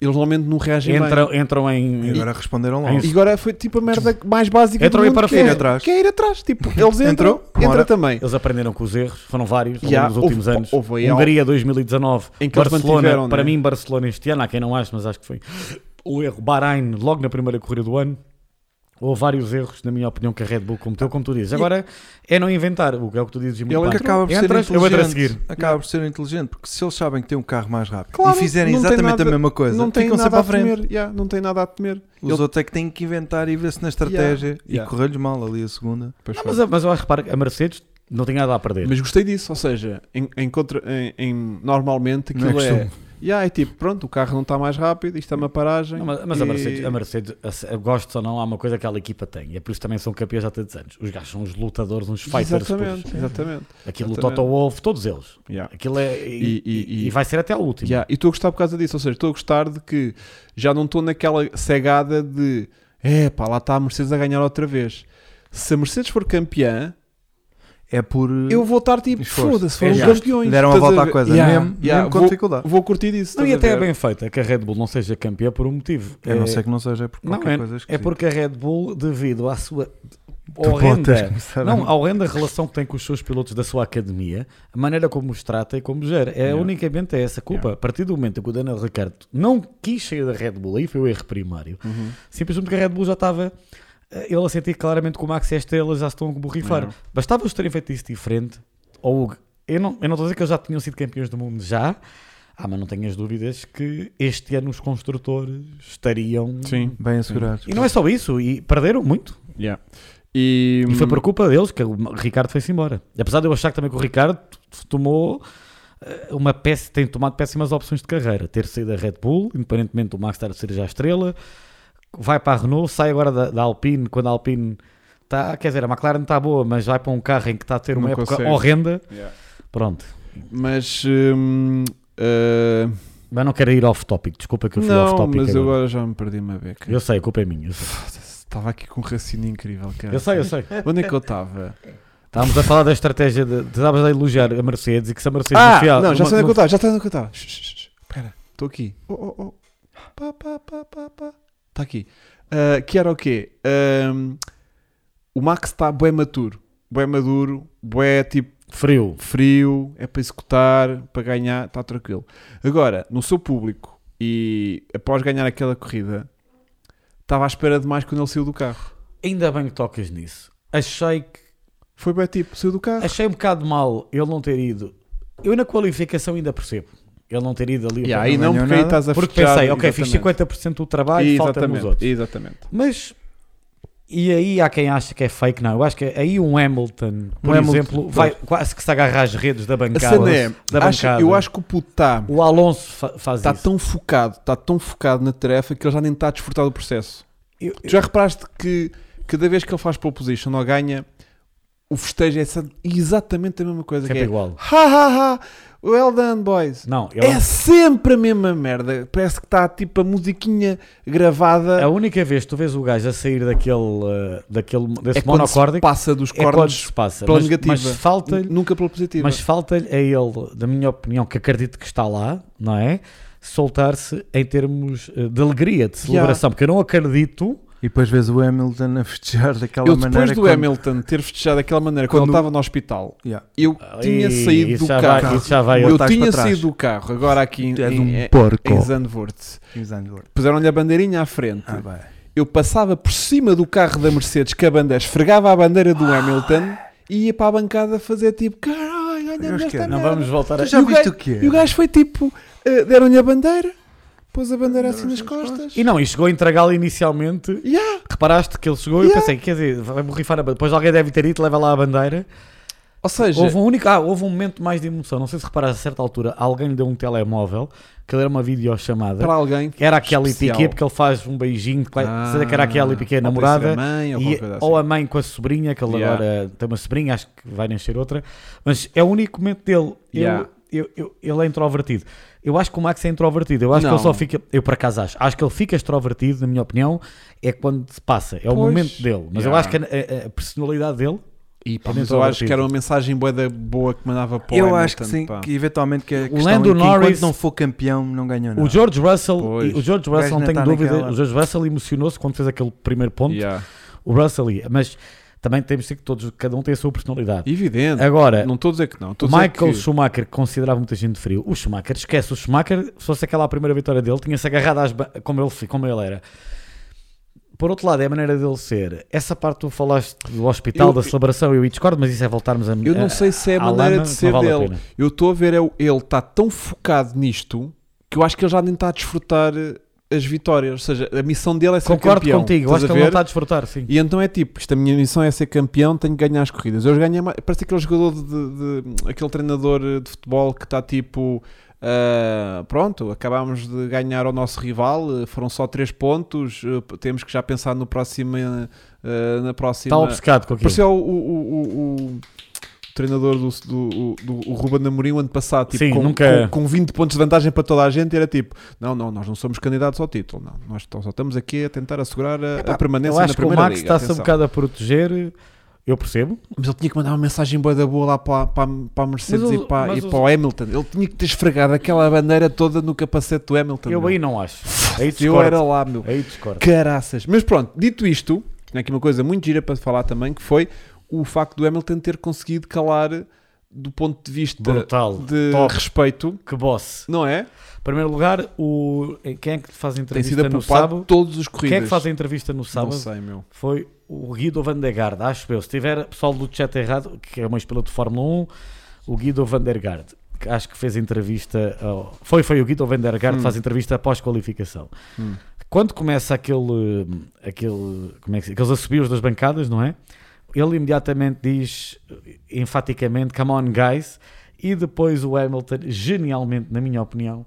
Speaker 1: eles normalmente não reagem
Speaker 3: Entram, entram
Speaker 2: E
Speaker 3: em.
Speaker 2: agora responderam
Speaker 3: em-
Speaker 2: logo.
Speaker 1: bem. E agora foi tipo a merda mais básica
Speaker 3: Entrou
Speaker 1: do
Speaker 3: aí
Speaker 1: mundo,
Speaker 3: para
Speaker 1: que é-
Speaker 2: fora. Ir atrás.
Speaker 1: Que é ir atrás. [LAUGHS] Tipo, eles entram,
Speaker 2: Entrou,
Speaker 1: entra
Speaker 2: mora.
Speaker 1: também.
Speaker 3: Eles aprenderam com os erros, foram vários ao
Speaker 1: Já,
Speaker 3: longo dos últimos
Speaker 1: houve-
Speaker 3: anos.
Speaker 1: houve aí
Speaker 3: Hungria 2019,
Speaker 1: em que eles mantiveram,
Speaker 3: Barcelona,
Speaker 1: né?
Speaker 3: para mim, Barcelona este ano, há quem não ache, mas acho que foi o erro. Bahrein, logo na primeira corrida do ano. Houve vários erros, na minha opinião, que a Red Bull cometeu, como tu dizes. Agora é não inventar, o que é o que tu dizes. e muito
Speaker 1: Ele
Speaker 2: Porque
Speaker 3: bem.
Speaker 1: Pá.
Speaker 2: acaba por ser
Speaker 3: Entras, eu
Speaker 2: inteligente.
Speaker 3: entro a seguir.
Speaker 2: Acaba por ser inteligente, porque se eles sabem que têm um carro mais rápido
Speaker 1: Claro,
Speaker 2: e fizerem
Speaker 1: não tem
Speaker 2: exatamente
Speaker 1: nada-
Speaker 2: a mesma coisa,
Speaker 1: não tem
Speaker 2: ficam sempre
Speaker 1: nada
Speaker 2: à
Speaker 1: a
Speaker 2: frente.
Speaker 1: temer. Yeah, não tem nada a temer.
Speaker 2: Os
Speaker 1: Ele-
Speaker 2: outros é que têm que inventar e ver-se na estratégia e
Speaker 1: Yeah.
Speaker 2: correr-lhes mal ali a segunda.
Speaker 1: Pois
Speaker 3: Não,
Speaker 1: foi.
Speaker 3: Ah, mas, mas eu acho repara, que a Mercedes não tem nada a perder.
Speaker 1: Mas gostei disso, ou seja, em, em contra- em- em- normalmente
Speaker 2: Não é
Speaker 1: aquilo é.
Speaker 2: costume.
Speaker 1: Yeah, é tipo, pronto, o carro não está mais rápido, isto é uma paragem.
Speaker 3: Não, mas mas a
Speaker 1: e-
Speaker 3: Mercedes, a Mercedes a se- gosto ou não, há uma coisa que aquela equipa tem. E é por isso que também são campeões há tantos anos. Os gajos são uns lutadores, uns fighters.
Speaker 1: Exatamente,
Speaker 3: puros.
Speaker 1: exatamente.
Speaker 3: Aquilo, o
Speaker 1: exatamente.
Speaker 3: Toto Wolff, todos eles.
Speaker 1: Yeah.
Speaker 3: Aquilo é. E,
Speaker 1: E- e-
Speaker 3: e- e vai ser até a última.
Speaker 1: Yeah, E estou a gostar por causa disso, ou seja, estou a gostar de que já não estou naquela cegada de é pá, lá está a Mercedes a ganhar outra vez. Se a Mercedes for campeã,
Speaker 2: É por.
Speaker 1: eu vou estar tipo,
Speaker 2: Esforço.
Speaker 1: foda-se, foram
Speaker 3: É justo.
Speaker 1: campeões.
Speaker 2: Deram a
Speaker 1: Estás
Speaker 2: volta
Speaker 1: ver?
Speaker 2: à coisa,
Speaker 1: Yeah,
Speaker 2: mesmo,
Speaker 1: yeah,
Speaker 2: mesmo com
Speaker 1: vou,
Speaker 2: dificuldade.
Speaker 1: vou curtir isso.
Speaker 3: Não, e
Speaker 1: estás a
Speaker 3: até é
Speaker 1: ver?
Speaker 3: bem feita que a Red Bull não seja campeã por um motivo.
Speaker 2: A não ser que não seja, é por
Speaker 3: Não,
Speaker 2: qualquer
Speaker 3: é,
Speaker 2: coisa
Speaker 3: é
Speaker 2: esquisita.
Speaker 3: porque a Red Bull, devido à sua
Speaker 2: Tu voltas a
Speaker 3: horrenda,
Speaker 1: Tá
Speaker 2: começar a-
Speaker 3: não, a horrenda relação que tem com os seus pilotos da sua academia, a maneira como os trata e como gera, é
Speaker 1: Yeah.
Speaker 3: unicamente essa culpa. A partir do momento em que o Daniel Ricciardo não quis sair da Red Bull, aí foi o erro primário,
Speaker 1: Uhum.
Speaker 3: simplesmente que a Red Bull já estava. eh, Ele a sentir claramente que o Max e a Estela já se estão a borrifar.
Speaker 1: Yeah.
Speaker 3: Bastava os terem feito isso diferente. Ou Hugo, eu não, eu não estou a dizer que eles já tinham sido campeões do mundo já. Ah, mas não tenho as dúvidas que este ano os construtores estariam
Speaker 1: Sim.
Speaker 2: Bem assegurados.
Speaker 3: e não é só isso, e perderam muito.
Speaker 1: Yeah. E,
Speaker 3: E foi por culpa deles que o Ricardo foi-se embora. Apesar de eu achar que também que o Ricardo tomou eh, uma péssima, tem tomado péssimas opções de carreira. Ter saído da Red Bull, independentemente do Max estar a ser já a estrela, vai para a Renault, sai agora da, da Alpine, quando a Alpine está, quer dizer, a McLaren está boa, mas vai para um carro em que está a ter uma
Speaker 1: Não
Speaker 3: época
Speaker 1: consegue.
Speaker 3: horrenda.
Speaker 1: Yeah.
Speaker 3: Pronto.
Speaker 1: Mas. hum, ah,
Speaker 3: Mas não quero ir off-topic, desculpa que eu fui
Speaker 1: não,
Speaker 3: off-topic.
Speaker 1: mas
Speaker 3: agora.
Speaker 1: agora já me perdi uma beca.
Speaker 3: Eu sei, a culpa é minha. eu sei.
Speaker 1: Estava aqui com um raciocínio incrível, cara.
Speaker 3: Eu sei, eu sei.
Speaker 1: Onde é que eu estava?
Speaker 3: Estávamos a falar da estratégia de. de- Estavas a elogiar a Mercedes e que se a Mercedes
Speaker 1: Ah,
Speaker 3: no final-
Speaker 1: não, já
Speaker 3: no-
Speaker 1: sei onde é que
Speaker 3: no-
Speaker 1: eu estava, já sei onde é que eu estava. Shh, shh, shh. Espera, estou aqui. Oh, oh, oh. Pá, pá, pá, pá, pá. Está aqui. Ah, que era o quê? Ahm, o Max está bué maturo. Bué maduro, bué tipo
Speaker 3: Frio.
Speaker 1: frio, é para executar, para ganhar, está tranquilo. Agora, no seu público, e após ganhar aquela corrida, estava à espera demais quando ele saiu do carro.
Speaker 3: Ainda bem que tocas nisso. Achei que-
Speaker 1: Foi bem tipo, saiu do carro.
Speaker 3: achei um bocado mal ele não ter ido. Eu na qualificação ainda percebo. Ele não ter ido ali.
Speaker 1: E
Speaker 3: para-
Speaker 1: aí não,
Speaker 2: ganhou
Speaker 1: porque aí
Speaker 2: nada.
Speaker 1: estás a
Speaker 3: porque
Speaker 1: festejar,
Speaker 3: pensei, ok, fiz
Speaker 1: exatamente.
Speaker 3: 50% do trabalho, falta-me os
Speaker 1: Exatamente,
Speaker 3: outros.
Speaker 1: exatamente.
Speaker 3: Mas. E aí há quem acha que é fake, não. Eu acho que aí um Hamilton, por
Speaker 2: Hamilton,
Speaker 3: exemplo, vai quase que se agarra às redes da
Speaker 1: A
Speaker 3: bancada.
Speaker 1: cena é,
Speaker 3: da
Speaker 1: acho-
Speaker 3: bancada. Um
Speaker 1: eu acho que o puto está
Speaker 3: O Alonso fa- faz
Speaker 1: tá
Speaker 3: isso.
Speaker 1: tão focado, está tão focado na tarefa que ele já nem está a desfrutar do processo.
Speaker 3: Eu-
Speaker 1: Tu já reparaste que cada vez que ele faz pole position ou ganha, o festejo é exa- exatamente a mesma coisa
Speaker 3: sempre
Speaker 1: que é.
Speaker 3: igual.
Speaker 1: Ha ha ha! Well done, boys!
Speaker 3: Não, ele
Speaker 1: É sempre a mesma merda. Parece que está tipo a musiquinha gravada. É
Speaker 3: A única vez que tu vês É o gajo a sair daquele, uh, daquele desse
Speaker 1: É quando se
Speaker 3: monocórdico
Speaker 1: passa dos
Speaker 3: é quando
Speaker 1: cornos
Speaker 3: se passa.
Speaker 1: pela
Speaker 3: Mas,
Speaker 1: negativa.
Speaker 3: mas falta-lhe
Speaker 1: nunca pela positiva.
Speaker 3: mas falta-lhe a ele, da minha opinião, que acredito que está lá, não é? Soltar-se em termos uh, de alegria, de celebração, porque eu não acredito.
Speaker 2: E depois vês o Hamilton a festejar daquela
Speaker 1: eu
Speaker 2: maneira.
Speaker 1: depois do
Speaker 2: quando-
Speaker 1: Hamilton ter festejado daquela maneira quando, ele
Speaker 2: Quando-
Speaker 1: estava no hospital,
Speaker 2: Yeah.
Speaker 1: eu tinha
Speaker 3: Ai,
Speaker 1: saído
Speaker 3: isso
Speaker 1: do
Speaker 3: já
Speaker 1: carro.
Speaker 3: Vai, isso já vai.
Speaker 2: Eu-
Speaker 1: Eu
Speaker 2: estás
Speaker 1: tinha
Speaker 2: para trás.
Speaker 1: saído do carro, agora aqui em,
Speaker 2: Tu és
Speaker 1: em,
Speaker 2: um
Speaker 1: em-
Speaker 2: porco.
Speaker 1: em Zandvoort.
Speaker 2: Exato.
Speaker 1: Puseram-lhe a bandeirinha à frente.
Speaker 2: Ah, vai.
Speaker 1: Eu passava por cima do carro da Mercedes, que a bandeira esfregava a bandeira do Hamilton e ia para a bancada fazer tipo, caralho, olha
Speaker 2: Eu acho que
Speaker 1: esta
Speaker 2: é.
Speaker 3: Não
Speaker 1: merda."
Speaker 3: vamos voltar a.
Speaker 2: Tu já
Speaker 1: E o
Speaker 2: viste
Speaker 1: gajo-
Speaker 2: o que é?
Speaker 1: E o gajo foi tipo, eh, deram-lhe a bandeira, pôs a bandeira assim nas costas.
Speaker 3: E não, e chegou a entregá-lo inicialmente.
Speaker 1: Yeah.
Speaker 3: Reparaste que ele chegou e eu
Speaker 1: Yeah.
Speaker 3: pensei, quer dizer, vai borrifar a bandeira. Depois alguém deve ter ido, leva lá a bandeira.
Speaker 1: Ou seja,
Speaker 3: Houve um, único, ah, houve um momento mais de emoção. Não sei se reparaste, a certa altura, alguém lhe deu um telemóvel, que era uma videochamada.
Speaker 1: para alguém.
Speaker 3: Era a Kelly
Speaker 1: especial.
Speaker 3: Piquet, porque ele faz um beijinho. De... Ah, que era a Kelly Piquet,
Speaker 1: ou
Speaker 3: namorada.
Speaker 1: pode ser a mãe, ou
Speaker 3: e-
Speaker 1: qualquer coisa assim.
Speaker 3: ou a mãe com a sobrinha, que ele
Speaker 1: Yeah.
Speaker 3: agora tem uma sobrinha, acho que vai nascer outra. Mas é o único momento dele. Ele,
Speaker 1: Yeah.
Speaker 3: eu- eu- ele é introvertido. Eu acho que o Max é introvertido. Eu acho
Speaker 1: Não.
Speaker 3: que ele só fica. Eu por acaso acho. Acho que ele fica extrovertido, na minha opinião, é quando se passa. É
Speaker 1: Pois.
Speaker 3: o momento dele. Mas eu
Speaker 1: Yeah.
Speaker 3: acho que a, a- a personalidade dele
Speaker 1: E, pá,
Speaker 3: É
Speaker 1: mas
Speaker 3: dentro
Speaker 1: eu
Speaker 3: da
Speaker 1: acho que
Speaker 3: pista.
Speaker 1: era uma mensagem boa, boa que mandava para o
Speaker 2: Eu
Speaker 1: Hamilton,
Speaker 2: acho que sim,
Speaker 1: pá.
Speaker 2: que eventualmente que é a
Speaker 3: O
Speaker 2: questão
Speaker 3: Lando
Speaker 2: em que
Speaker 3: Norris-
Speaker 2: enquanto não for campeão não ganhou nada.
Speaker 3: O George Russell,
Speaker 1: Pois.
Speaker 3: o George
Speaker 2: O gajo
Speaker 3: Russell não
Speaker 2: ainda tá
Speaker 3: tenho dúvida,
Speaker 2: naquela.
Speaker 3: o George Russell emocionou-se quando fez aquele primeiro ponto.
Speaker 1: Yeah.
Speaker 3: O Russell ia, mas também temos de ter que todos, cada um tem a sua personalidade.
Speaker 1: Evidente.
Speaker 3: Agora,
Speaker 1: Não estou a dizer que não.
Speaker 3: o
Speaker 1: Estou a dizer
Speaker 3: Michael
Speaker 1: que...
Speaker 3: Schumacher, que considerava muita gente frio, o Schumacher, esquece, o Schumacher, se fosse aquela a primeira vitória dele, tinha-se agarrado às ba- como ele, fi- como ele era. Por outro lado, é a maneira dele ser. Essa parte tu falaste do hospital,
Speaker 1: Eu-
Speaker 3: da celebração, eu e discordo, mas isso é voltarmos a
Speaker 1: Eu não sei se é a
Speaker 3: à
Speaker 1: maneira
Speaker 3: lama,
Speaker 1: de
Speaker 3: não
Speaker 1: ser
Speaker 3: vale a
Speaker 1: dele.
Speaker 3: pena.
Speaker 1: Eu estou a ver, é o- ele está tão focado nisto que eu acho que ele já nem está a desfrutar eh, as vitórias. Ou seja, a missão dele é ser
Speaker 3: Concordo
Speaker 1: campeão.
Speaker 3: contigo, eu
Speaker 1: Estás
Speaker 3: acho que
Speaker 1: a
Speaker 3: ele não tá-
Speaker 1: ver?
Speaker 3: está a desfrutar, sim.
Speaker 1: E então é tipo, isto a minha missão é ser campeão, tenho que ganhar as corridas. Eu ganhei, ma- parece aquele jogador de, de- de- aquele treinador eh, de futebol que está tipo, ah, pronto, acabámos de ganhar ao nosso rival, eh, foram só três pontos, eh, p- temos que já pensar no próximo, eh, ah, na próxima.
Speaker 3: Está obcecado com aquilo.
Speaker 1: Pareceu é o, o, o- o- o treinador do, do, do o Ruben Amorim o ano passado, tipo,
Speaker 3: Sim,
Speaker 1: com,
Speaker 3: nunca- é.
Speaker 1: com, com 20 pontos de vantagem para toda a gente, era tipo, não, não, nós não somos candidatos ao título, não. Nós t- só estamos aqui a tentar assegurar a, a permanência
Speaker 3: Ah, Eu
Speaker 1: na
Speaker 3: acho que o
Speaker 1: primeira
Speaker 3: Max
Speaker 1: liga.
Speaker 3: está-se um
Speaker 1: atenção.
Speaker 3: bocado a proteger, eu percebo.
Speaker 1: Mas ele tinha que mandar uma mensagem boa da boa lá para, para, para a Mercedes
Speaker 3: Mas o-
Speaker 1: e, para,
Speaker 3: mas
Speaker 1: e
Speaker 3: o-
Speaker 1: para o Hamilton. Ele tinha que ter esfregado aquela bandeira toda no capacete do Hamilton.
Speaker 3: eu
Speaker 1: meu.
Speaker 3: aí não acho. Aí
Speaker 1: Eu
Speaker 3: discordo. É
Speaker 1: era lá, meu.
Speaker 3: Aí discordo.
Speaker 1: Caraças. Mas pronto, dito isto, tinha aqui uma coisa muito gira para falar também, que foi o facto do Hamilton ter conseguido calar do ponto de vista
Speaker 3: Brutal.
Speaker 1: de
Speaker 3: Top.
Speaker 1: respeito,
Speaker 3: Que boss.
Speaker 1: não é?
Speaker 3: Em primeiro lugar, o... quem é que faz a
Speaker 1: Tem
Speaker 3: entrevista
Speaker 1: sido
Speaker 3: no
Speaker 1: apupado
Speaker 3: sábado?
Speaker 1: todos os corridas.
Speaker 3: Quem é que faz a entrevista no
Speaker 1: Não
Speaker 3: sábado?
Speaker 1: sei, meu.
Speaker 3: Foi o Guido Van der Garde, acho eu. Se tiver pessoal do chat errado, que é uma estrela de Fórmula 1, o Guido Van der Garde, que acho que fez entrevista. ao- Foi, foi o Guido Van der
Speaker 1: Hum.
Speaker 3: Garde que faz entrevista após qualificação.
Speaker 1: Hum.
Speaker 3: Quando começa aquele. aquele como é que se- aqueles assobios das bancadas, não é? Ele imediatamente diz enfaticamente: Come on, guys. E depois o Hamilton, genialmente, na minha opinião,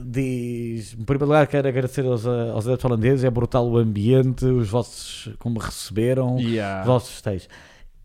Speaker 3: diz: Em primeiro lugar, quero agradecer aos, ah, aos adeptos holandeses, é brutal o ambiente, os vossos, como receberam, os
Speaker 1: Yeah.
Speaker 3: vossos textos.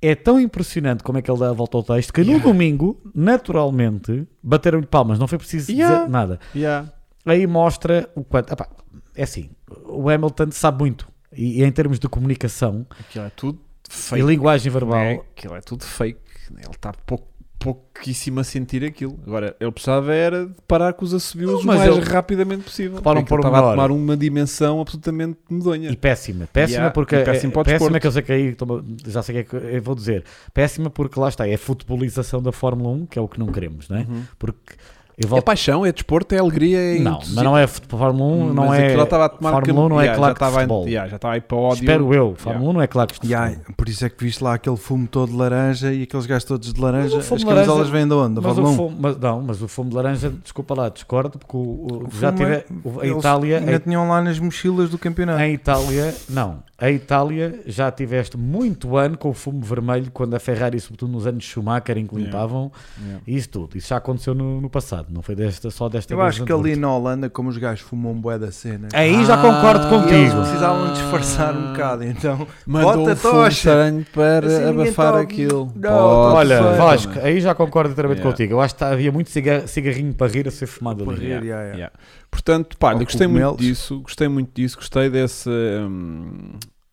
Speaker 3: É tão impressionante como é que ele dá a volta ao texto que
Speaker 1: Yeah.
Speaker 3: no domingo, naturalmente, bateram-lhe palmas, não foi preciso
Speaker 1: Yeah.
Speaker 3: dizer nada.
Speaker 1: Yeah.
Speaker 3: Aí mostra o quanto. Epá, é assim, o Hamilton sabe muito. E, e em termos de comunicação
Speaker 1: Aquilo é tudo
Speaker 3: e
Speaker 1: fake.
Speaker 3: linguagem verbal,
Speaker 1: né? Aquilo é tudo fake. né? Ele está pouco, pouquíssimo a sentir aquilo. Agora, ele precisava era de parar com os assobios o
Speaker 3: mas
Speaker 1: mais
Speaker 3: ele-
Speaker 1: rapidamente possível.
Speaker 3: Repara um
Speaker 1: Aquilo estava a
Speaker 3: pormenor.
Speaker 1: tomar uma dimensão absolutamente medonha.
Speaker 3: E péssima, péssima
Speaker 1: Yeah,
Speaker 3: porque
Speaker 1: e péssimo para o
Speaker 3: é, péssima
Speaker 1: desporto.
Speaker 3: que eu sei que aí toma- já sei o que é que eu vou dizer. Péssima porque lá está, é a futebolização da Fórmula 1, que é o que não queremos, não é?
Speaker 1: Uhum.
Speaker 3: Porque eu
Speaker 1: É
Speaker 3: volto...
Speaker 1: paixão, é desporto, é alegria. É
Speaker 3: não, mas não é futebol, Fórmula 1, não
Speaker 1: mas
Speaker 3: é
Speaker 1: aquilo já estava a tomar
Speaker 3: Fórmula
Speaker 1: cam-
Speaker 3: 1 não é
Speaker 1: Yeah,
Speaker 3: claro
Speaker 1: já
Speaker 3: que
Speaker 1: estava,
Speaker 3: futebol.
Speaker 1: yeah, já estava aí para o ódio.
Speaker 3: Espero eu, Fórmula 1 não é claro que isto
Speaker 2: E ai, por isso é que viste lá aquele fumo todo de laranja e aqueles gajos todos de laranja.
Speaker 3: Mas o fumo
Speaker 2: As
Speaker 3: de laranja-
Speaker 2: camisolas vêm de onde? um. Da
Speaker 3: Mas
Speaker 2: Fórmula
Speaker 3: o
Speaker 2: 1?
Speaker 3: fumo, mas, não, mas o fumo de laranja, desculpa lá, discordo, porque o, o-
Speaker 2: O
Speaker 3: já
Speaker 2: fumo
Speaker 3: tive
Speaker 2: é-
Speaker 3: o- a
Speaker 2: eles
Speaker 3: Itália,
Speaker 2: Ainda tinham lá nas mochilas do campeonato.
Speaker 3: a Itália, não, a Itália já tiveste muito ano com o fumo vermelho quando a Ferrari, sobretudo nos anos Schumacher, em que
Speaker 1: Yeah.
Speaker 3: limpavam,
Speaker 1: Yeah.
Speaker 3: Isso tudo, isso já aconteceu no, no passado, não foi desta, só desta
Speaker 2: Eu
Speaker 3: vez
Speaker 2: acho
Speaker 3: no
Speaker 2: que ali
Speaker 3: Porto.
Speaker 2: na Holanda, como os gajos fumam um bué da cena,
Speaker 3: Aí já concordo
Speaker 2: e eles
Speaker 3: contigo.
Speaker 2: precisavam disfarçar
Speaker 3: Ah.
Speaker 2: um bocado. Então,
Speaker 1: Mandou
Speaker 2: Bota
Speaker 1: um fumo
Speaker 2: tocha.
Speaker 1: estranho para
Speaker 2: Assim ninguém
Speaker 1: abafar
Speaker 2: toca.
Speaker 1: aquilo.
Speaker 2: Não, tá
Speaker 1: Pode
Speaker 3: Olha,
Speaker 1: ser.
Speaker 3: Vasco, aí já concordo inteiramente
Speaker 1: Yeah.
Speaker 3: contigo. Eu acho que havia muito cigar- cigarrinho para rir a ser fumado
Speaker 2: para
Speaker 3: ali.
Speaker 2: rir, yeah, yeah.
Speaker 1: Yeah. Portanto, pá,
Speaker 2: Ou
Speaker 1: eu gostei muito
Speaker 2: cogumelos.
Speaker 1: disso, gostei muito disso, gostei desse. hum,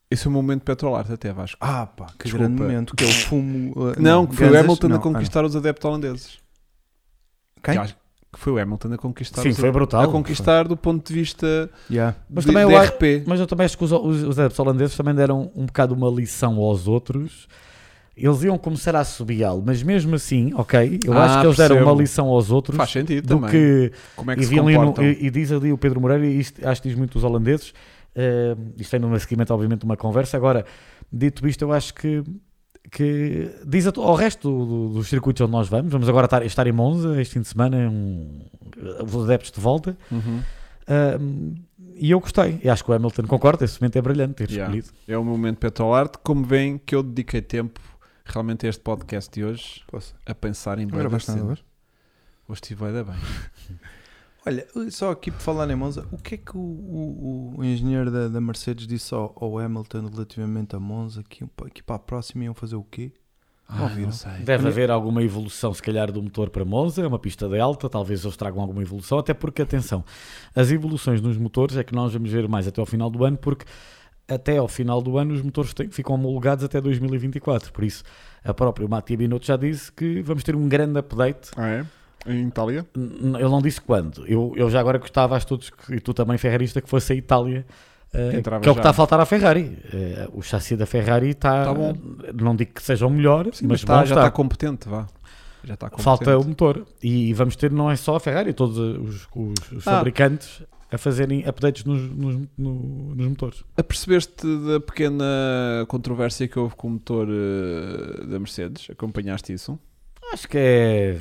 Speaker 1: esse é o momento petrolarte até, Vasco.
Speaker 2: Ah, pá, que
Speaker 1: Desculpa.
Speaker 2: grande momento. Que é o fumo. uh,
Speaker 1: [LAUGHS] Não, que foi o
Speaker 2: Gansas?
Speaker 1: Hamilton
Speaker 2: Não,
Speaker 1: a conquistar os adeptos holandeses.
Speaker 2: ah, quem?
Speaker 1: Eu acho Que foi o Hamilton a conquistar
Speaker 3: Sim,
Speaker 1: os
Speaker 3: foi brutal.
Speaker 1: a conquistar do ponto de vista
Speaker 2: Yeah.
Speaker 3: Mas
Speaker 1: de,
Speaker 3: também
Speaker 1: de
Speaker 3: eu acho-
Speaker 1: RP.
Speaker 3: Mas eu também acho que os, os, os adeptos holandeses também deram um bocado uma lição aos outros. Eles iam começar a assobiá-lo, mas mesmo assim, ok, eu
Speaker 1: Ah,
Speaker 3: acho que eles deram
Speaker 1: percebo.
Speaker 3: uma lição aos outros
Speaker 1: Faz sentido
Speaker 3: do
Speaker 1: também.
Speaker 3: que
Speaker 1: Como é que
Speaker 3: e,
Speaker 1: se
Speaker 3: vi ali no-
Speaker 1: comportam?
Speaker 3: e- e diz ali o Pedro Moreira, e isto, acho que diz muito os holandeses, eh, isto tem no seguimento, obviamente, de uma conversa. Agora, dito isto, eu acho que, que diz a to- ao resto do- do- dos circuitos onde nós vamos, vamos agora estar, estar em Monza este fim de semana, um, os adeptos de volta,
Speaker 1: Uhum.
Speaker 3: ah, e eu gostei. E acho que o Hamilton concorda, esse momento é brilhante ter
Speaker 1: Yeah.
Speaker 3: escolhido.
Speaker 1: É o meu momento petrolarte. Como veem que eu dediquei tempo realmente a este podcast de hoje
Speaker 2: Posso?
Speaker 1: a pensar em
Speaker 2: Não
Speaker 1: bué da
Speaker 2: gravaste nada
Speaker 1: cena.
Speaker 2: hoje?
Speaker 1: Hoje estive bué da bem.
Speaker 2: Olha, só aqui por falar em Monza, o que é que o, o- o engenheiro da, da Mercedes disse ao, ao Hamilton relativamente a Monza? Que, iam pa- que para a próxima iam fazer o quê?
Speaker 1: Ah,
Speaker 2: ouviram?
Speaker 1: não sei.
Speaker 3: Deve haver alguma evolução, se calhar, do motor para Monza, é uma pista de alta, talvez eles tragam alguma evolução, até porque, atenção, as evoluções nos motores é que nós vamos ver mais até ao final do ano, porque até ao final do ano os motores têm- ficam homologados até 2024. Por isso, a própria Mattia Binotto já disse que vamos ter um grande update.
Speaker 1: Ah, é? Em Itália?
Speaker 3: N- Ele não disse quando. Eu, eu já agora gostava a todos, que- e tu também, ferrarista, que fosse a Itália. eh,
Speaker 1: Entrava
Speaker 3: que é o que
Speaker 1: já.
Speaker 3: está a faltar à Ferrari. Eh, o chassi da Ferrari está.
Speaker 1: Tá bom.
Speaker 3: Não digo que seja o melhor,
Speaker 1: Sim,
Speaker 3: mas,
Speaker 1: mas tá,
Speaker 3: bom
Speaker 1: já
Speaker 3: está.
Speaker 1: está competente, vá. Já está competente.
Speaker 3: Falta o motor. E vamos ter, não é só a Ferrari, todos os, os- os
Speaker 1: Ah.
Speaker 3: fabricantes a fazerem updates nos, nos, no- nos motores.
Speaker 1: Apercebeste da pequena controvérsia que houve com o motor eh, da Mercedes? Acompanhaste isso?
Speaker 3: Acho que é.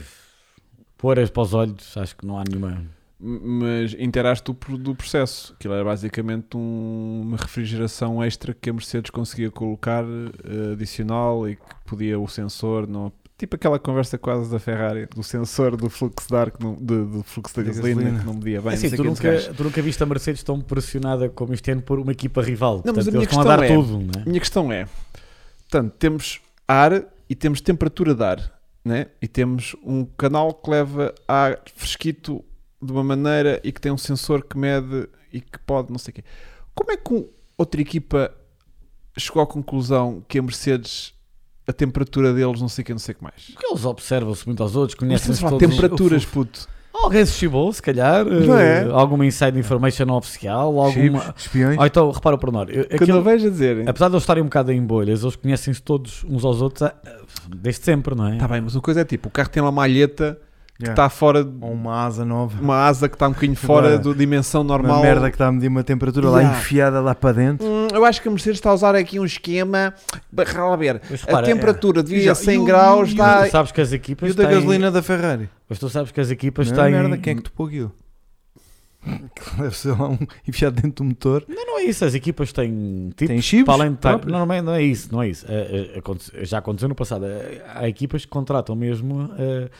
Speaker 3: Poeiras para os olhos, acho que não há nenhuma.
Speaker 1: M- Mas interaste do, pro- do processo. Aquilo era basicamente um- uma refrigeração extra que a Mercedes conseguia colocar eh, adicional e que podia o sensor. Não... Tipo aquela conversa quase da Ferrari, do sensor do fluxo de ar, que não- de- do fluxo da
Speaker 2: Da
Speaker 1: gasolina,
Speaker 2: gasolina.
Speaker 1: que não media bem.
Speaker 3: É
Speaker 1: não
Speaker 3: assim,
Speaker 1: sei
Speaker 3: tu,
Speaker 1: quantos
Speaker 3: nunca,
Speaker 1: gajos.
Speaker 3: tu nunca viste a Mercedes tão pressionada como este ano por uma equipa rival.
Speaker 1: Não,
Speaker 3: Portanto,
Speaker 1: mas a minha
Speaker 3: eles estão
Speaker 1: questão
Speaker 3: a dar
Speaker 1: é-
Speaker 3: tudo, né?
Speaker 1: A minha questão é: portanto, temos ar e temos temperatura de ar, né? e temos um canal que leva ar fresquito de uma maneira e que tem um sensor que mede e que pode não sei o quê. Como é que um- outra equipa chegou à conclusão que a Mercedes, a temperatura deles, não sei o que, não sei o que mais?
Speaker 3: Porque eles observam-se muito aos outros,
Speaker 1: Mas
Speaker 3: conhecem
Speaker 1: temos
Speaker 3: se
Speaker 1: de falar
Speaker 3: todos.
Speaker 1: de temperaturas, puto.
Speaker 3: Alguém se chibou, se calhar.
Speaker 1: Não
Speaker 3: eh,
Speaker 1: é?
Speaker 3: Alguma inside information não oficial. Alguma...
Speaker 2: Chips, espiões.
Speaker 3: Ou então, repara o pormenor. eu-
Speaker 1: Quando
Speaker 3: aquilo-
Speaker 1: eu vejo a dizerem.
Speaker 2: Ah,
Speaker 3: Apesar de eles estarem um bocado em bolhas, eles conhecem-se todos uns aos outros ah, desde sempre, não é?
Speaker 2: Tá
Speaker 1: Está bem, mas uma coisa é tipo: o carro tem lá uma malheta que
Speaker 2: Yeah.
Speaker 1: está fora de
Speaker 2: Ou uma asa nova.
Speaker 1: uma asa que está um
Speaker 2: [LAUGHS]
Speaker 1: bocadinho fora
Speaker 2: Agora,
Speaker 1: da dimensão normal.
Speaker 2: Uma merda que está a medir uma temperatura lá
Speaker 1: Yeah.
Speaker 2: enfiada lá para dentro.
Speaker 1: Hum, eu acho que a Mercedes está a usar aqui um esquema para lá ver.
Speaker 3: Mas
Speaker 1: A
Speaker 3: repara, é.
Speaker 1: temperatura
Speaker 2: E já-
Speaker 1: devia
Speaker 2: e
Speaker 1: 100
Speaker 2: o-
Speaker 1: graus,
Speaker 2: e o-
Speaker 1: dá.
Speaker 3: tu sabes que as
Speaker 2: E
Speaker 3: equipas
Speaker 2: o da
Speaker 3: têm...
Speaker 2: gasolina da Ferrari?
Speaker 3: Mas tu sabes que as equipas
Speaker 2: Não,
Speaker 3: têm...
Speaker 2: merda, quem é que tu pôs aquilo? Que [LAUGHS] Deve ser lá um enfiado dentro do motor.
Speaker 3: Não, não é isso. As equipas têm tipos...
Speaker 2: Tem chips?
Speaker 3: para além de estar-
Speaker 2: próprios?
Speaker 3: Não, não é, não é isso, não é isso. Eh, eh, aconte- Já aconteceu no passado. Eh, Há equipas que contratam mesmo... eh,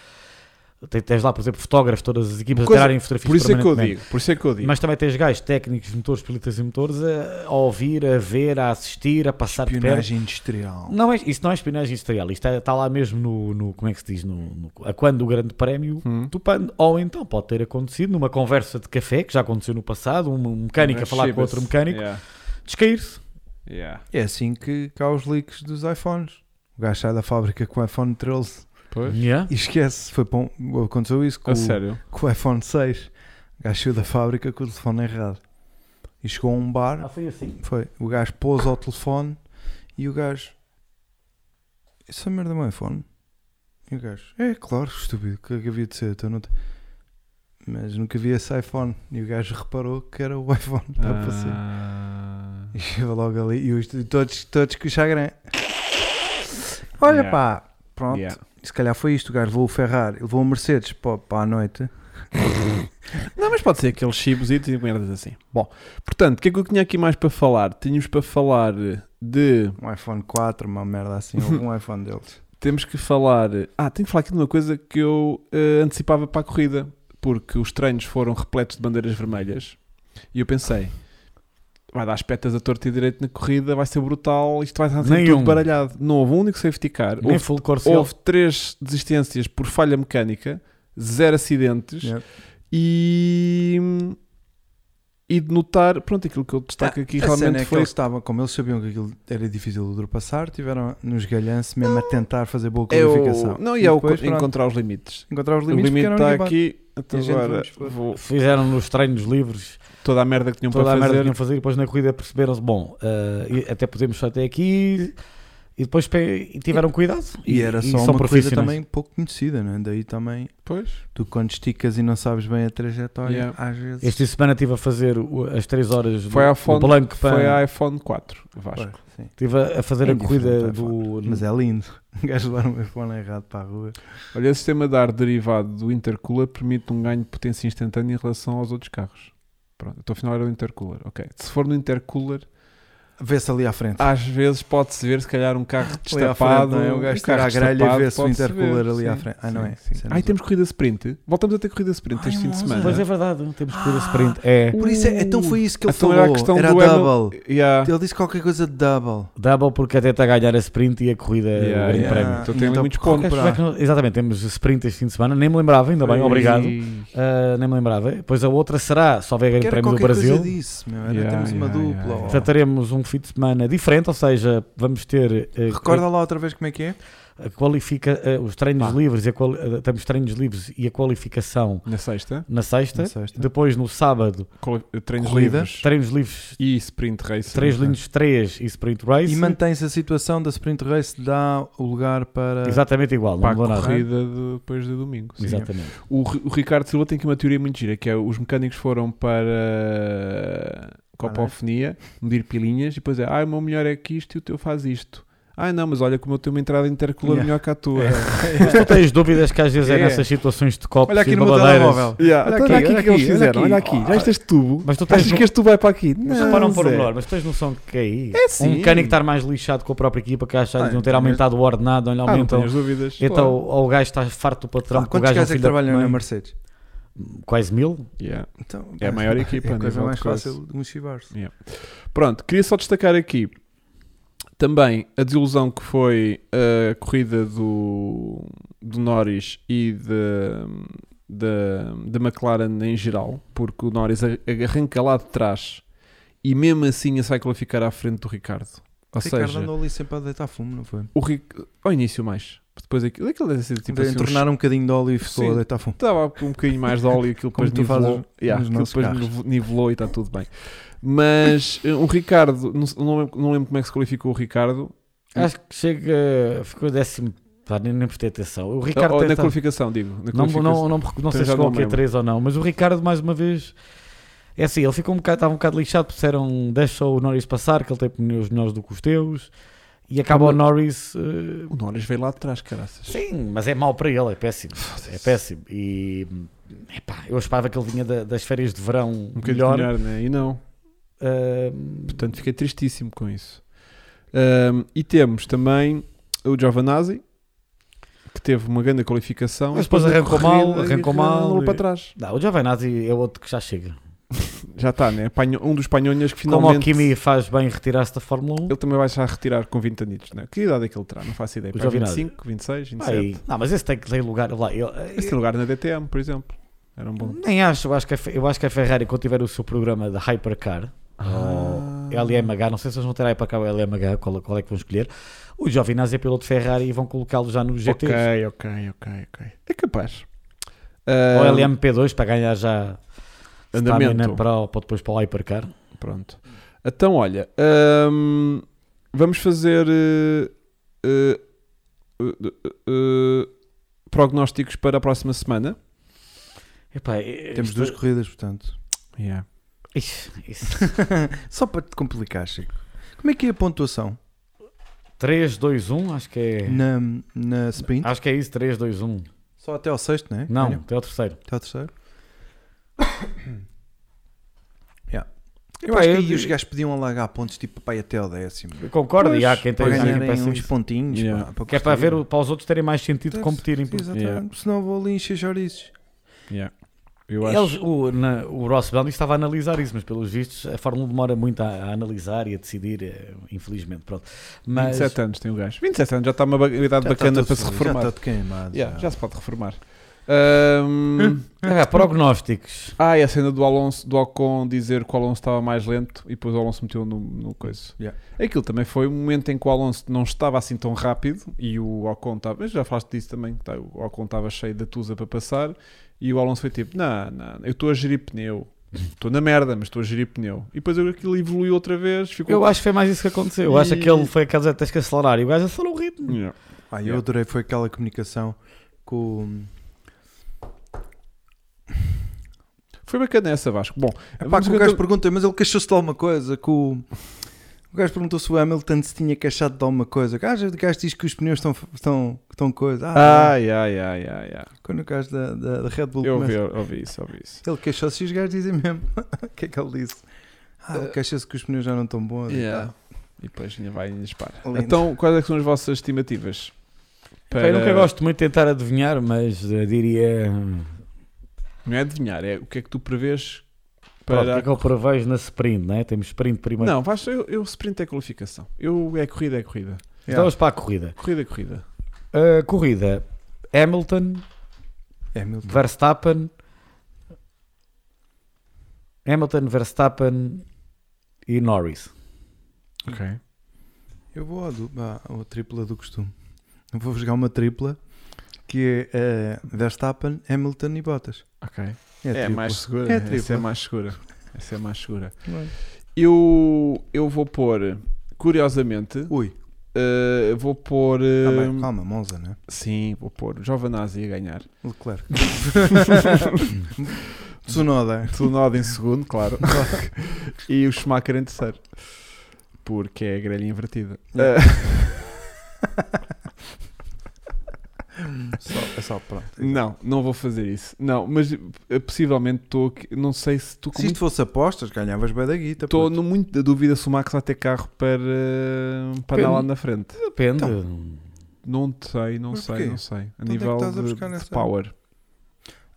Speaker 3: te- Tens lá, por exemplo, fotógrafos, todas as equipas
Speaker 1: Coisa-
Speaker 3: a tirarem fotografias
Speaker 1: Por isso é que eu
Speaker 3: permanentemente.
Speaker 1: digo, por isso é que eu digo.
Speaker 3: Mas também tens gajos técnicos, motores, pilotos e motores a, a ouvir, a ver, a assistir, a
Speaker 2: Tá
Speaker 3: passar de perto.
Speaker 2: Espionagem industrial.
Speaker 3: Não é, isso não é espionagem industrial, isto está, está lá mesmo no, no- como é que se diz, no, no- a quando o grande prémio
Speaker 1: Hum.
Speaker 3: do PAN, ou então pode ter acontecido numa conversa de café, que já aconteceu no passado, um um mecânico a falar com outro mecânico,
Speaker 1: Yeah,
Speaker 3: descair-se.
Speaker 1: yeah.
Speaker 2: É assim que cá os leaks dos iPhones. O gajo sai da fábrica com o iPhone 13
Speaker 1: Pois.
Speaker 3: Yeah.
Speaker 2: e esquece. Foi para um- Aconteceu isso com,
Speaker 1: A
Speaker 2: o-
Speaker 1: sério.
Speaker 2: com o iPhone 6. O gajo saiu da fábrica com o telefone errado. E chegou a um bar
Speaker 3: Ah, foi assim.
Speaker 2: Foi. O gajo pôs ao telefone e o gajo. Essa merda é um iPhone? E o gajo. É claro, estúpido, que é que havia de ser? Então não te- Mas nunca vi esse iPhone. E o gajo reparou que era o [LAUGHS] iPhone. que estava a passar.
Speaker 1: Ah,
Speaker 2: E chegou logo ali. E os, e todos, todos com o chagrin. Olha
Speaker 1: Yeah.
Speaker 2: pá. Pronto.
Speaker 1: yeah.
Speaker 2: Se calhar foi isto. O gajo levou o Ferrari, levou o Mercedes para, para a noite.
Speaker 1: Não, mas pode ser aqueles chips e merdas assim. Bom, portanto, o que é que eu tinha aqui mais para falar? Tínhamos para falar de.
Speaker 2: Um iPhone 4, uma
Speaker 1: [LAUGHS]
Speaker 2: merda assim. Houve um iPhone deles.
Speaker 1: Temos que falar. Ah, tenho que falar aqui de uma coisa que eu eh, antecipava para a corrida, porque os treinos foram repletos de bandeiras vermelhas e eu pensei: vai dar espetas a torto e direito na corrida, vai ser brutal, isto vai estar sempre
Speaker 3: Nenhum.
Speaker 1: tudo baralhado. Não houve um único safety car,
Speaker 3: Nem
Speaker 1: houve,
Speaker 3: full course
Speaker 1: houve três desistências por falha mecânica, zero acidentes
Speaker 2: Yeah.
Speaker 1: e. E de notar, pronto, aquilo que eu destaco
Speaker 2: Ah,
Speaker 1: aqui
Speaker 2: a cena
Speaker 1: realmente
Speaker 2: é que
Speaker 1: foi
Speaker 2: eles estavam, como eles sabiam que aquilo era difícil de ultrapassar, tiveram nos galhanço mesmo a tentar fazer boa
Speaker 1: é o-
Speaker 2: qualificação.
Speaker 1: não, e é o
Speaker 2: depois,
Speaker 1: co-
Speaker 2: pronto,
Speaker 1: encontrar os limites.
Speaker 2: encontrar os
Speaker 1: O limite,
Speaker 2: limites porque
Speaker 1: está
Speaker 2: era um
Speaker 1: aqui, então
Speaker 2: E a gente
Speaker 1: agora
Speaker 2: vamos explorar.
Speaker 1: vou,
Speaker 3: Fizeram nos treinos livres
Speaker 1: toda a merda que tinham
Speaker 3: toda
Speaker 1: para
Speaker 3: a merda que
Speaker 1: fazer.
Speaker 3: tinham a fazer e depois na corrida perceberam-se, bom, ah, e- até podemos só até aqui e depois pe- e tiveram cuidado.
Speaker 2: E, era só
Speaker 3: são
Speaker 2: uma coisa
Speaker 3: profissionais.
Speaker 2: também pouco conhecida, não é? Daí também,
Speaker 1: Pois.
Speaker 2: tu quando esticas e não sabes bem a trajetória,
Speaker 1: Yeah.
Speaker 2: às vezes...
Speaker 3: Este semana estive a fazer o- as 3 horas do,
Speaker 1: Foi à
Speaker 3: do
Speaker 1: fonte,
Speaker 3: Blanco
Speaker 1: Foi
Speaker 3: Pan.
Speaker 1: a iPhone 4, Vasco.
Speaker 2: Pá, sim.
Speaker 3: Estive a, a fazer
Speaker 2: É
Speaker 3: a corrida
Speaker 2: indiferente,
Speaker 3: do.
Speaker 2: Mas é lindo. [LAUGHS] O gajo levar um iPhone errado para a rua.
Speaker 1: Olha, o sistema de ar derivado do intercooler permite um ganho de potência instantânea em relação aos outros carros. Pronto, então afinal era o intercooler. Ok. Se for no intercooler,
Speaker 2: Vê-se ali à frente.
Speaker 1: às vezes pode-se ver se calhar um carro
Speaker 2: [LAUGHS] ali à
Speaker 1: destapado. um
Speaker 2: frente, não é? O gajo tira a grelha e vê-se o intercooler ali à frente. Ah, não é? Isso era
Speaker 1: Aí temos corrida sprint. Voltamos a ter corrida sprint
Speaker 2: Ai,
Speaker 1: este fim de
Speaker 2: nossa.
Speaker 1: semana.
Speaker 3: Pois é verdade, não temos que
Speaker 1: Ah.
Speaker 3: ir a sprint. É
Speaker 2: Por isso, é, então foi isso que ele
Speaker 1: Então
Speaker 2: falou.
Speaker 1: era a questão
Speaker 2: era
Speaker 1: do
Speaker 2: double.
Speaker 1: Yeah.
Speaker 2: Ele disse qualquer coisa de double.
Speaker 3: double porque até está a ganhar a sprint e a corrida é
Speaker 1: Yeah,
Speaker 3: o grande
Speaker 1: yeah.
Speaker 3: prémio.
Speaker 1: Então tem ali muitos
Speaker 2: corre
Speaker 1: pontos.
Speaker 2: para-
Speaker 3: Como é que não- Exatamente, temos sprint este fim de semana, nem me lembrava, ainda Tá bem,
Speaker 1: Ei.
Speaker 3: obrigado. Ah, nem me lembrava. Pois a outra será, só houver grande
Speaker 2: Que era
Speaker 3: prémio do
Speaker 2: qualquer coisa
Speaker 3: Brasil.
Speaker 2: disso, meu. Era,
Speaker 1: Yeah,
Speaker 2: temos uma
Speaker 1: yeah,
Speaker 2: dupla.
Speaker 1: yeah,
Speaker 2: ó.
Speaker 1: yeah.
Speaker 3: Portanto, teremos um fim de semana diferente, ou seja, vamos ter eh,
Speaker 2: Recorda lá outra vez como é que é?
Speaker 3: a qualifica, eh, os treinos
Speaker 1: Ah.
Speaker 3: livres, e a quali- eh, temos treinos livres e a qualificação
Speaker 1: Na sexta,
Speaker 3: na sexta,
Speaker 2: Na sexta.
Speaker 3: depois no sábado,
Speaker 1: col- treinos
Speaker 2: Corrida.
Speaker 1: livres
Speaker 3: treinos livres
Speaker 1: e sprint race. né?
Speaker 3: 3 linhas 3 e sprint race,
Speaker 2: E mantém-se a situação da Sprint Race, dá o lugar para.
Speaker 3: exatamente igual, não
Speaker 1: Para a
Speaker 3: mudou nada.
Speaker 1: corrida de- depois de domingo. sim.
Speaker 3: Exatamente.
Speaker 2: [LAUGHS]
Speaker 1: O, Ri- o Ricardo Silva tem aqui uma teoria muito gira, que é os mecânicos foram para copofonia,
Speaker 3: Ah,
Speaker 1: medir pilinhas, e depois é, ah, o meu melhor é que isto e o teu faz isto. Ah, não, mas olha como eu tenho uma entrada intercolor
Speaker 2: Yeah.
Speaker 1: melhor que a tua. [LAUGHS]
Speaker 3: É.
Speaker 2: É.
Speaker 3: Mas tu tens dúvidas que às vezes é,
Speaker 1: É.
Speaker 3: nessas situações de copos
Speaker 2: [LAUGHS] Olha aqui
Speaker 3: e
Speaker 2: no meu
Speaker 3: babadeiras.
Speaker 2: telemóvel.
Speaker 1: Yeah,
Speaker 2: Olha
Speaker 1: então
Speaker 2: aqui,
Speaker 1: olha aqui o
Speaker 2: olha
Speaker 1: que eles
Speaker 2: aqui,
Speaker 1: fizeram,
Speaker 2: olha
Speaker 1: olha
Speaker 2: aqui.
Speaker 1: aqui. Já este tubo.
Speaker 3: Mas tu tens um-
Speaker 1: Achas que este tubo vai para aqui?
Speaker 3: Mas
Speaker 1: Não,
Speaker 3: repara um pormenor,
Speaker 1: Zé.
Speaker 3: mas tens noção de que aí
Speaker 1: É sim.
Speaker 3: um mecânico estar mais lixado com a própria equipa que achar de não ter
Speaker 2: Ah,
Speaker 3: aumentado o ordenado, ou lhe
Speaker 1: Ah, não
Speaker 3: aumentam.
Speaker 1: tenhas dúvidas.
Speaker 3: então
Speaker 1: Claro.
Speaker 3: ou o gajo está farto do patrão,
Speaker 2: Ah,
Speaker 3: porque o
Speaker 2: quantos
Speaker 3: gajo é um
Speaker 2: gajos é que
Speaker 3: filho da
Speaker 2: trabalham na
Speaker 3: mãe.
Speaker 2: Mercedes?
Speaker 3: Quase mil?
Speaker 1: Yeah.
Speaker 2: Então,
Speaker 1: É a maior equipa,
Speaker 2: É
Speaker 1: a
Speaker 2: a coisa
Speaker 1: nível
Speaker 2: mais
Speaker 1: de coisa.
Speaker 2: fácil de motivar-se.
Speaker 1: Pronto, queria só destacar aqui também a desilusão que foi a corrida do, do Norris e da da- da McLaren em geral, porque o Norris a- arranca lá de trás e mesmo assim a sai qualificar à frente do Ricardo. Ou
Speaker 2: Ricardo
Speaker 1: seja,
Speaker 2: andou ali sempre a deitar fumo, não foi?
Speaker 1: o Ric... ao início mais, depois aquilo, aquilo deve ser tipo
Speaker 2: Tipo,
Speaker 1: assim, uns-
Speaker 2: entornar um bocadinho de óleo e ficou
Speaker 1: Sim.
Speaker 2: a deitar fumo.
Speaker 1: Estava com um bocadinho mais de óleo e aquilo
Speaker 2: Como
Speaker 1: depois
Speaker 2: tu fazes
Speaker 1: nivelou. Yeah,
Speaker 2: nos
Speaker 1: aquilo
Speaker 2: nossos
Speaker 1: depois
Speaker 2: carros.
Speaker 1: nive- nivelou e está tudo bem. Mas eh, o Ricardo, não, se- não lembro, não lembro como é que se qualificou o Ricardo.
Speaker 3: Acho que chega. Ficou décimo. Pá, nem, nem prestei atenção. O Ricardo
Speaker 1: Ou na
Speaker 3: tenta-
Speaker 1: qualificação, digo. Na
Speaker 3: não,
Speaker 1: qualificação.
Speaker 3: não, não, me recordo- não sei
Speaker 1: Então
Speaker 3: se
Speaker 1: já
Speaker 3: chegou ao
Speaker 1: não me
Speaker 3: Q3 ou não, mas o Ricardo, mais uma vez, é assim, ele ficou um bocado, estava um bocado lixado, puseram, deixou o Norris passar, que ele tem pneus melhores do que os teus, e acaba o
Speaker 1: Como-
Speaker 3: Norris. eh,
Speaker 1: O Norris veio lá de trás, caraças.
Speaker 3: Sim, mas é mau para ele, é péssimo. É péssimo. E epá, eu esperava que ele vinha da- das férias de verão
Speaker 1: Um bocadinho
Speaker 3: melhor.
Speaker 1: melhor, né? E não.
Speaker 3: Ahm,
Speaker 1: Portanto, fiquei tristíssimo com isso. Ahm, e temos também o Giovanazzi, que teve uma grande qualificação.
Speaker 3: Mas depois arrancou
Speaker 1: na corrida,
Speaker 3: mal, arrancou
Speaker 1: e
Speaker 3: mal
Speaker 1: andou
Speaker 3: e-
Speaker 1: para trás.
Speaker 3: não, o Giovinazzi é outro que já chega.
Speaker 1: Já está, né? Panho- Um dos panhonhas que
Speaker 3: Como
Speaker 1: finalmente.
Speaker 3: o Kimi faz bem retirar-se da Fórmula 1,
Speaker 1: Ele também vai já retirar com 20 anitos, não é? Que idade é que ele terá? Não faço ideia.
Speaker 3: O
Speaker 1: Pá,
Speaker 3: Giovinazzi.
Speaker 1: 25, 26, 27.
Speaker 3: vai- não, mas esse tem que ter lugar lá. Ele-
Speaker 1: Esse tem lugar na DTM, por exemplo. Era um bom.
Speaker 3: Nem acho, eu acho, que a, Fe- eu acho que a Ferrari, quando tiver o seu programa de Hypercar,
Speaker 1: Ah.
Speaker 3: ou LMH, não sei se eles vão ter Hypercar ou LMH, qual, qual é que vão escolher. O Giovinazzi é piloto de Ferrari e vão colocá-lo já no GT
Speaker 1: Ok, ok, ok, ok. É capaz.
Speaker 3: ou
Speaker 1: Ah,
Speaker 3: LMP2 para ganhar já
Speaker 1: Andamento.
Speaker 3: stamina para, o- para depois para o Hypercar.
Speaker 1: Pronto. Então, olha, hum, vamos fazer eh, eh, eh, eh, prognósticos para a próxima semana.
Speaker 3: Epá, eh,
Speaker 2: Temos
Speaker 3: isto- é-
Speaker 2: duas corridas, portanto.
Speaker 1: Yeah.
Speaker 3: Ixi, isso. [LAUGHS]
Speaker 2: Só para te complicar, Chico. Como é que é a pontuação
Speaker 3: 3, 2, 1, acho que é.
Speaker 2: na, na sprint?
Speaker 3: Acho que é isso, 3, 2, 1.
Speaker 2: Só até ao sexto, não é?
Speaker 3: Não,
Speaker 2: Olha,
Speaker 3: até o terceiro.
Speaker 2: Até ao terceiro. [COUGHS] Yeah. Eu
Speaker 3: Epá,
Speaker 2: acho que
Speaker 3: eu-
Speaker 2: aí os gajos podiam alagar pontos tipo pai até ao décimo.
Speaker 3: Eu concordo, e há quem
Speaker 2: Para
Speaker 3: tenha
Speaker 1: é,
Speaker 3: quem
Speaker 2: ganharem
Speaker 3: pense
Speaker 2: uns
Speaker 3: isso.
Speaker 2: pontinhos.
Speaker 1: Yeah.
Speaker 2: pá, para
Speaker 3: Que é para,
Speaker 2: construir.
Speaker 3: ver, o- para os outros terem mais sentido de
Speaker 2: Deve-
Speaker 3: competirem.
Speaker 2: Sim, Exatamente.
Speaker 1: Yeah.
Speaker 2: Senão vou ali encher chouriços.
Speaker 1: Yeah. Eu acho.
Speaker 3: Eles, o, na- o Ross Brown estava a analisar isso, mas pelos vistos a Fórmula 1 demora muito a, a analisar e a decidir, eh, infelizmente. Pronto. Mas
Speaker 1: 27 anos tem o gajo. 27 anos já está uma ba- idade
Speaker 2: Já
Speaker 1: Ah, bacana
Speaker 2: está tudo
Speaker 1: para se
Speaker 2: fodido,
Speaker 1: reformar.
Speaker 2: Já está tudo queimado.
Speaker 1: Yeah,
Speaker 2: já.
Speaker 1: já se pode reformar.
Speaker 2: [LAUGHS]
Speaker 1: Ahm,
Speaker 3: Ah, prognósticos.
Speaker 1: ah, e a cena do Alonso, do Ocon dizer que o Alonso estava mais lento e depois o Alonso meteu no, no coiso.
Speaker 2: Yeah.
Speaker 1: Aquilo também foi um momento em que o Alonso não estava assim tão rápido e o Ocon estava. Mas já falaste disso também, que tá, o Ocon estava cheio de tusa para passar e o Alonso foi tipo: Não, não, eu estou a gerir pneu. Estou na merda, mas estou a gerir pneu. E depois aquilo evoluiu outra vez. Ficou um
Speaker 3: Eu acho que foi mais isso que aconteceu. Eu acho
Speaker 1: E-
Speaker 3: que ele foi aqueles até que acelerar e o gajo acelerou o ritmo.
Speaker 1: Yeah.
Speaker 2: Ah, eu
Speaker 1: Yeah.
Speaker 2: adorei, foi aquela comunicação com
Speaker 1: Foi bacana essa, Vasco. Bom,
Speaker 2: Epá,
Speaker 1: vamos
Speaker 2: que o
Speaker 1: ver
Speaker 2: gajo
Speaker 1: então-
Speaker 2: pergunta, mas ele queixou-se de alguma coisa. Que o... o gajo perguntou se o Hamilton se tinha queixado de alguma coisa. Que, ah, o gajo diz que os pneus estão, estão, estão coisa. Ah,
Speaker 1: Ai, ai, ai, ai, ai.
Speaker 2: Quando o gajo da, da, da Red Bull
Speaker 1: Eu ouvi,
Speaker 2: começa.
Speaker 1: ouvi isso, ouvi isso.
Speaker 2: Ele queixou-se e os gajos dizem mesmo. [LAUGHS] O que é que ele disse? Ah, ele queixa-se que os pneus já não estão bons. e
Speaker 1: Yeah.
Speaker 2: tal.
Speaker 1: E depois ainda vai e dispara.
Speaker 2: tá. Lindo.
Speaker 1: Então, quais é que são as vossas estimativas?
Speaker 3: Pá, Eu nunca gosto muito de tentar adivinhar, mas eh, diria. hum,
Speaker 1: Não é adivinhar, é o que é que tu prevês
Speaker 3: Pronto, o que é
Speaker 1: para.
Speaker 3: que eu prevejo na sprint, né? Temos sprint primeiro.
Speaker 1: Não, vais, eu, eu sprint é qualificação. Eu é corrida, é corrida.
Speaker 3: Então
Speaker 2: Yeah.
Speaker 3: vamos para a corrida.
Speaker 1: Corrida, é corrida.
Speaker 3: A corrida: Hamilton,
Speaker 2: É Hamilton.
Speaker 3: Verstappen. Hamilton, Verstappen e Norris.
Speaker 1: Ok.
Speaker 2: Eu vou à, du- à, à tripla do costume. Eu vou jogar uma tripla que é eh, Verstappen, Hamilton e Bottas.
Speaker 1: Ok.
Speaker 2: a
Speaker 1: É,
Speaker 2: tripla.
Speaker 1: mais segura.
Speaker 2: É a
Speaker 1: Essa
Speaker 2: tripla.
Speaker 1: é mais segura. Essa é mais segura.
Speaker 2: Bem.
Speaker 1: Eu, eu vou pôr, curiosamente,
Speaker 2: Ui,
Speaker 1: eh, vou pôr. eh,
Speaker 2: calma, calma, Monza, né?
Speaker 1: Sim, vou pôr Giovanazzi a ganhar. [LAUGHS]
Speaker 2: Leclerc. [LAUGHS] Tsunoda.
Speaker 1: Tsunoda em segundo, claro. e o Schumacher em terceiro. Porque é a grelha invertida.
Speaker 2: É.
Speaker 1: Eh,
Speaker 2: Só, é só, pronto.
Speaker 1: não, não vou fazer isso. Não, mas eh, possivelmente estou. aqui- Não sei se estou com
Speaker 2: Se isto fosse apostas, ganhavas bem da guita.
Speaker 1: Estou
Speaker 2: puto.
Speaker 1: no muito da dúvida se o Max vai ter carro para, eh, para dar lá na frente.
Speaker 3: Depende.
Speaker 1: Então. Não sei, não
Speaker 2: Mas
Speaker 1: sei,
Speaker 2: porquê?
Speaker 1: não sei. A
Speaker 2: Onde é que
Speaker 1: nível
Speaker 2: estás a
Speaker 1: de,
Speaker 2: buscar
Speaker 1: de
Speaker 2: essa-
Speaker 1: power.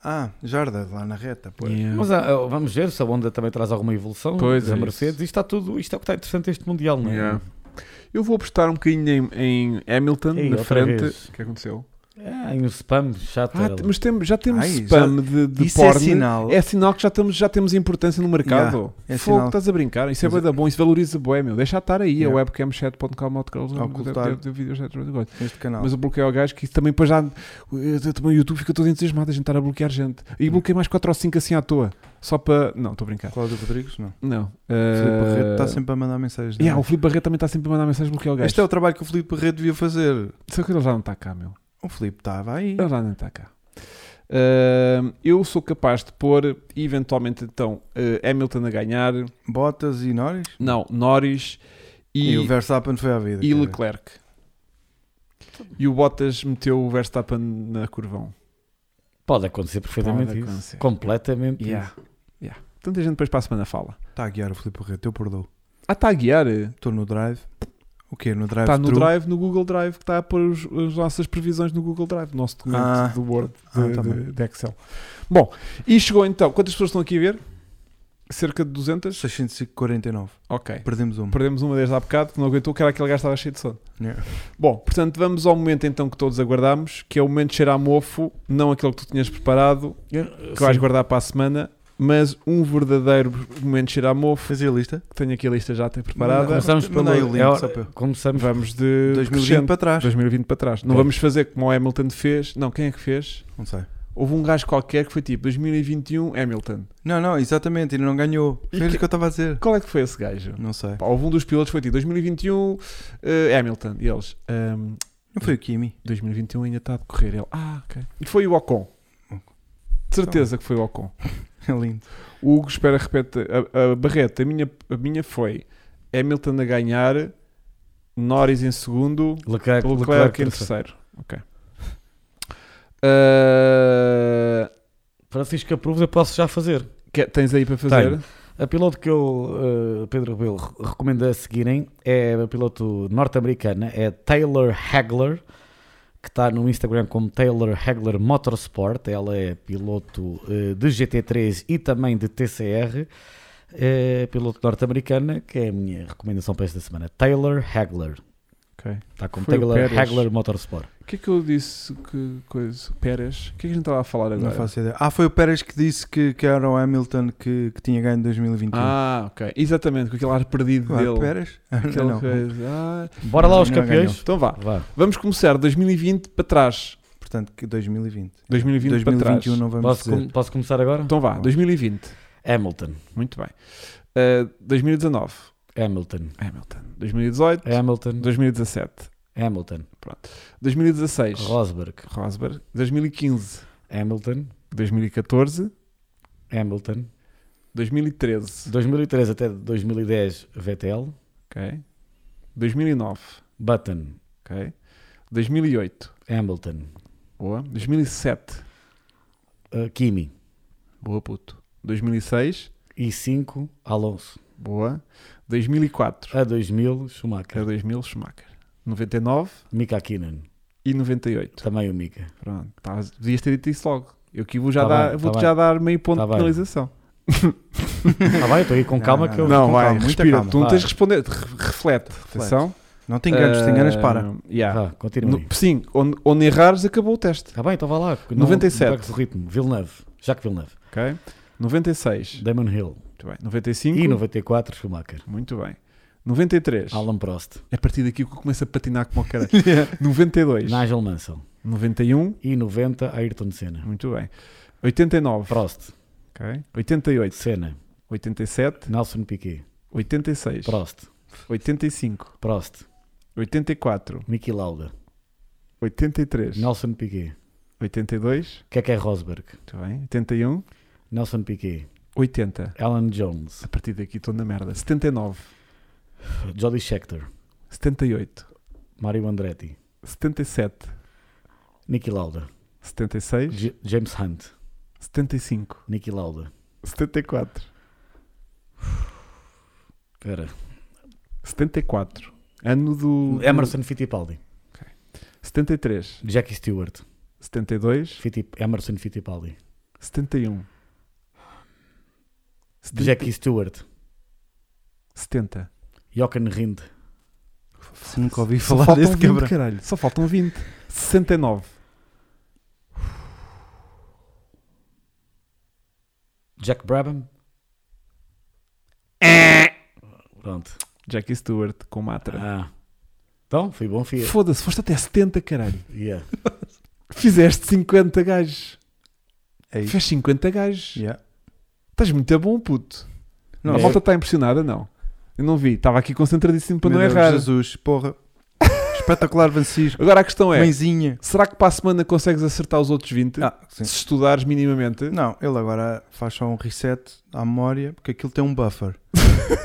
Speaker 2: Ah, Jarda, lá na reta. Pois.
Speaker 1: Yeah.
Speaker 3: Mas ah, ah, vamos ver se a Honda também traz alguma evolução.
Speaker 1: Pois,
Speaker 3: a
Speaker 1: é
Speaker 3: Mercedes.
Speaker 1: isso.
Speaker 3: Isto, está tudo, isto é o que está interessante este Mundial,
Speaker 2: um,
Speaker 3: não é?
Speaker 1: Yeah.
Speaker 2: né?
Speaker 1: Eu vou apostar um bocadinho em, em Hamilton
Speaker 3: Ei,
Speaker 1: na
Speaker 3: outra
Speaker 1: frente.
Speaker 3: vez.
Speaker 1: O que aconteceu?
Speaker 3: Ah, e um spam chato.
Speaker 1: Ah,
Speaker 3: era ali.
Speaker 1: mas temos, já temos
Speaker 2: Ai,
Speaker 1: spam de, de
Speaker 2: Isso
Speaker 1: porn.
Speaker 2: é sinal.
Speaker 1: É sinal que já, estamos, já temos importância no mercado.
Speaker 2: Yeah, é
Speaker 1: Fogo,
Speaker 2: sinal.
Speaker 1: estás a brincar. Isso é
Speaker 2: Mas-
Speaker 1: bué da bom, isso valoriza bué, meu. Deixa estar aí
Speaker 2: Yeah.
Speaker 1: a webcam
Speaker 2: Ocultar.
Speaker 1: chat.com.br.
Speaker 2: Este canal.
Speaker 1: Mas eu bloqueei ao gajo que isso também depois já. eh, eu- Também o YouTube fica todo entusiasmado a gente estar a bloquear gente. E
Speaker 2: Hum.
Speaker 1: bloqueei mais 4 ou 5 assim à toa. Só para. Não, estou a brincar.
Speaker 2: Cláudio Rodrigues, não.
Speaker 1: Não.
Speaker 2: Filipe
Speaker 1: Eh,
Speaker 2: Barreto está sempre a mandar mensagens. não
Speaker 1: yeah,
Speaker 2: é?
Speaker 1: o Filipe Barreto também está sempre a mandar mensagem bloquear o gajo.
Speaker 2: Este é o trabalho que o Filipe Barreto devia fazer.
Speaker 1: Só que ele já não está cá, meu.
Speaker 2: O Filipe estava aí.
Speaker 1: Ele já não está cá. Eh, eu sou capaz de pôr, eventualmente, então, eh, Hamilton a ganhar.
Speaker 2: Bottas e Norris.
Speaker 1: Não, Norris
Speaker 2: E,
Speaker 1: e,
Speaker 2: o Verstappen foi à vida.
Speaker 1: e
Speaker 2: cara.
Speaker 1: Leclerc. E o Bottas meteu o Verstappen na curvão.
Speaker 3: Pode acontecer perfeitamente
Speaker 1: Pode
Speaker 3: isso.
Speaker 1: acontecer.
Speaker 3: Completamente
Speaker 1: Yeah. Yeah. Tanta gente depois para a semana fala.
Speaker 2: Está Tá a guiar o Filipe Barreto, eu perdoo.
Speaker 1: Ah, está a guiar?
Speaker 2: Estou no drive. O quê? No drive
Speaker 1: Está Tá no
Speaker 2: thru?
Speaker 1: Drive, no Google Drive, que está a pôr os- as nossas previsões no Google Drive, nosso documento
Speaker 2: Ah.
Speaker 1: do Word,
Speaker 2: Ah,
Speaker 1: de,
Speaker 2: tá
Speaker 1: de-
Speaker 2: bem.
Speaker 1: de Excel. Bom, e chegou então, quantas pessoas estão aqui a ver? Cerca de 200?
Speaker 2: 649.
Speaker 1: Ok.
Speaker 2: Perdemos Né? um.
Speaker 1: Perdemos uma desde há bocado, que não aguentou, que era aquele gajo que estava cheio de sono.
Speaker 2: Yeah.
Speaker 1: Bom, portanto, vamos ao momento então que todos aguardámos, que é o momento de cheirar a mofo, não aquele que tu tinhas preparado,
Speaker 2: É,
Speaker 1: que vais guardar para a semana, mas um verdadeiro momento de cheirar a mofo,
Speaker 2: Fazia a lista.
Speaker 1: que tenho aqui a lista já até preparada.
Speaker 2: Mas-
Speaker 3: Começamos
Speaker 2: Manda aí o
Speaker 3: pelo.
Speaker 2: link,
Speaker 3: é hora-
Speaker 2: só para eu-
Speaker 3: começamos.
Speaker 1: Vamos de
Speaker 2: 2020
Speaker 1: crescente.
Speaker 2: para trás.
Speaker 1: 2020 para trás. Não
Speaker 2: Ok.
Speaker 1: vamos fazer como o Hamilton fez. Não, quem é que fez?
Speaker 2: Não sei.
Speaker 1: Houve um gajo qualquer que foi tipo 2021 Hamilton.
Speaker 2: Não, não, exatamente. Ele não ganhou.
Speaker 1: E
Speaker 2: Foi isso
Speaker 1: que-
Speaker 2: que... eu estava a dizer.
Speaker 1: Qual é que foi esse gajo?
Speaker 2: Não sei.
Speaker 1: Pá, houve um dos pilotos que foi tipo 2021 eh, Hamilton. E eles, ehm,
Speaker 2: Não foi o Kimi.
Speaker 1: 2021 ainda está a decorrer. Ele, ah, ok. E foi o Ocon. De certeza que foi o Ocon.
Speaker 2: É lindo.
Speaker 1: O Hugo, espera, repete. A, a Barreto, a minha, a minha foi Hamilton a ganhar, Norris em segundo,
Speaker 3: Leclerc,
Speaker 1: Leclerc,
Speaker 3: Leclerc
Speaker 1: em
Speaker 3: terceiro.
Speaker 1: terceiro. Ok. Eh,
Speaker 3: Francisco Aproves, eu posso já fazer.
Speaker 1: Que- tens aí para fazer?
Speaker 3: A piloto que eu, eh, Pedro Rebelo, re- recomenda a seguirem é a piloto norte-americana, é Taylor Hagler, que está no Instagram como Taylor Hagler Motorsport. Ela é piloto eh, de GT3 e também de TCR. eh, piloto norte-americana, que é a minha recomendação para esta semana. Taylor Hagler.
Speaker 1: Ok.
Speaker 3: Está como
Speaker 1: Foi o
Speaker 3: Taylor
Speaker 1: Pérez.
Speaker 3: Hagler Motorsport.
Speaker 1: O que é que eu disse? Que coisa? Pérez? O que é que a gente estava a falar agora?
Speaker 2: Não faço ideia. Ah, foi o Pérez que disse que, que era o Hamilton que, que tinha ganho em 2021.
Speaker 1: Ah, ok. Exatamente, com aquele ar perdido
Speaker 2: Claro,
Speaker 1: dele.
Speaker 2: [LAUGHS] Pérez?
Speaker 1: Aquela
Speaker 2: não, não.
Speaker 1: coisa. Ah,
Speaker 3: Bora lá, os
Speaker 2: Ganhou,
Speaker 3: campeões.
Speaker 1: Então vá.
Speaker 3: Vá.
Speaker 1: Vamos começar 2020 para trás.
Speaker 2: Portanto, que 2020.
Speaker 1: 2020 para
Speaker 2: 2021
Speaker 1: trás.
Speaker 2: não vamos
Speaker 3: Posso,
Speaker 2: dizer.
Speaker 3: com- posso começar agora?
Speaker 1: Então vá, 2020.
Speaker 3: Hamilton.
Speaker 1: Muito bem. Ah, 2019.
Speaker 3: Hamilton.
Speaker 1: Hamilton. 2018.
Speaker 3: Hamilton.
Speaker 1: 2017.
Speaker 3: Hamilton.
Speaker 1: 2016.
Speaker 3: Rosberg.
Speaker 1: Rosberg. 2015.
Speaker 3: Hamilton,
Speaker 1: 2014.
Speaker 3: Hamilton,
Speaker 1: 2013.
Speaker 3: 2003 até 2010 VTL,
Speaker 1: Ok. 2009.
Speaker 3: Button,
Speaker 1: Ok. 2008.
Speaker 3: Hamilton,
Speaker 1: Boa. 2007.
Speaker 3: uh, Kimi,
Speaker 1: Boa, puto. 2006.
Speaker 3: I5, Alonso,
Speaker 1: Boa. 2004.
Speaker 3: a 2000
Speaker 1: Que era
Speaker 3: Schumacher,
Speaker 1: 2000, Schumacher. 99
Speaker 3: Mika Kinen,
Speaker 1: e 98.
Speaker 3: também o Mika.
Speaker 1: Pronto. Tavas- devias ter dito isso logo. Eu aqui vou já
Speaker 3: Tá
Speaker 1: dar,
Speaker 3: bem,
Speaker 1: vou
Speaker 3: tá
Speaker 1: já dar meio ponto
Speaker 3: Tá
Speaker 1: de
Speaker 3: bem.
Speaker 1: penalização.
Speaker 3: Tá bem, estou aí com calma que eu.
Speaker 1: Não,
Speaker 2: com
Speaker 1: vai,
Speaker 2: calma, muita
Speaker 1: respira.
Speaker 2: calma,
Speaker 1: tu não
Speaker 3: vai.
Speaker 1: tens de responder. Re- Reflete. Atenção.
Speaker 2: Não tem ganas, tem ganas,
Speaker 1: Ah,
Speaker 2: para.
Speaker 1: yeah.
Speaker 3: Vá, Tá, continua. aí.
Speaker 1: No- sim, onde, onde errares acabou o teste.
Speaker 3: Tá bem, então vá lá. Não-
Speaker 1: 97.
Speaker 3: Não percas o ritmo. Villeneuve, Jacques Villeneuve,
Speaker 1: Ok. 96.
Speaker 3: Damon Hill
Speaker 1: Muito bem. 95.
Speaker 3: e 94 Schumacher.
Speaker 1: Muito bem. 93.
Speaker 3: Alan Prost,
Speaker 1: É a partir daqui que eu começo a patinar como o
Speaker 3: [LAUGHS]
Speaker 1: cara. 92.
Speaker 3: Nigel Mansell
Speaker 1: 91.
Speaker 3: e 90 Ayrton Senna.
Speaker 1: Muito bem. 89.
Speaker 3: Prost,
Speaker 1: ok. 88.
Speaker 3: Senna,
Speaker 1: 87.
Speaker 3: Nelson Piquet,
Speaker 1: 86.
Speaker 3: Prost,
Speaker 1: 85.
Speaker 3: Prost,
Speaker 1: 84.
Speaker 3: Niki Lauda,
Speaker 1: 83.
Speaker 3: Nelson Piquet,
Speaker 1: 82.
Speaker 3: Keke Rosberg,
Speaker 1: Muito bem. 81.
Speaker 3: Nelson Piquet,
Speaker 1: 80.
Speaker 3: Alan Jones,
Speaker 1: A partir daqui estou na merda. 79.
Speaker 3: Jody Scheckter,
Speaker 1: 78.
Speaker 3: Mario Andretti,
Speaker 1: 77.
Speaker 3: Niki Lauda,
Speaker 1: 76.
Speaker 3: J- James Hunt,
Speaker 1: 75.
Speaker 3: Niki Lauda.
Speaker 1: 74.
Speaker 3: Cara,
Speaker 1: 74. Ano do.
Speaker 3: Emerson Fittipaldi,
Speaker 1: 73.
Speaker 3: Jackie Stewart,
Speaker 1: 72.
Speaker 3: Fittip- Emerson Fittipaldi,
Speaker 1: 71.
Speaker 3: Jackie Stewart,
Speaker 1: 70.
Speaker 3: Jochen Rindt,
Speaker 2: Nunca ouvi
Speaker 1: Só
Speaker 2: falar
Speaker 1: faltam
Speaker 2: desse
Speaker 1: 20,
Speaker 2: quebra.
Speaker 1: caralho. Só faltam 20. 69.
Speaker 3: Jack Brabham. Pronto.
Speaker 1: Jackie Stewart com Matra.
Speaker 3: Ah. Então, fui bom, fui.
Speaker 1: Foda-se, foste até 70, caralho.
Speaker 3: Yeah.
Speaker 1: Fizeste 50 gajos.
Speaker 2: É isso.
Speaker 1: Fez 50 gajos.
Speaker 2: Yeah.
Speaker 1: Estás muito bom, puto.
Speaker 2: Não,
Speaker 1: a
Speaker 3: É.
Speaker 1: malta está impressionada, não. Eu não vi. Estava aqui concentradíssimo para não
Speaker 2: Meu Deus,
Speaker 1: errar.
Speaker 2: Jesus, [LAUGHS] porra. Espetacular, Francisco.
Speaker 1: Agora a questão é:
Speaker 2: Mãezinha.
Speaker 1: será que para a semana consegues acertar os outros 20?
Speaker 2: Ah, sim.
Speaker 1: Se estudares minimamente.
Speaker 2: Não, ele agora faz só um reset à memória, porque aquilo tem um buffer.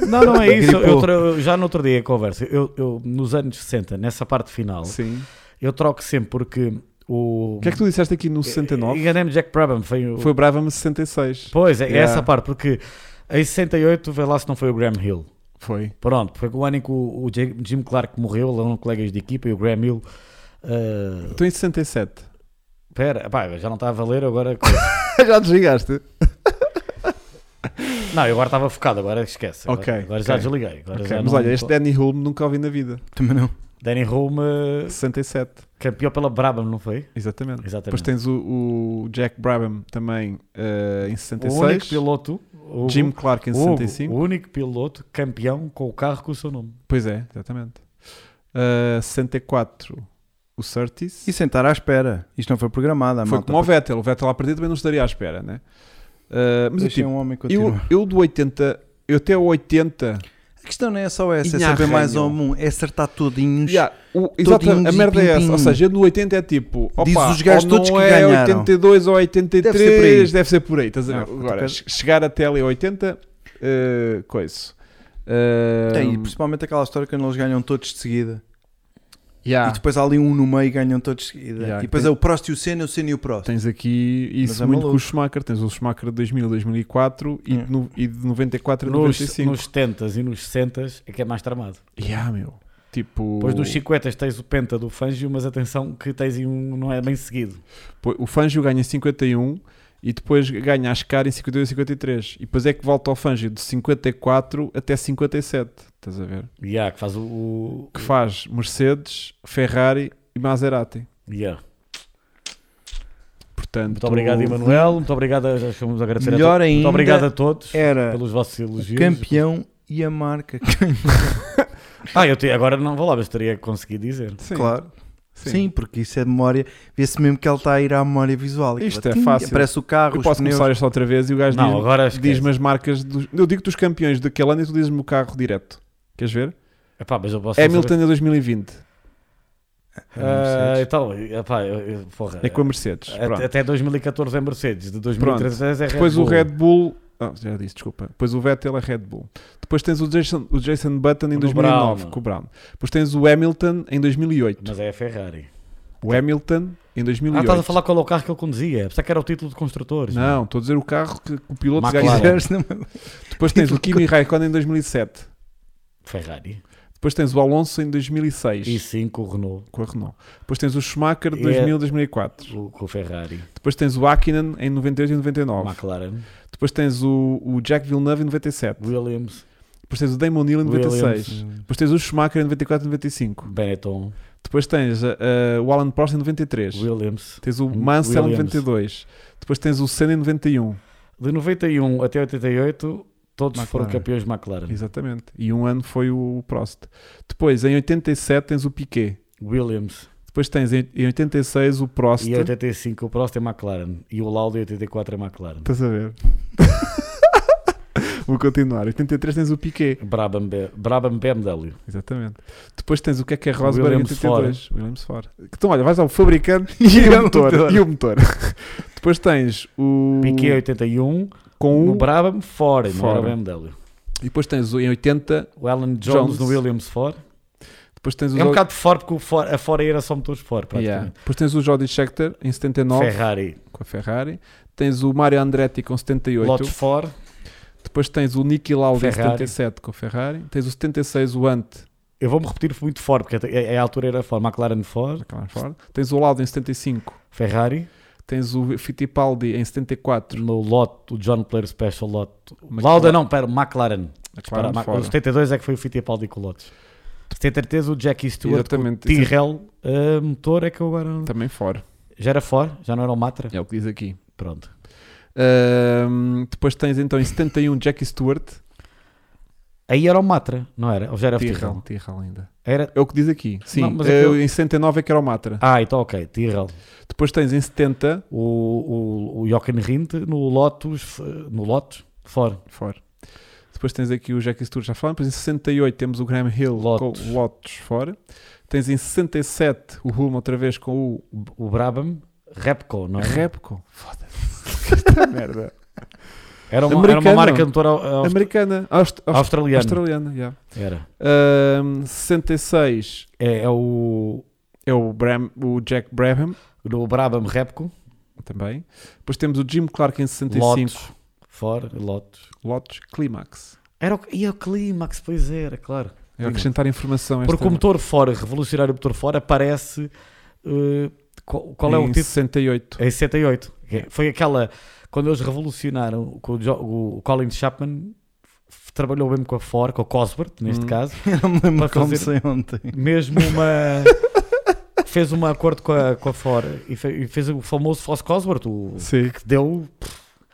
Speaker 3: Não, não é isso.
Speaker 2: Gripou.
Speaker 3: Eu tra- já no outro dia a conversa, eu, eu, nos anos 60, nessa parte final,
Speaker 1: Sim.
Speaker 3: eu troco sempre porque o.
Speaker 1: O que é que tu disseste aqui no 69?
Speaker 3: Enganei-me, Jack Brabham. Foi o...
Speaker 1: Foi Brava-me 66.
Speaker 3: Pois, é é
Speaker 1: Yeah.
Speaker 3: essa parte, porque em 68, vê lá se não foi o Graham Hill.
Speaker 1: Foi.
Speaker 3: Pronto, foi o ano em que o, o Jim Jim Clark morreu, eles eram colegas de equipa e o Graham Hill. ah,
Speaker 1: Estou em 67.
Speaker 3: Pera, pá, já não está a valer
Speaker 1: [LAUGHS]
Speaker 3: agora. coisa.
Speaker 1: Já desligaste?
Speaker 3: não, eu agora estava focado, agora esquece. Agora,
Speaker 1: Ok,
Speaker 3: agora já
Speaker 1: ok.
Speaker 3: desliguei. Agora
Speaker 1: Ok,
Speaker 3: já
Speaker 1: Mas
Speaker 3: não-
Speaker 1: olha, este é Danny Hulme nunca ouvi na vida.
Speaker 2: Também não.
Speaker 3: Danny Home,
Speaker 1: 67.
Speaker 3: campeão pela Brabham, não foi?
Speaker 1: Exatamente. Depois
Speaker 3: Exatamente.
Speaker 1: tens o, o Jack Brabham também eh, em
Speaker 3: o único
Speaker 1: 66.
Speaker 3: piloto, o
Speaker 1: Jim Clark em
Speaker 3: Hugo,
Speaker 1: 65.
Speaker 3: o único piloto campeão com o carro com o seu nome.
Speaker 1: Pois é, exatamente. Eh, 64, o Surtis.
Speaker 2: E sentar à espera. Isto não foi programado, a
Speaker 1: Foi
Speaker 2: é malta.
Speaker 1: como o Vettel. O Vettel à partida também não estaria à espera, né? Eh, mas eu,
Speaker 2: Deixem
Speaker 1: tipo,
Speaker 2: um homem
Speaker 1: eu,
Speaker 2: continuar.
Speaker 1: eu do 80, eu até o 80.
Speaker 2: A questão não é só essa, é
Speaker 1: Inha
Speaker 2: saber mais
Speaker 1: arranham.
Speaker 2: ao mundo, é acertar todinhos.
Speaker 1: Yeah, o- exata- a
Speaker 2: Todinhos e
Speaker 1: merda é essa. Ou
Speaker 2: pim-pim.
Speaker 1: seja, eu no 80 é tipo, opa,
Speaker 2: Diz os gajos
Speaker 1: ou
Speaker 2: todos
Speaker 1: não
Speaker 2: que
Speaker 1: é
Speaker 2: ganharam.
Speaker 1: 82 ou 83,
Speaker 2: Deve ser por aí.
Speaker 1: deve ser por aí. Estás a ver?
Speaker 2: Ah, puta,
Speaker 1: Agora,
Speaker 2: cara.
Speaker 1: che- chegar até ali a 80, eh, coisa. Eh,
Speaker 2: Tem, e principalmente aquela história quando eles ganham todos de seguida.
Speaker 1: yeah.
Speaker 2: E depois há ali um no meio e ganham todos de seguida.
Speaker 1: Yeah,
Speaker 2: e depois
Speaker 1: tem-
Speaker 2: é o Prost e o Senna, o Senna e o Prost.
Speaker 1: Tens aqui
Speaker 2: Mas
Speaker 1: isso
Speaker 2: é
Speaker 1: muito com
Speaker 2: maluco.
Speaker 1: o Schumacher. Tens o Schumacher de 2000 a 2004 e,
Speaker 2: É.
Speaker 1: de no- e de 94 a
Speaker 3: Nos,
Speaker 1: 95.
Speaker 3: nos 70s e nos 60s é que é mais tramado.
Speaker 1: Yeah, meu. Tipo,
Speaker 3: Depois nos 50s tens o penta do Fangio, mas atenção que tens aí um não é bem seguido.
Speaker 1: pô, o Fangio ganha em 51 e depois ganha a Ascar em 52 e 53. E depois é que volta ao Fangio de 54 até 57. Estás a ver?
Speaker 3: Yeah, que faz o- o...
Speaker 1: que faz Mercedes, Ferrari e Maserati.
Speaker 3: Yeah.
Speaker 1: Portanto,
Speaker 3: Muito obrigado, Emanuel. Muito obrigado. a- Já vamos agradecer a
Speaker 2: Melhor
Speaker 3: to-
Speaker 2: ainda
Speaker 3: Muito obrigado a todos
Speaker 2: Era
Speaker 3: pelos vossos elogios.
Speaker 2: campeão e a marca.
Speaker 3: Ah, eu te- agora não vou lá, mas teria conseguido dizer.
Speaker 1: Sim,
Speaker 2: Claro.
Speaker 1: sim.
Speaker 2: Sim. porque isso é de memória. Vê-se mesmo que ele está a ir à memória visual.
Speaker 1: Isto
Speaker 2: Aquilo,
Speaker 1: é
Speaker 2: tim,
Speaker 1: fácil.
Speaker 2: Aparece o carro,
Speaker 1: Eu
Speaker 2: os
Speaker 1: posso
Speaker 2: pneus.
Speaker 1: começar isto outra vez e o gajo
Speaker 3: Não,
Speaker 1: diz-
Speaker 3: agora esquece.
Speaker 1: diz-me as marcas dos. Eu digo-te os campeões daquele ano e tu dizes-me o carro direto. Queres ver?
Speaker 3: Epá, mas eu posso
Speaker 1: Hamilton em 2020.
Speaker 3: fazer- Ah, então, epá, eu- eu- porra,
Speaker 1: É com a Mercedes.
Speaker 3: até-
Speaker 1: Pronto.
Speaker 3: Até 2014 é Mercedes, de 2013 é Red
Speaker 1: Depois
Speaker 3: Bull.
Speaker 1: o Red Bull. Ah, já disse, desculpa. Depois o Vettel é Red Bull. Depois tens o Jason, o Jason Button em
Speaker 3: No
Speaker 1: 2009
Speaker 3: Brown. é?
Speaker 1: com o Brown. Depois tens o Hamilton em 2008.
Speaker 3: Mas é a Ferrari.
Speaker 1: O Hamilton em
Speaker 3: Ah,
Speaker 1: 2008.
Speaker 3: estás a falar qual é o carro que ele conduzia. Pensava que era o título de construtores.
Speaker 1: Não, estou a dizer o carro que que o piloto
Speaker 3: McLaren.
Speaker 1: ganhou.
Speaker 2: Quiseres, não-
Speaker 1: Depois tens
Speaker 3: [LAUGHS]
Speaker 1: o Kimi Raikkonen em 2007.
Speaker 3: Ferrari.
Speaker 1: Depois tens o Alonso em 2006
Speaker 3: E 5 o Renault
Speaker 1: com a Renault. Depois tens o Schumacher de
Speaker 3: E é-
Speaker 1: 2000 a 2004.
Speaker 3: o- com o Ferrari.
Speaker 1: Depois tens o Hakkinen em 98 e 99.
Speaker 3: McLaren.
Speaker 1: Depois tens o, o Jack Villeneuve em 97.
Speaker 3: Williams.
Speaker 1: Depois tens o Damon Hill em 96.
Speaker 3: Williams.
Speaker 1: Depois tens o Schumacher em 94 e 95.
Speaker 3: Benetton.
Speaker 1: Depois tens ah, ah, o Alan Prost em 93.
Speaker 3: Williams.
Speaker 1: Tens o Mansell em
Speaker 3: Williams.
Speaker 1: um.
Speaker 3: um
Speaker 1: 92. Depois tens o Senna em 91.
Speaker 3: De 91 até 88 Todos foram
Speaker 2: McLaren.
Speaker 3: campeões McLaren.
Speaker 1: Exatamente. E um ano foi o Prost. Depois, em 87, tens o Piquet.
Speaker 3: Williams.
Speaker 1: Depois tens em em 86 o Prost.
Speaker 3: E em 85 o Prost é McLaren. E o Lauda em 84 é McLaren.
Speaker 1: Estás a ver? [LAUGHS] Vou continuar. 83 tens o Piquet.
Speaker 3: Brabham, B- Brabham BMW.
Speaker 1: Exatamente. Depois tens o que é que é Rosberg em
Speaker 3: Williams
Speaker 1: 82. Williams Ford. Então, olha, vais ao [LAUGHS] fabricante e o motor. E o motor. [LAUGHS] Depois tens o.
Speaker 3: Piquet 81.
Speaker 1: com
Speaker 3: O
Speaker 1: o.
Speaker 3: um, Brabham Ford, não
Speaker 1: Ford.
Speaker 3: era o BMW.
Speaker 1: E depois tens o em 80.
Speaker 3: O Alan Jones,
Speaker 1: Jones.
Speaker 3: no Williams Ford.
Speaker 1: Depois tens o.
Speaker 3: É um
Speaker 1: Jo-
Speaker 3: bocado de Ford porque o Ford, a Ford era só motores Ford,
Speaker 1: Yeah.
Speaker 3: praticamente.
Speaker 1: Depois tens o Jody Scheckter em 79
Speaker 3: Ferrari,
Speaker 1: com a Ferrari. Tens o Mario Andretti com 78.
Speaker 3: Lotus Ford,
Speaker 1: Depois tens o Niki Lauda em
Speaker 3: Ferrari.
Speaker 1: 77 com a Ferrari. Tens o 76 o Ante
Speaker 3: Eu vou-me repetir muito Ford, porque é, a, a- a altura era Ford, McLaren Ford,
Speaker 1: McLaren Ford. Tens o Lauda em 75.
Speaker 3: Ferrari,
Speaker 1: Tens o Fittipaldi em 74.
Speaker 3: no lote, o John Player Special Lot.
Speaker 1: McLaren-
Speaker 3: Lauda não, pera, McLaren. Espera,
Speaker 1: McLaren
Speaker 3: Mac-
Speaker 1: Ford.
Speaker 3: o 72 é que foi o Fittipaldi com lotes. 73 o Jackie Stewart, com o
Speaker 1: Exatamente. Exa-
Speaker 3: Tyrrell, ah, motor é que eu agora... não-
Speaker 1: Também Ford.
Speaker 3: Já era Ford, já não era o Matra.
Speaker 1: É o que diz aqui.
Speaker 3: Pronto.
Speaker 1: Ahm, depois tens então em 71 Jackie Stewart.
Speaker 3: Aí era o Matra, não era? Ou já era
Speaker 1: Tyrrell.
Speaker 3: Tyrrell?
Speaker 1: Tyrrell ainda.
Speaker 3: Era...
Speaker 1: É o que diz aqui. Sim.
Speaker 3: É Não, mas
Speaker 1: Eh,
Speaker 3: aquilo-
Speaker 1: Em 79 é que era o Matra.
Speaker 3: Ah, então ok, Tyrrell.
Speaker 1: Depois tens em 70
Speaker 3: O, o, o Jochen Rindt no Lotus, eh, no Lotus Ford.
Speaker 1: Ford. Depois tens aqui o Jackie Stewart já falando. Depois em 68 temos o Graham Hill
Speaker 3: Lotus.
Speaker 1: com o Lotus Ford. Tens em 67 o Hulme outra vez com o
Speaker 3: O Brabham, Repco, não é?
Speaker 1: Repco.
Speaker 3: [LAUGHS]
Speaker 1: Foda-se. Esta merda.
Speaker 3: Era uma, era uma
Speaker 1: Americano.
Speaker 3: marca de motor au- au-
Speaker 1: Americana. Aust aust
Speaker 3: australiano.
Speaker 1: australiana. yeah.
Speaker 3: Era.
Speaker 1: Ahm, 66
Speaker 3: É, é o,
Speaker 1: é o, Bram, o Jack Brabham
Speaker 3: o Brabham Repco,
Speaker 1: também. Depois temos o Jim Clark em 65.
Speaker 3: Lotus, Ford, Lotus.
Speaker 1: Lotus Climax.
Speaker 3: Era o, e é o Climax, pois era, claro.
Speaker 1: É acrescentar informação. a esta-
Speaker 3: Porque o motor Ford, revolucionário motor Ford, aparece. eh, qual, qual é o
Speaker 1: em
Speaker 3: tipo?
Speaker 1: 68.
Speaker 3: Em 68. Que É, Foi aquela. Quando eles revolucionaram, com o, Jo- o Colin Chapman f- trabalhou mesmo com a Ford, com a Cosworth, neste
Speaker 1: Hum.
Speaker 3: caso.
Speaker 2: Eu me lembro
Speaker 3: Para
Speaker 2: como
Speaker 3: fazer-
Speaker 2: sei ontem.
Speaker 3: mesmo uma. fez um acordo com a, com a Ford e fe- e fez, o famoso Foss Cosworth, o
Speaker 1: Sim.
Speaker 3: que deu.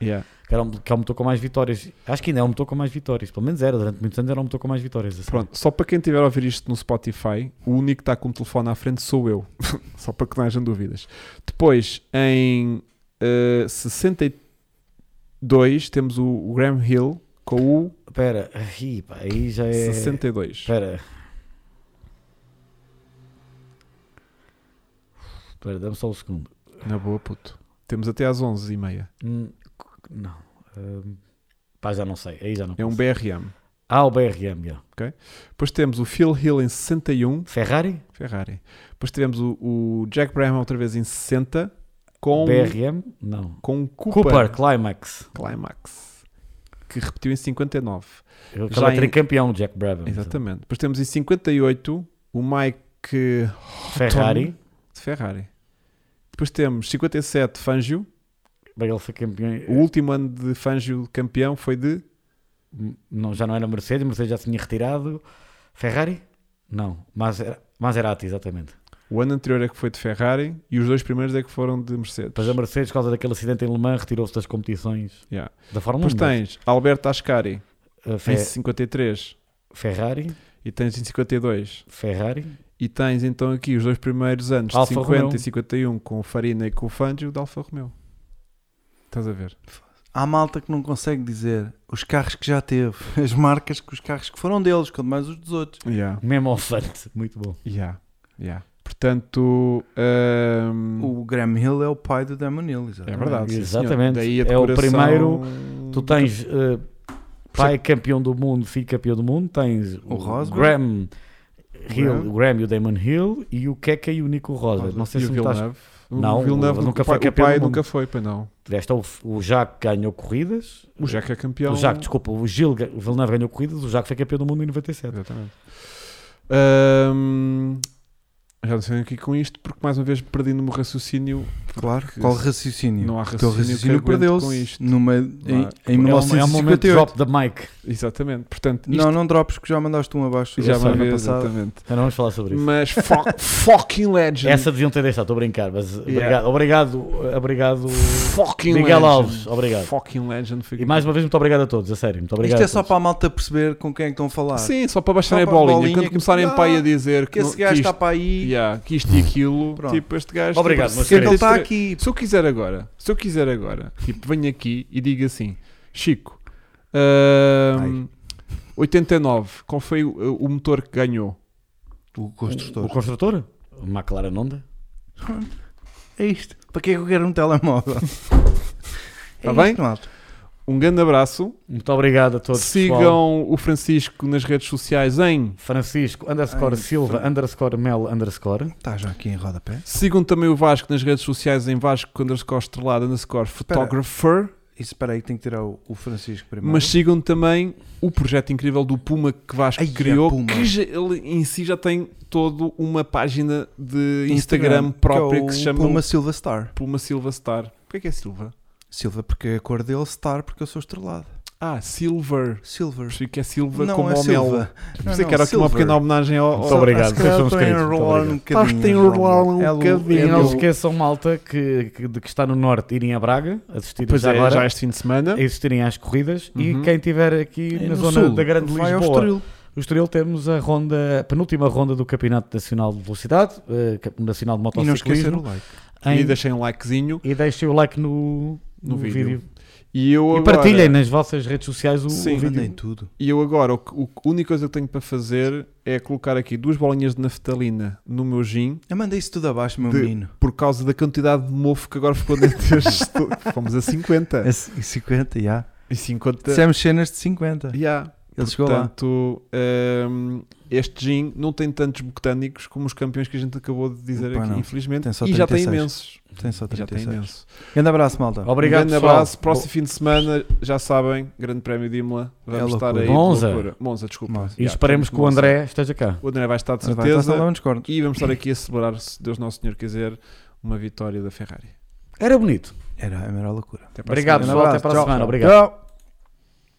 Speaker 1: Yeah.
Speaker 3: Que, era um, que é o motor com mais vitórias. Acho que ainda é o motor com mais vitórias. Pelo menos era, durante muitos anos era o motor com mais vitórias. assim.
Speaker 1: Pronto, só para quem tiver a ouvir isto no Spotify, o único que está com o telefone à frente sou eu. [LAUGHS] só para que não hajam dúvidas. Depois, em eh, 62, temos o, o Graham Hill com o
Speaker 3: Espera, aí, pá, aí já é.
Speaker 1: 62.
Speaker 3: Espera. Espera, dá-me só um segundo.
Speaker 1: Na boa, puto. Temos até às 11h30.
Speaker 3: Hum, Não. hum, pá, já não sei. Aí já não
Speaker 1: É um
Speaker 3: consigo.
Speaker 1: BRM.
Speaker 3: Ah, o BRM, já.
Speaker 1: Depois temos o Phil Hill em 61,
Speaker 3: Ferrari?
Speaker 1: Ferrari. Depois tivemos o, o Jack Brabham outra vez em 60, com,
Speaker 3: BRM? Não.
Speaker 1: com o Cooper,
Speaker 3: Cooper Climax.
Speaker 1: Climax, que repetiu em 59.
Speaker 3: Ele
Speaker 1: Já
Speaker 3: já é
Speaker 1: em-
Speaker 3: tricampeão, Jack Brabham.
Speaker 1: Exatamente. Depois temos em 58 o Mike
Speaker 3: Ferrari.
Speaker 1: de Ferrari. Depois temos 57 Fangio.
Speaker 3: Bem, ele foi campeão.
Speaker 1: O último ano de Fangio campeão foi de
Speaker 3: hum, Não, já não era Mercedes, Mercedes já tinha retirado. Ferrari? Não. Maser- Maserati, exatamente.
Speaker 1: o ano anterior é que foi de Ferrari e os dois primeiros é que foram de Mercedes.
Speaker 3: Depois a Mercedes, por causa daquele acidente em Le Mans, retirou-se das competições
Speaker 1: Yeah.
Speaker 3: da Fórmula 1.
Speaker 1: Depois tens Alberto Ascari
Speaker 3: mas, uh,
Speaker 1: em
Speaker 3: Fe-
Speaker 1: 53
Speaker 3: Ferrari,
Speaker 1: e tens em 52
Speaker 3: Ferrari,
Speaker 1: e tens então aqui os dois primeiros anos de
Speaker 3: Alfa
Speaker 1: 50
Speaker 3: Romeo.
Speaker 1: e 51 com o Farina e com o Fangio da Alfa Romeo. Estás a ver?
Speaker 2: Há malta que não consegue dizer os carros que já teve, [LAUGHS] as marcas que os carros que foram deles, quanto mais os dos outros.
Speaker 1: Yeah.
Speaker 3: mesmo ofante. Muito bom.
Speaker 1: Yeah. Yeah. Portanto, ahm,
Speaker 2: O Graham Hill é o pai do Damon Hill,
Speaker 1: Hum. É
Speaker 2: exatamente.
Speaker 1: verdade. sim, senhor.
Speaker 3: Exatamente.
Speaker 1: Daí a
Speaker 3: É o
Speaker 1: decoração-
Speaker 3: primeiro- Tu tens eh, pai campeão do mundo, filho campeão do mundo, tens
Speaker 2: O Rosberg.
Speaker 3: Graham Hill,
Speaker 2: Graham.
Speaker 3: o Graham e o Damon Hill e o Keke e o Nico Rosberg. Não sei
Speaker 1: E
Speaker 3: se
Speaker 1: o
Speaker 3: me estás...
Speaker 1: Villeneuve.
Speaker 3: Não,
Speaker 1: o Villeneuve
Speaker 3: nunca
Speaker 1: o
Speaker 3: foi
Speaker 1: pai,
Speaker 3: campeão
Speaker 1: O pai
Speaker 3: do mundo.
Speaker 1: nunca foi, pois não.
Speaker 3: Tiveste o, o Jacques que ganhou corridas.
Speaker 1: O Jack é campeão.
Speaker 2: Então,
Speaker 3: O Jacques, desculpa, o Gil, ga- o Villeneuve ganhou corridas, o Jacques foi campeão do mundo em 97.
Speaker 1: Exatamente. Hum, é Ahm, já não sei aqui com isto, porque mais uma vez perdi no meu raciocínio
Speaker 2: Claro,
Speaker 1: Porque
Speaker 2: qual
Speaker 1: se-
Speaker 2: raciocínio?
Speaker 1: Não há
Speaker 2: O teu
Speaker 1: raciocínio,
Speaker 2: raciocínio
Speaker 1: que aguente com
Speaker 2: perdeu-se
Speaker 1: isto.
Speaker 2: no meio-
Speaker 1: Vá.
Speaker 2: em,
Speaker 1: É um-
Speaker 2: em
Speaker 3: É um, é um momento
Speaker 2: 1958.
Speaker 3: drop da mic.
Speaker 1: Exatamente. Portanto, isto
Speaker 2: Não, não drops que já mandaste um abaixo
Speaker 1: já
Speaker 2: da
Speaker 1: vai
Speaker 2: semana
Speaker 1: ver,
Speaker 2: passada.
Speaker 1: exatamente.
Speaker 3: Então não vamos falar sobre isso.
Speaker 1: Mas fo- fucking legend.
Speaker 3: Essa deviam ter deixado, estou a brincar, mas
Speaker 1: Yeah.
Speaker 3: obrigado, obrigado, obrigado.
Speaker 1: fucking
Speaker 3: Miguel
Speaker 1: legend.
Speaker 3: Alves, obrigado.
Speaker 1: Fucking legend. Foi...
Speaker 3: E mais uma vez, muito obrigado a todos, a sério. Muito obrigado.
Speaker 2: Isto é
Speaker 3: a
Speaker 2: só
Speaker 3: todos.
Speaker 2: para a malta perceber com quem é que estão a falar.
Speaker 1: Sim, só para baixarem
Speaker 2: Só
Speaker 1: a
Speaker 2: para a
Speaker 1: bolinha.
Speaker 2: bolinha
Speaker 1: Quando
Speaker 2: que-
Speaker 1: começarem
Speaker 2: Ah,
Speaker 1: para aí a dizer
Speaker 2: Que
Speaker 1: que,
Speaker 2: esse
Speaker 1: não-
Speaker 2: gajo
Speaker 1: que
Speaker 2: está
Speaker 1: isto,
Speaker 2: para aí.
Speaker 1: yeah, que isto e aquilo,
Speaker 2: Pronto.
Speaker 1: tipo, este gajo.
Speaker 3: Obrigado,
Speaker 1: tipo,
Speaker 3: meus
Speaker 1: se-
Speaker 2: Porque é que ele
Speaker 3: queridos.
Speaker 2: está aqui.
Speaker 1: Se eu quiser agora, se eu quiser agora, tipo, venho aqui e digo assim, Chico, ahm, 89, qual foi o, o motor que ganhou?
Speaker 2: O
Speaker 3: O
Speaker 2: construtor.
Speaker 3: construtor? O McLaren Honda?
Speaker 2: É isto. Para que é que eu quero um
Speaker 1: [LAUGHS]
Speaker 2: telemóvel? É
Speaker 1: Está Tá bem?
Speaker 2: malta.
Speaker 1: Um grande abraço.
Speaker 3: Muito obrigado a todos.
Speaker 1: Sigam
Speaker 3: pessoal.
Speaker 1: o Francisco nas redes sociais em.
Speaker 3: Francisco underscore
Speaker 2: Ai,
Speaker 3: Silva
Speaker 2: Fran-
Speaker 3: underscore Mel underscore.
Speaker 2: Está Tá já aqui em rodapé.
Speaker 1: Sigam também o Vasco nas redes sociais em Vasco underscore estrelada underscore photographer.
Speaker 2: Isso, espera aí, que tenho que tirar o, o Francisco primeiro.
Speaker 1: Mas sigam também o projeto incrível do Puma que Vasco
Speaker 2: Ai,
Speaker 1: criou,
Speaker 2: a Puma.
Speaker 1: que já- ele em si já tem toda uma página de Instagram,
Speaker 2: Instagram,
Speaker 1: própria
Speaker 2: é
Speaker 1: que,
Speaker 2: o
Speaker 1: se chama
Speaker 2: Puma
Speaker 1: Puma...
Speaker 2: Silva Star.
Speaker 1: Puma Silva Star. Porquê que é Silva?
Speaker 2: Silva, porque a cor dele é Star, porque eu sou estrelado.
Speaker 1: Ah, Silver.
Speaker 2: Silver.
Speaker 1: Percebi que é Silva
Speaker 2: não,
Speaker 1: como
Speaker 2: é
Speaker 1: o Mel.
Speaker 2: Silva.
Speaker 1: Eu
Speaker 2: Não,
Speaker 1: Pensei
Speaker 2: não,
Speaker 1: que era aqui uma
Speaker 2: Silver.
Speaker 1: pequena homenagem ao.
Speaker 3: Muito
Speaker 1: ao...
Speaker 3: obrigado.
Speaker 2: Ah, se
Speaker 3: vocês
Speaker 2: calhar
Speaker 3: são os
Speaker 2: estou a
Speaker 3: queridos, muito
Speaker 2: enrolar
Speaker 3: obrigado.
Speaker 2: um
Speaker 1: Acho que tem
Speaker 2: bocadinho,
Speaker 1: enrolar um
Speaker 2: É o-
Speaker 1: bocadinho.
Speaker 3: E
Speaker 2: é
Speaker 3: não
Speaker 2: o-
Speaker 1: Eu-
Speaker 3: se esqueçam, malta, que, que- de que está no Norte, irem a Braga, assistir
Speaker 1: Pois
Speaker 3: já
Speaker 1: é,
Speaker 3: agora,
Speaker 1: já este fim de semana.
Speaker 3: a assistirem às corridas. E
Speaker 1: Uhum.
Speaker 3: quem estiver aqui
Speaker 2: É
Speaker 3: na
Speaker 2: no
Speaker 3: zona
Speaker 2: sul.
Speaker 3: da Grande
Speaker 2: Vai ao
Speaker 3: Lisboa,
Speaker 2: Estoril.
Speaker 3: o Estoril, temos a ronda, a penúltima ronda do Campeonato Nacional de Velocidade, eh, Campeonato Nacional de
Speaker 2: E não esquecer o
Speaker 3: Motociclismo.
Speaker 2: like.
Speaker 1: E
Speaker 3: em-
Speaker 1: deixem um likezinho.
Speaker 3: E deixem o like no,
Speaker 1: No
Speaker 3: no vídeo.
Speaker 1: vídeo. E, eu
Speaker 3: E
Speaker 1: agora-
Speaker 3: partilhem nas vossas redes sociais o,
Speaker 1: Sim.
Speaker 3: o
Speaker 2: Mandem
Speaker 3: vídeo.
Speaker 2: tudo.
Speaker 1: E eu agora, o, que- o, a única coisa que tenho para fazer é colocar aqui duas bolinhas de naftalina no meu gin
Speaker 2: Eu mandei isso tudo abaixo, meu
Speaker 1: De-
Speaker 2: menino.
Speaker 1: por causa da quantidade de mofo que agora ficou dentro
Speaker 2: [LAUGHS]
Speaker 1: deste. Fomos a 50.
Speaker 2: É c- 50, já.
Speaker 1: E 50.
Speaker 2: Dissemos cenas de 50.
Speaker 1: Yeah.
Speaker 2: Ele chegou lá.
Speaker 1: Portanto, hum, este gin não tem tantos botânicos como os campeões que a gente acabou de dizer
Speaker 2: Opa,
Speaker 1: aqui,
Speaker 2: não.
Speaker 1: infelizmente.
Speaker 2: Tem só
Speaker 1: e já tem
Speaker 2: 36.
Speaker 1: imensos.
Speaker 2: Tem só
Speaker 1: E Já tem
Speaker 2: 36.
Speaker 1: imensos.
Speaker 2: Grande abraço, malta.
Speaker 1: um
Speaker 3: Obrigado,
Speaker 1: grande
Speaker 3: pessoal.
Speaker 1: abraço. Próximo fim de semana, já sabem, Grande Prémio de Imola. Vamos
Speaker 2: É
Speaker 1: estar aí.
Speaker 2: loucura.
Speaker 1: de
Speaker 3: Monza.
Speaker 1: loucura. Monza, desculpa.
Speaker 2: Monza.
Speaker 3: E
Speaker 1: Yeah,
Speaker 3: esperemos que
Speaker 1: temos
Speaker 3: o
Speaker 1: Monza.
Speaker 3: André esteja cá.
Speaker 1: O André vai estar de
Speaker 2: Vai estar tá, só um a dar
Speaker 1: certeza.
Speaker 2: uns cornos.
Speaker 1: E vamos estar aqui a celebrar, se Deus Nosso Senhor quiser, uma vitória da Ferrari.
Speaker 3: Era bonito.
Speaker 2: Era, era a loucura.
Speaker 1: Até para a
Speaker 3: Obrigado,
Speaker 1: semana.
Speaker 3: pessoal. Até para a semana. Obrigado.
Speaker 2: Tchau.